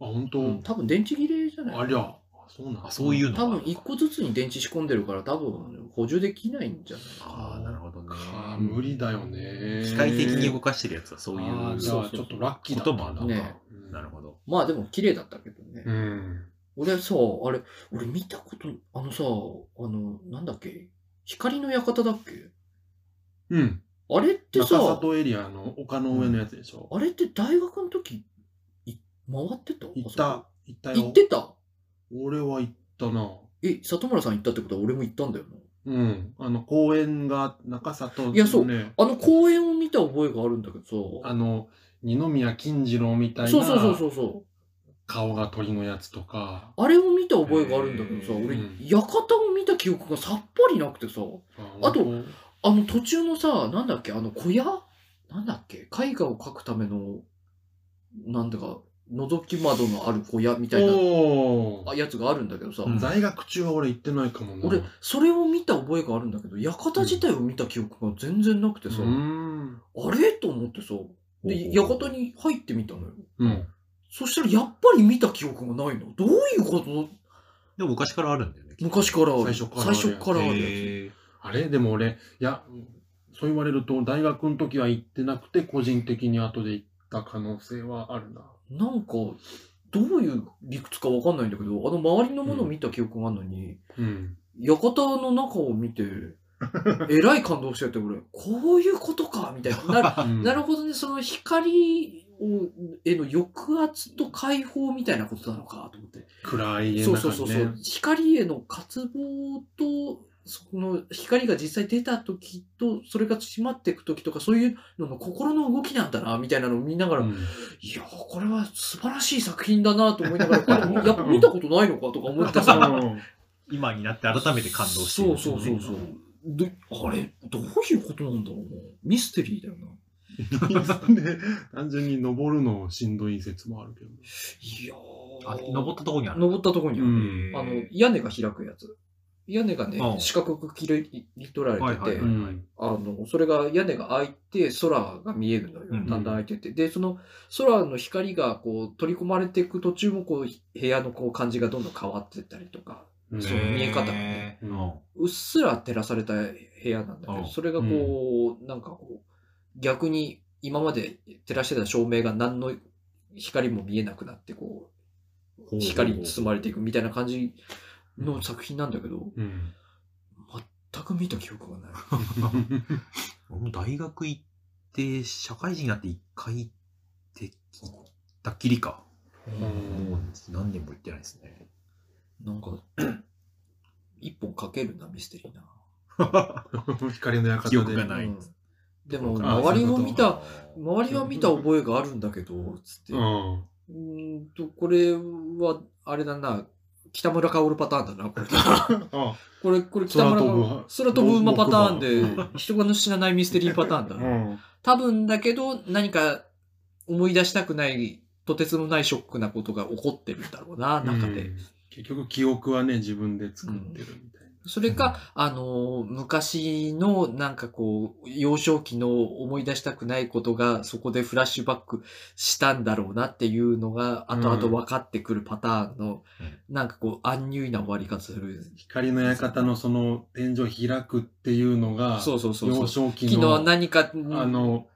[SPEAKER 1] あ、本当、
[SPEAKER 3] うん多分電池切れじゃない
[SPEAKER 1] ありゃ、あそうなんだ
[SPEAKER 2] あ、そういうのが
[SPEAKER 3] 多分一個ずつに電池仕込んでるから多分補充できないんじゃない
[SPEAKER 2] ああ、なるほどね。
[SPEAKER 1] か。無理だよね。
[SPEAKER 2] 機械的に動かしてるやつはそうい
[SPEAKER 1] あー
[SPEAKER 2] う。
[SPEAKER 1] じゃあ、ちょっとラッキーだったな
[SPEAKER 2] こともあ
[SPEAKER 3] るね
[SPEAKER 1] うん
[SPEAKER 2] なるほど。
[SPEAKER 3] まあでも綺麗だったけどね。
[SPEAKER 1] うん。
[SPEAKER 3] 俺さ、あれ、俺見たこと、あのさ、あの、なんだっけ光の館だっけ
[SPEAKER 1] うん。
[SPEAKER 3] あれって
[SPEAKER 1] 中
[SPEAKER 3] さ、
[SPEAKER 1] 里エリアの丘の上のやつでしょ。
[SPEAKER 3] あれって大学の時、い回ってた
[SPEAKER 1] 行った。。行った
[SPEAKER 3] あ
[SPEAKER 1] よ。
[SPEAKER 3] そこ行ってた
[SPEAKER 1] 俺は行ったな。
[SPEAKER 3] え、里村さん行ったってことは俺も行ったんだよな。
[SPEAKER 1] うん。あの、公園が中里のね。
[SPEAKER 3] いやそうあの公園を見た覚えがあるんだけど
[SPEAKER 1] あ
[SPEAKER 3] さ。
[SPEAKER 1] の、二宮金次郎みたい
[SPEAKER 3] そうそうそうそ
[SPEAKER 1] な
[SPEAKER 3] うそ
[SPEAKER 1] 顔が鳥のやつとか。
[SPEAKER 3] う。あれを見た覚えがあるんだけどさ、
[SPEAKER 2] へ
[SPEAKER 3] 俺
[SPEAKER 1] うん、
[SPEAKER 3] 館を見た記憶がさっぱりなくてさ、あと
[SPEAKER 1] 本
[SPEAKER 3] あの途中のさ、なんだっけ、あの小屋なんだっけ、絵画を描くための、なんだか、覗き窓のある小屋み
[SPEAKER 1] 当
[SPEAKER 3] たいな
[SPEAKER 1] お
[SPEAKER 3] あ
[SPEAKER 1] ー
[SPEAKER 3] やつがあるんだけどさ、
[SPEAKER 2] うん
[SPEAKER 1] 在学中は俺行ってないかもな。
[SPEAKER 3] 俺
[SPEAKER 1] う、
[SPEAKER 3] それを見た覚えがあるんだけど、館自体を見た記憶が全然なくてさ、
[SPEAKER 1] ーん。
[SPEAKER 3] あれと思ってさ、で、
[SPEAKER 2] ほうほう
[SPEAKER 3] 館に入ってみたのよ。
[SPEAKER 1] うん。
[SPEAKER 3] そしたらやっぱり見た記憶がないの。どういうこと
[SPEAKER 2] でも昔からあるんだよね。
[SPEAKER 3] 昔からあ
[SPEAKER 1] 最
[SPEAKER 3] る。
[SPEAKER 1] 初からあるやつ
[SPEAKER 3] 最初からあるや
[SPEAKER 2] へ
[SPEAKER 3] つ。
[SPEAKER 2] ー
[SPEAKER 1] あれでも俺、いや、そう言われると、大学の時は行ってなくて、個人的に後で行った可能性はあるな。
[SPEAKER 3] なんか、どういう理屈かわかんないんだけど、あの周りのものを見た記憶があるのに、
[SPEAKER 1] うん。
[SPEAKER 3] 館の中を見て、 えらい感動しちゃって、俺、こういうことかみたいな。な
[SPEAKER 1] うん
[SPEAKER 3] なるほどね、その光を、への抑圧と解放みたいなことなのか、と思って。
[SPEAKER 1] 暗い家
[SPEAKER 3] そ
[SPEAKER 1] の
[SPEAKER 3] う
[SPEAKER 1] 中
[SPEAKER 3] そう
[SPEAKER 1] にね。
[SPEAKER 3] そうそう。光への渇望と、その光が実際出た時と、それが閉まっていく時とか、そういうのの心の動きなんだな、みたいなのを見ながら、
[SPEAKER 1] うん
[SPEAKER 3] いやー、これは素晴らしい作品だなと思いながら、 これやっぱ見たことないのかとか思ってさ、
[SPEAKER 1] うん
[SPEAKER 2] 今になって改めて感動してる
[SPEAKER 3] そ
[SPEAKER 2] ん
[SPEAKER 3] う
[SPEAKER 2] ですよ
[SPEAKER 3] そう
[SPEAKER 2] ね
[SPEAKER 3] そうそう。で、あれ、どういうことなんだろうな。ミステリーだよな。
[SPEAKER 1] で単純に登るのしんどい説もあるけど。
[SPEAKER 3] いや
[SPEAKER 2] あ
[SPEAKER 3] ー。
[SPEAKER 2] 登ったとこにある。
[SPEAKER 3] 登ったとこにある、
[SPEAKER 1] うん
[SPEAKER 3] あの
[SPEAKER 2] へ、
[SPEAKER 3] 屋根が開くやつ。屋根がね
[SPEAKER 2] う、ん
[SPEAKER 3] 四角く切り取られてて、
[SPEAKER 2] はいはいはい
[SPEAKER 1] うん
[SPEAKER 3] あの、それが屋根が開いて空が見えるのよ
[SPEAKER 2] うんうん。
[SPEAKER 3] だんだん開いてて。で、その空の光がこう取り込まれていく途中もこう部屋のこう感じがどんどん変わってったりとか、
[SPEAKER 1] うん
[SPEAKER 3] そう見え方
[SPEAKER 2] へ
[SPEAKER 3] がね
[SPEAKER 2] ーうん
[SPEAKER 3] うっすら照らされた部屋なんだけ
[SPEAKER 2] うん
[SPEAKER 3] ど、それがこう、なんかこう、逆に今まで照らしてた照明が何の光も見えなくなって、こ
[SPEAKER 2] ほう
[SPEAKER 3] う、光に包まれていくみたいな感じの作品なんだけど、
[SPEAKER 1] うん
[SPEAKER 3] 全く見た記憶がない。
[SPEAKER 2] 俺も大学行って、社会人になって一回行って、行ったっきりか。
[SPEAKER 1] ん
[SPEAKER 2] もう何年も行ってないですね。
[SPEAKER 3] なんか、 一本かけるな、ミステリーな。
[SPEAKER 1] 光の館で。
[SPEAKER 2] 記憶がないうで
[SPEAKER 3] ん
[SPEAKER 2] す
[SPEAKER 3] でも、
[SPEAKER 1] あ
[SPEAKER 3] 周りを見た、
[SPEAKER 2] う
[SPEAKER 3] 周りは見た覚えがあるんだけど、つって。
[SPEAKER 1] う。
[SPEAKER 3] うんーんと、これは、あれだな、北村薫パターンだな、これ。
[SPEAKER 1] あ
[SPEAKER 3] これ、これ北村薫。空
[SPEAKER 1] 空
[SPEAKER 3] 飛
[SPEAKER 1] 飛ぶ
[SPEAKER 3] ぶ馬パター
[SPEAKER 1] うん
[SPEAKER 3] ンで、人が知らないミステリーパターンだ
[SPEAKER 1] う
[SPEAKER 3] な。
[SPEAKER 1] ん。
[SPEAKER 3] 多分だけど、何か思い出したくない、とてつもないショックなことが起こってるんだろうな、中
[SPEAKER 1] う
[SPEAKER 3] で。
[SPEAKER 1] ん結局記憶はね、自分で作ってるみたいな。
[SPEAKER 3] それか、あのー、昔のなんかこう、幼少期の思い出したくないことがそこでフラッシュバックしたんだろうなっていうのが後々分かってくるパターンの、なんかこう、安入意な終わり方する。
[SPEAKER 1] 光の館のその天井開くっていうのが、
[SPEAKER 3] そうそうそうそう。
[SPEAKER 1] 幼少期
[SPEAKER 3] 昨
[SPEAKER 1] の
[SPEAKER 3] 日何か、
[SPEAKER 1] あの、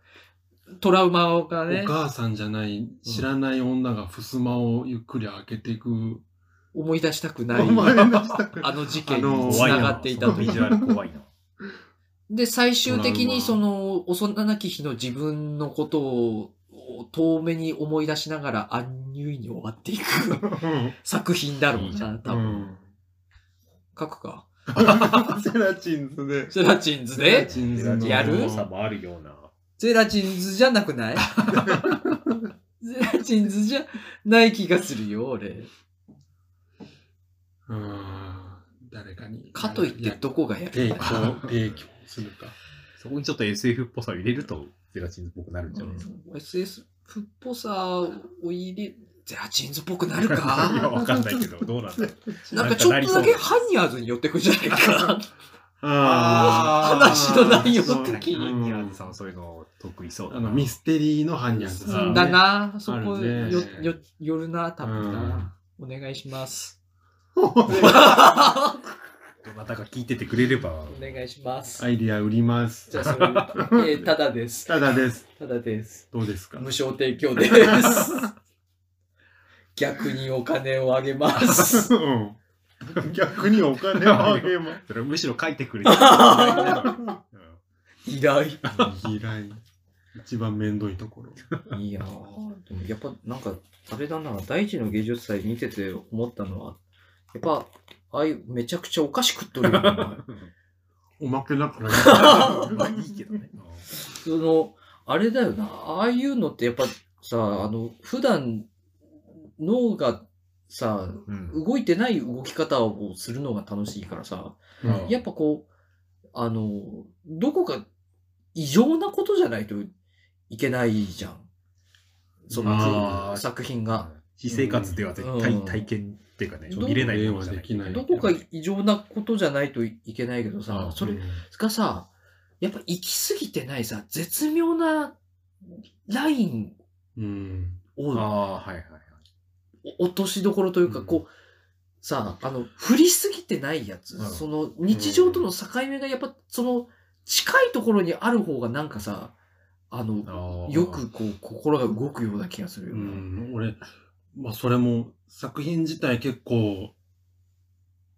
[SPEAKER 3] トラウマがね
[SPEAKER 1] お、母さんじゃない、知らない女が襖をゆっくり開けていく。
[SPEAKER 3] 思い出したくない、
[SPEAKER 1] お前
[SPEAKER 3] あ
[SPEAKER 1] のしたく
[SPEAKER 3] の事件
[SPEAKER 1] あの
[SPEAKER 3] に
[SPEAKER 1] ー
[SPEAKER 2] 怖い
[SPEAKER 3] 繋
[SPEAKER 2] な
[SPEAKER 3] がっていた
[SPEAKER 2] そ
[SPEAKER 3] と
[SPEAKER 2] のビジュアル怖いな。
[SPEAKER 3] で、最終的に
[SPEAKER 1] ト
[SPEAKER 3] そ
[SPEAKER 1] ラウ
[SPEAKER 3] の、幼なき日の自分のことを、遠目に思い出しながら安入に終わっていく作品だろうな、多
[SPEAKER 1] う
[SPEAKER 3] 分。
[SPEAKER 1] ん。
[SPEAKER 3] 書くか。
[SPEAKER 1] セラチンズで。
[SPEAKER 3] ゼラチンズ
[SPEAKER 1] ゼラ
[SPEAKER 3] で
[SPEAKER 1] チンズ
[SPEAKER 2] ゼラ
[SPEAKER 1] の
[SPEAKER 2] チン
[SPEAKER 3] やる
[SPEAKER 2] さもあるような。
[SPEAKER 3] ゼラチンズじゃなく ないゼラチンズじゃない気がするよ、俺。
[SPEAKER 1] うん。誰かに。
[SPEAKER 3] かといってどこがやる
[SPEAKER 1] 提
[SPEAKER 3] んだよ
[SPEAKER 1] 供、提供するか。
[SPEAKER 2] そこにちょっと SF っぽさを入れると、ゼラチンっぽくなるんじゃないですか。
[SPEAKER 3] ?SS っぽさを入れ、ゼラチンズっぽくなる
[SPEAKER 2] いや
[SPEAKER 3] か
[SPEAKER 2] わかんないけど、どうなんだろう。
[SPEAKER 3] なんかちょ
[SPEAKER 2] なんかな
[SPEAKER 3] っとだけ
[SPEAKER 2] りそう
[SPEAKER 3] ハニヤーズに寄ってくじゃないか。
[SPEAKER 2] あ
[SPEAKER 3] ー話の内容
[SPEAKER 1] そう
[SPEAKER 3] 的
[SPEAKER 2] ハニヤーズさん
[SPEAKER 1] う
[SPEAKER 2] はそういうの得意そうだ
[SPEAKER 1] あ
[SPEAKER 2] な。
[SPEAKER 1] の、ミステリーのハンニャンズさんね。
[SPEAKER 3] だな、そ
[SPEAKER 1] あ
[SPEAKER 3] こ
[SPEAKER 1] るね
[SPEAKER 3] よ、よ、よるな、多分な。お願いします。
[SPEAKER 2] どなたか聞いててくれれば。
[SPEAKER 3] お願いします。
[SPEAKER 1] アイディア売ります。
[SPEAKER 3] じゃあ、それ、えーただです。
[SPEAKER 1] ただです。
[SPEAKER 3] ただです。
[SPEAKER 1] どうですか
[SPEAKER 3] 無償提供です。
[SPEAKER 4] 逆にお金をあげます。
[SPEAKER 1] うん。 逆にお金をあげま
[SPEAKER 2] それむしろ書いて くれて
[SPEAKER 4] 依頼。
[SPEAKER 1] す。嫌い。一番めんどいところ。
[SPEAKER 3] いやー、でもやっぱなんか、あれだな、第一の芸術祭見てて思ったのは、やっぱ、ああいうめちゃくちゃお菓子食っとるよな。
[SPEAKER 1] おまけだ からね。
[SPEAKER 2] まあいいけどね。
[SPEAKER 3] その、あれだよな、ああいうのってやっぱさ、あの、普段脳がさ、
[SPEAKER 2] うん。
[SPEAKER 3] 動いてない動き方をするのが楽しいからさ、
[SPEAKER 1] うん
[SPEAKER 3] やっぱこう、あの、どこか異常なことじゃないといけないじゃん。そ
[SPEAKER 2] あ
[SPEAKER 3] の
[SPEAKER 2] ー
[SPEAKER 3] 作品が。
[SPEAKER 2] 私生活では絶対
[SPEAKER 3] うん
[SPEAKER 2] 体験っていうかね、
[SPEAKER 3] どう
[SPEAKER 2] 見れない
[SPEAKER 1] 例
[SPEAKER 2] もの
[SPEAKER 1] は
[SPEAKER 2] じゃな
[SPEAKER 1] で
[SPEAKER 2] い。
[SPEAKER 1] きない。
[SPEAKER 3] どこか異常なことじゃないといけないけどさ、そ
[SPEAKER 1] う
[SPEAKER 3] れ
[SPEAKER 1] ん
[SPEAKER 3] がさ、やっぱ行き過ぎてないさ、絶妙なライン
[SPEAKER 1] うん。
[SPEAKER 3] を
[SPEAKER 2] ああ、はいはいはい。
[SPEAKER 3] お落としどころというか、
[SPEAKER 1] うん
[SPEAKER 3] こう、さあ、あの、振りすぎてないやつ、
[SPEAKER 2] うん
[SPEAKER 3] その日常との境目がやっぱ、その、近いところにある方がなんかさ、あの、
[SPEAKER 2] あー
[SPEAKER 3] よくこう、心が動くような気がするよ
[SPEAKER 1] う
[SPEAKER 3] ね。
[SPEAKER 1] ん、俺、まあそれも作品自体結構、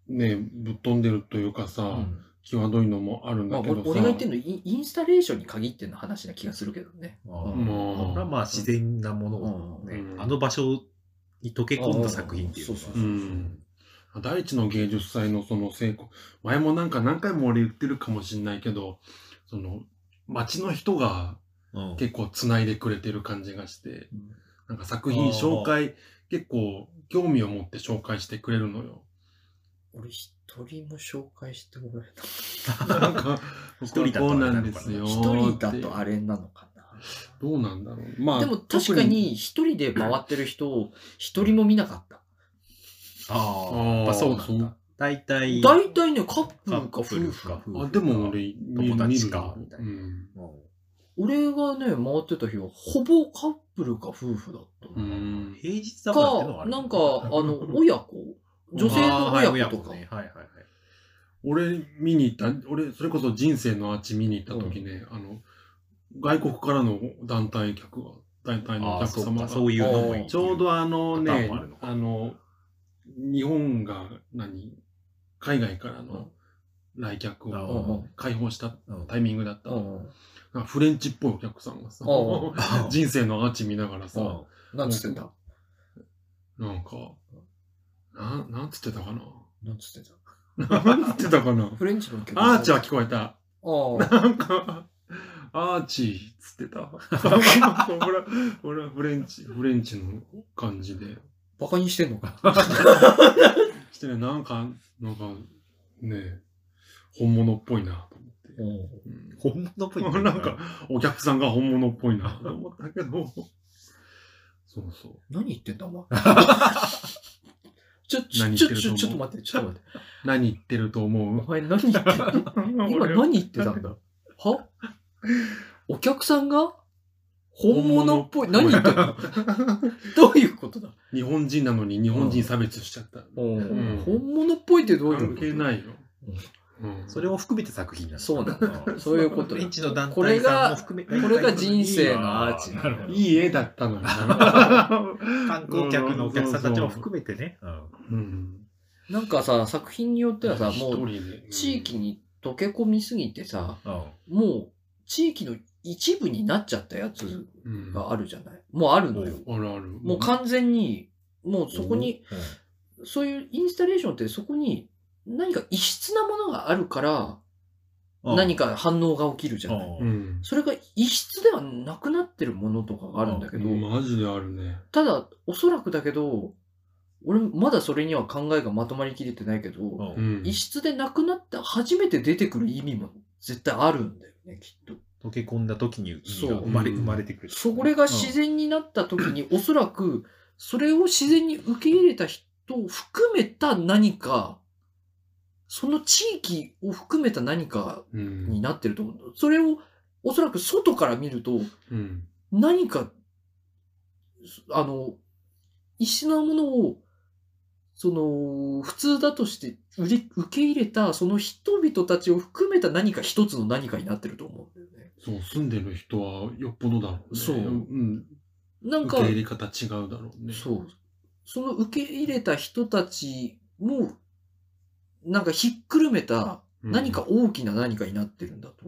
[SPEAKER 1] ね、ぶっ飛んでるというかさ、
[SPEAKER 3] うん
[SPEAKER 1] 際どいのもあるん
[SPEAKER 3] まあ、
[SPEAKER 1] だけ
[SPEAKER 3] 俺
[SPEAKER 1] どさ。
[SPEAKER 3] 俺が言ってるのイン、インスタレーションに限っての話な気がするけどね。
[SPEAKER 2] あー
[SPEAKER 3] うん
[SPEAKER 2] これはまあ自然なものをね、
[SPEAKER 1] うん
[SPEAKER 2] あの場所に溶け込んだ作品っていうの
[SPEAKER 3] そう
[SPEAKER 2] が
[SPEAKER 3] そうそう
[SPEAKER 1] 第一の芸術祭のその成功、前もなんか何回も俺言ってるかもしんないけど、その、街の人が
[SPEAKER 2] うん
[SPEAKER 1] 結構繋いでくれてる感じがして、
[SPEAKER 3] うん
[SPEAKER 1] なんか作品紹介、結構興味を持って紹介してくれるの よ。
[SPEAKER 3] 俺一人も紹介してもらえた。
[SPEAKER 1] なんか、
[SPEAKER 2] 一人だと
[SPEAKER 1] こうなんですよ。
[SPEAKER 3] 一人だとあれなのかな。
[SPEAKER 1] どうなんだろう。まあ、
[SPEAKER 3] でも確かに一人で回ってる人を一人も見なかった。
[SPEAKER 1] 特
[SPEAKER 2] ああ、
[SPEAKER 1] に、
[SPEAKER 2] や
[SPEAKER 1] や
[SPEAKER 2] っぱそうなんだ。大体、
[SPEAKER 3] 大体ね、カップルか
[SPEAKER 2] カ
[SPEAKER 3] 夫
[SPEAKER 2] ップル
[SPEAKER 3] 婦
[SPEAKER 2] か夫婦か
[SPEAKER 1] あ、でも俺、見
[SPEAKER 2] 友達
[SPEAKER 1] 見る
[SPEAKER 2] か
[SPEAKER 1] よ。
[SPEAKER 2] みたいうなんう
[SPEAKER 3] 俺がね、回ってた日は、ほぼカップルか夫婦だった
[SPEAKER 1] う
[SPEAKER 3] の。
[SPEAKER 2] ん
[SPEAKER 1] ん。
[SPEAKER 2] 平日だからっていうのは
[SPEAKER 3] か、
[SPEAKER 2] ある
[SPEAKER 3] な んか、あの、親子女性の
[SPEAKER 2] あーはい
[SPEAKER 3] 親子とか。
[SPEAKER 2] ね。はいはいはい。
[SPEAKER 1] 俺見に行った、俺、それこそ人生のアーチ見に行った時ね、あの、外国からの団体客が、団体の
[SPEAKER 2] あ
[SPEAKER 1] お
[SPEAKER 2] あ、
[SPEAKER 1] 客
[SPEAKER 2] そう
[SPEAKER 1] 様
[SPEAKER 2] か、
[SPEAKER 1] が、
[SPEAKER 2] そういうのもいい
[SPEAKER 1] ちょうどあの
[SPEAKER 2] パターン
[SPEAKER 1] ね
[SPEAKER 2] もあるの、か
[SPEAKER 1] あの、日本が何、海外からの来客
[SPEAKER 2] あ
[SPEAKER 1] を
[SPEAKER 2] ー
[SPEAKER 3] うんうん
[SPEAKER 1] 解放した
[SPEAKER 2] うん
[SPEAKER 1] タイミングだった。
[SPEAKER 3] うんうん
[SPEAKER 1] なんかフレンチっぽいお客さんがさ
[SPEAKER 3] うん、
[SPEAKER 1] 人生のアーチ見ながら
[SPEAKER 2] う
[SPEAKER 1] さ、
[SPEAKER 3] なんつってた
[SPEAKER 1] なんか、ななんつってたかな
[SPEAKER 3] なんつってた
[SPEAKER 1] なんつってたかな
[SPEAKER 3] フレンチの曲。
[SPEAKER 1] アーチは聞こえた。
[SPEAKER 3] あ あ。
[SPEAKER 1] なんか、アーチーっつってた。 俺は、俺はフレンチ、フレンチの感じで。
[SPEAKER 3] バカにしてんのか。
[SPEAKER 1] してね、なんか、なんか、ね、本物っぽいなと思って。うん
[SPEAKER 2] 本物っぽいね。
[SPEAKER 1] なんか、お客さんが本物っぽいなと思ったけど、そうそう。
[SPEAKER 3] 何言ってんだ、お前。ちょ、ちょ、
[SPEAKER 1] 何
[SPEAKER 3] ち
[SPEAKER 1] 言っ
[SPEAKER 3] ょ、
[SPEAKER 1] てる
[SPEAKER 3] ち
[SPEAKER 1] と思う
[SPEAKER 3] ょちょっと待って、ちょっと待って。
[SPEAKER 1] 何言ってると思
[SPEAKER 3] お
[SPEAKER 1] う
[SPEAKER 3] 前何言ってんだ今
[SPEAKER 1] 俺
[SPEAKER 3] 何言ってたんだはお客さんが 本物っぽい。何言ってんのどういうことだ、
[SPEAKER 1] 日本人なのに日本人差別しちゃった。ん
[SPEAKER 3] 本物っぽいってどういう
[SPEAKER 1] 関
[SPEAKER 3] こと
[SPEAKER 1] 係ないよ。うん
[SPEAKER 2] それを含めて作品なの
[SPEAKER 3] そうなんだ
[SPEAKER 2] だ
[SPEAKER 3] そういうことだ
[SPEAKER 2] フレンチの団
[SPEAKER 3] これ
[SPEAKER 2] 体さんも
[SPEAKER 3] が、
[SPEAKER 2] 含め
[SPEAKER 3] これが人生のアーチ
[SPEAKER 2] なるほど
[SPEAKER 1] いい絵だったのよ。
[SPEAKER 2] 観光客のお客さんたちも含めてね。うん
[SPEAKER 1] うん。
[SPEAKER 3] なんかさ、作品によってはさ、もう
[SPEAKER 1] 一人で
[SPEAKER 3] 地域に溶け込みすぎてさ、
[SPEAKER 2] うん
[SPEAKER 3] もう地域の一部になっちゃったやつ
[SPEAKER 1] うん
[SPEAKER 3] があるじゃないもうあるのよ。
[SPEAKER 1] あるある。
[SPEAKER 3] もう完全に、もうそこに、そういうインスタレーションってそこに何か異質なものがあるから、
[SPEAKER 2] うん
[SPEAKER 3] 何か反応が起きるじゃ
[SPEAKER 2] う
[SPEAKER 3] ない、
[SPEAKER 2] ん
[SPEAKER 1] うん。
[SPEAKER 3] それが異質ではなくなってるものとかがあるんだけど、
[SPEAKER 1] マジであるね。
[SPEAKER 3] ただ、おそらくだけど、俺まだそれには考えがまとまりきれてないけど、
[SPEAKER 2] うん
[SPEAKER 1] うん
[SPEAKER 3] 異質でなくなって初めて出てくる意味も絶対あるんだよね、きっと。
[SPEAKER 2] 溶け込んだ時に意味が生まれ
[SPEAKER 1] そう
[SPEAKER 2] 生まれてくる。
[SPEAKER 3] それが自然になった時に、おそらく、それを自然に受け入れた人を含めた何か、その地域を含めた何か
[SPEAKER 1] う
[SPEAKER 3] に
[SPEAKER 1] ん。
[SPEAKER 3] なってると思う。それを、おそらく外から見ると、
[SPEAKER 1] うん。
[SPEAKER 3] 何か、あの、石のものを、その、普通だとして売り受け入れた、その人々たちを含めた何か一つの何かになってると思うんだよね。
[SPEAKER 1] そう、住んでる人はよっぽどだろうね。
[SPEAKER 3] そう
[SPEAKER 1] うん。
[SPEAKER 3] なん
[SPEAKER 1] 受
[SPEAKER 3] か
[SPEAKER 1] け、入れ方違うだろうね。
[SPEAKER 3] そう。その受け入れた人たちも、なんかひっくるめた何か大きな何かになってるんだと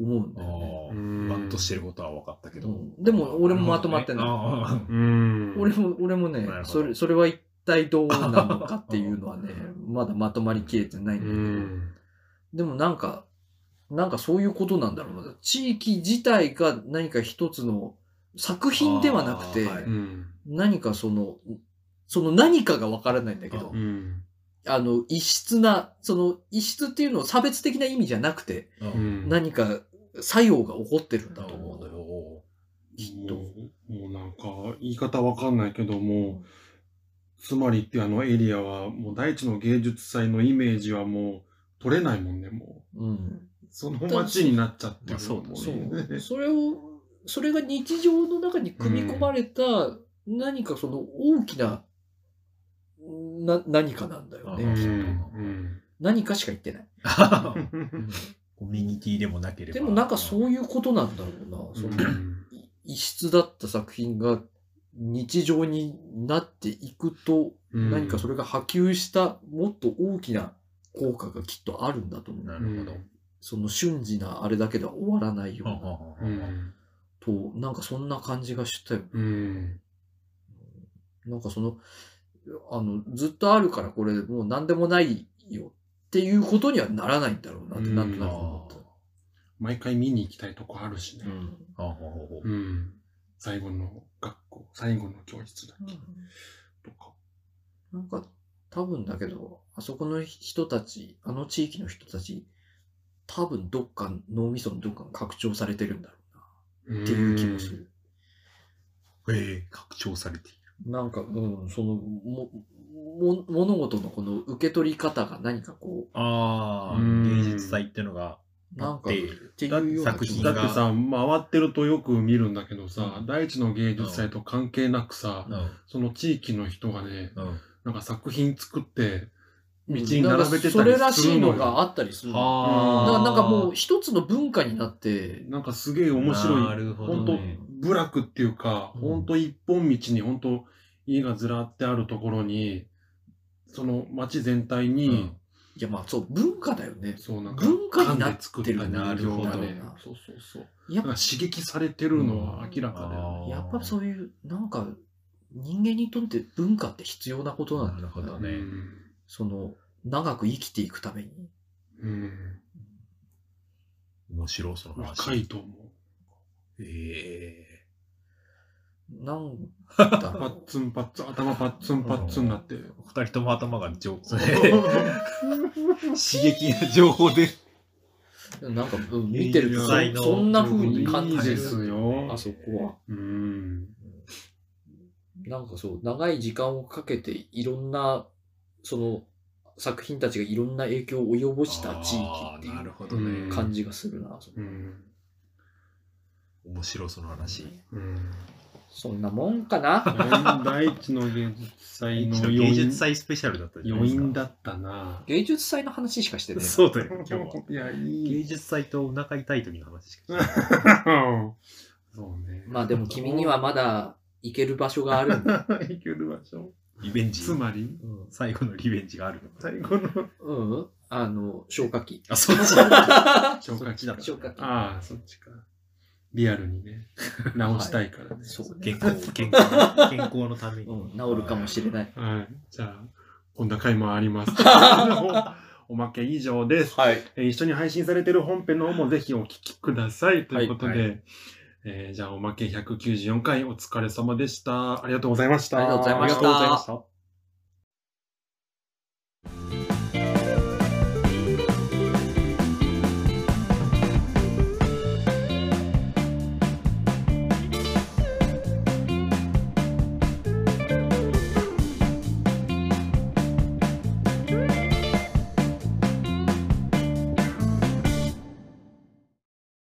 [SPEAKER 3] 思うんだよね。
[SPEAKER 1] うん
[SPEAKER 2] ああ、バッとしてることは分かったけど。
[SPEAKER 3] うんでも俺もまとまってない
[SPEAKER 2] あー
[SPEAKER 1] うん。
[SPEAKER 3] 俺も、俺もね
[SPEAKER 2] なる、ほど
[SPEAKER 3] それ、それは一体どうなのかっていうのは ね、まだまとまりきれてないん
[SPEAKER 1] う
[SPEAKER 3] だけど、
[SPEAKER 1] ん。
[SPEAKER 3] でもなんか、なんかそういうことなんだろうな。地域自体が何か一つの作品ではなくて、
[SPEAKER 2] あーはい
[SPEAKER 1] うん。
[SPEAKER 3] 何かその、その何かがわからないんだけど
[SPEAKER 1] う、ん。
[SPEAKER 3] あの、異質な、その異質っていうのを差別的な意味じゃなくて、
[SPEAKER 2] う
[SPEAKER 1] うんん。
[SPEAKER 3] 何か作用が起こってるんだ
[SPEAKER 2] だ
[SPEAKER 3] と
[SPEAKER 2] と
[SPEAKER 3] 思
[SPEAKER 2] 思
[SPEAKER 3] う
[SPEAKER 2] う
[SPEAKER 3] の
[SPEAKER 2] の
[SPEAKER 3] よ。
[SPEAKER 2] よ。
[SPEAKER 3] きっと。
[SPEAKER 1] もうなんか、言い方わかんないけども、つまりってあのエリアは、もう大地の芸術祭のイメージはもう取れないもんね、も
[SPEAKER 3] うん。
[SPEAKER 1] う。その街になっちゃって
[SPEAKER 2] まあ
[SPEAKER 1] る
[SPEAKER 2] そうだね
[SPEAKER 1] もん
[SPEAKER 3] そ
[SPEAKER 1] ね
[SPEAKER 3] う。それを、それが日常の中に組み込まれた、何かその大きな、な、何かなんだよ
[SPEAKER 1] うん
[SPEAKER 3] ね。
[SPEAKER 1] うん
[SPEAKER 3] 何かしか言ってない。
[SPEAKER 2] コミュニティでもなければ。
[SPEAKER 3] でもなんかそうういうことなんだろうな。そのい異質だった作品が日常になっていくと、
[SPEAKER 1] うん
[SPEAKER 3] 何かそれが波及したもっと大きな効果がきっとあるんだと思
[SPEAKER 2] な
[SPEAKER 3] う。
[SPEAKER 2] るほど。
[SPEAKER 3] その瞬時なあれだけでは終わらないよう
[SPEAKER 2] は
[SPEAKER 3] な。
[SPEAKER 2] はは
[SPEAKER 1] うん。
[SPEAKER 3] と、なんかそんな感じがしたよ。
[SPEAKER 1] うん。
[SPEAKER 3] なんかその、あの、ずっとあるからこれもう何でもないよっていうことにはならないんだろうなって、
[SPEAKER 1] うん
[SPEAKER 3] なんとな
[SPEAKER 2] あ
[SPEAKER 3] く
[SPEAKER 2] ー
[SPEAKER 3] 思っ。
[SPEAKER 1] 毎回見に行きたいとこあるしたね。
[SPEAKER 2] ははは
[SPEAKER 1] うん。最後の学校、最後の教室だっけとか。
[SPEAKER 3] なんか、多分だけど、あそこの人たち、あの地域の人たち、多分どっか脳みそのどっかが拡張されてるんだろ
[SPEAKER 1] う
[SPEAKER 3] うんなっていう気もす。る。
[SPEAKER 2] へえ、拡張されている。
[SPEAKER 3] なんか、うん、その、も、も、物事のこの受け取り方が何かこ
[SPEAKER 2] ああ、
[SPEAKER 1] うん
[SPEAKER 2] 芸術祭っていうのが
[SPEAKER 3] う、な
[SPEAKER 2] あ
[SPEAKER 3] ん
[SPEAKER 2] っ
[SPEAKER 3] か、
[SPEAKER 2] て
[SPEAKER 3] っ、ていうような気もす
[SPEAKER 1] だっ
[SPEAKER 3] る
[SPEAKER 1] てさ、回ってるとよく見るんだけどさ、大地の芸術祭と関係なくさ、
[SPEAKER 2] うん
[SPEAKER 1] その地域の人がね、
[SPEAKER 2] うん
[SPEAKER 1] なんか作品作って、道
[SPEAKER 3] うん
[SPEAKER 1] に並べてた
[SPEAKER 3] なんかそれ
[SPEAKER 1] り
[SPEAKER 3] ら
[SPEAKER 1] す
[SPEAKER 3] し
[SPEAKER 1] る
[SPEAKER 3] い
[SPEAKER 1] の
[SPEAKER 3] の
[SPEAKER 1] よ。
[SPEAKER 3] があったりするのよ
[SPEAKER 2] あ
[SPEAKER 3] だか
[SPEAKER 2] あ
[SPEAKER 3] らなんかもう一つの文化になって、
[SPEAKER 1] なんかすげえ面白。
[SPEAKER 2] ないるほ
[SPEAKER 1] 本
[SPEAKER 2] ど
[SPEAKER 1] 当
[SPEAKER 2] ね。
[SPEAKER 1] 部落っていうか、
[SPEAKER 3] うん
[SPEAKER 1] 本当一本道に本当家がずらってあるところに、その街全体に、
[SPEAKER 2] うん
[SPEAKER 3] いやまあそう、文化だよね。
[SPEAKER 1] そうなんか
[SPEAKER 3] 文化になって
[SPEAKER 1] 缶
[SPEAKER 3] る
[SPEAKER 1] で作った人形が
[SPEAKER 2] な
[SPEAKER 1] ね
[SPEAKER 3] るほど
[SPEAKER 1] そうそうそう。
[SPEAKER 3] や
[SPEAKER 1] なん
[SPEAKER 3] っ
[SPEAKER 1] か刺激されてるのは明らかだよね。
[SPEAKER 3] やっぱりそういう、なんか人間にとって文化って必要なことなんだ
[SPEAKER 2] な
[SPEAKER 3] よ
[SPEAKER 2] るほどね
[SPEAKER 3] その、長く生きていくために。
[SPEAKER 1] うん。
[SPEAKER 2] 面白いその話。
[SPEAKER 1] 若いと思
[SPEAKER 2] ええ
[SPEAKER 3] なんだ
[SPEAKER 1] う。パ
[SPEAKER 3] ろ
[SPEAKER 1] ッツンパッツン、頭パッツンパッツンになって。
[SPEAKER 2] 二人とも頭が 上手。刺激や情報で。
[SPEAKER 3] う。なんか、うん見てると
[SPEAKER 1] いい
[SPEAKER 2] よ
[SPEAKER 3] そ、そんな風に感
[SPEAKER 1] いい
[SPEAKER 3] じ
[SPEAKER 1] で
[SPEAKER 3] る。
[SPEAKER 1] すよ
[SPEAKER 3] あ。そこは。
[SPEAKER 1] うん。
[SPEAKER 3] なんかそう、長い時間をかけていろんな、その、作品たちがいろんな影響を及ぼした地域って
[SPEAKER 2] あーないる
[SPEAKER 3] う
[SPEAKER 2] ほどね。
[SPEAKER 1] うん
[SPEAKER 3] 感じがするな。
[SPEAKER 1] うん。
[SPEAKER 2] 面白いその話。
[SPEAKER 1] うん。
[SPEAKER 3] そんなもんかな。
[SPEAKER 1] 大地の芸術祭の余韻
[SPEAKER 2] 芸術祭スペシャルだったじゃない
[SPEAKER 1] 余
[SPEAKER 2] ですか。
[SPEAKER 1] 韻だったな。
[SPEAKER 3] 芸術祭の話しかしてねえな。
[SPEAKER 2] そうだよ、今日は。
[SPEAKER 1] いや、い
[SPEAKER 2] 芸
[SPEAKER 1] い。
[SPEAKER 2] 術祭とお腹痛い時の話しか
[SPEAKER 1] そうね。
[SPEAKER 3] まあでも君にはまだ行ける場所があるんだ。
[SPEAKER 1] いける場所。
[SPEAKER 2] リベン ジ
[SPEAKER 1] つ。まり、
[SPEAKER 3] うん
[SPEAKER 2] 最後のリベンジがある。
[SPEAKER 1] 最後の
[SPEAKER 3] うんうん。あの、消火器。
[SPEAKER 2] あ、そっち
[SPEAKER 1] 消化器だ
[SPEAKER 3] 消火器。
[SPEAKER 1] ああ、そっちか。リアルにね、直したいからね。
[SPEAKER 3] そうね
[SPEAKER 2] 健。康、健康、健康のため
[SPEAKER 3] う
[SPEAKER 2] に。
[SPEAKER 3] ん、治るかもしれない。
[SPEAKER 1] はい。じゃあ、こんな回もあり ます。おまけ以上です。
[SPEAKER 3] はい。
[SPEAKER 1] えー一緒に配信されている本編の方もぜひお聞きください。ということで、
[SPEAKER 2] は
[SPEAKER 1] えーじゃあ、おまけ194回お疲れ様でした。ありがとうございました。
[SPEAKER 3] ありがとうございま
[SPEAKER 1] あ
[SPEAKER 3] した
[SPEAKER 1] りがとうございました。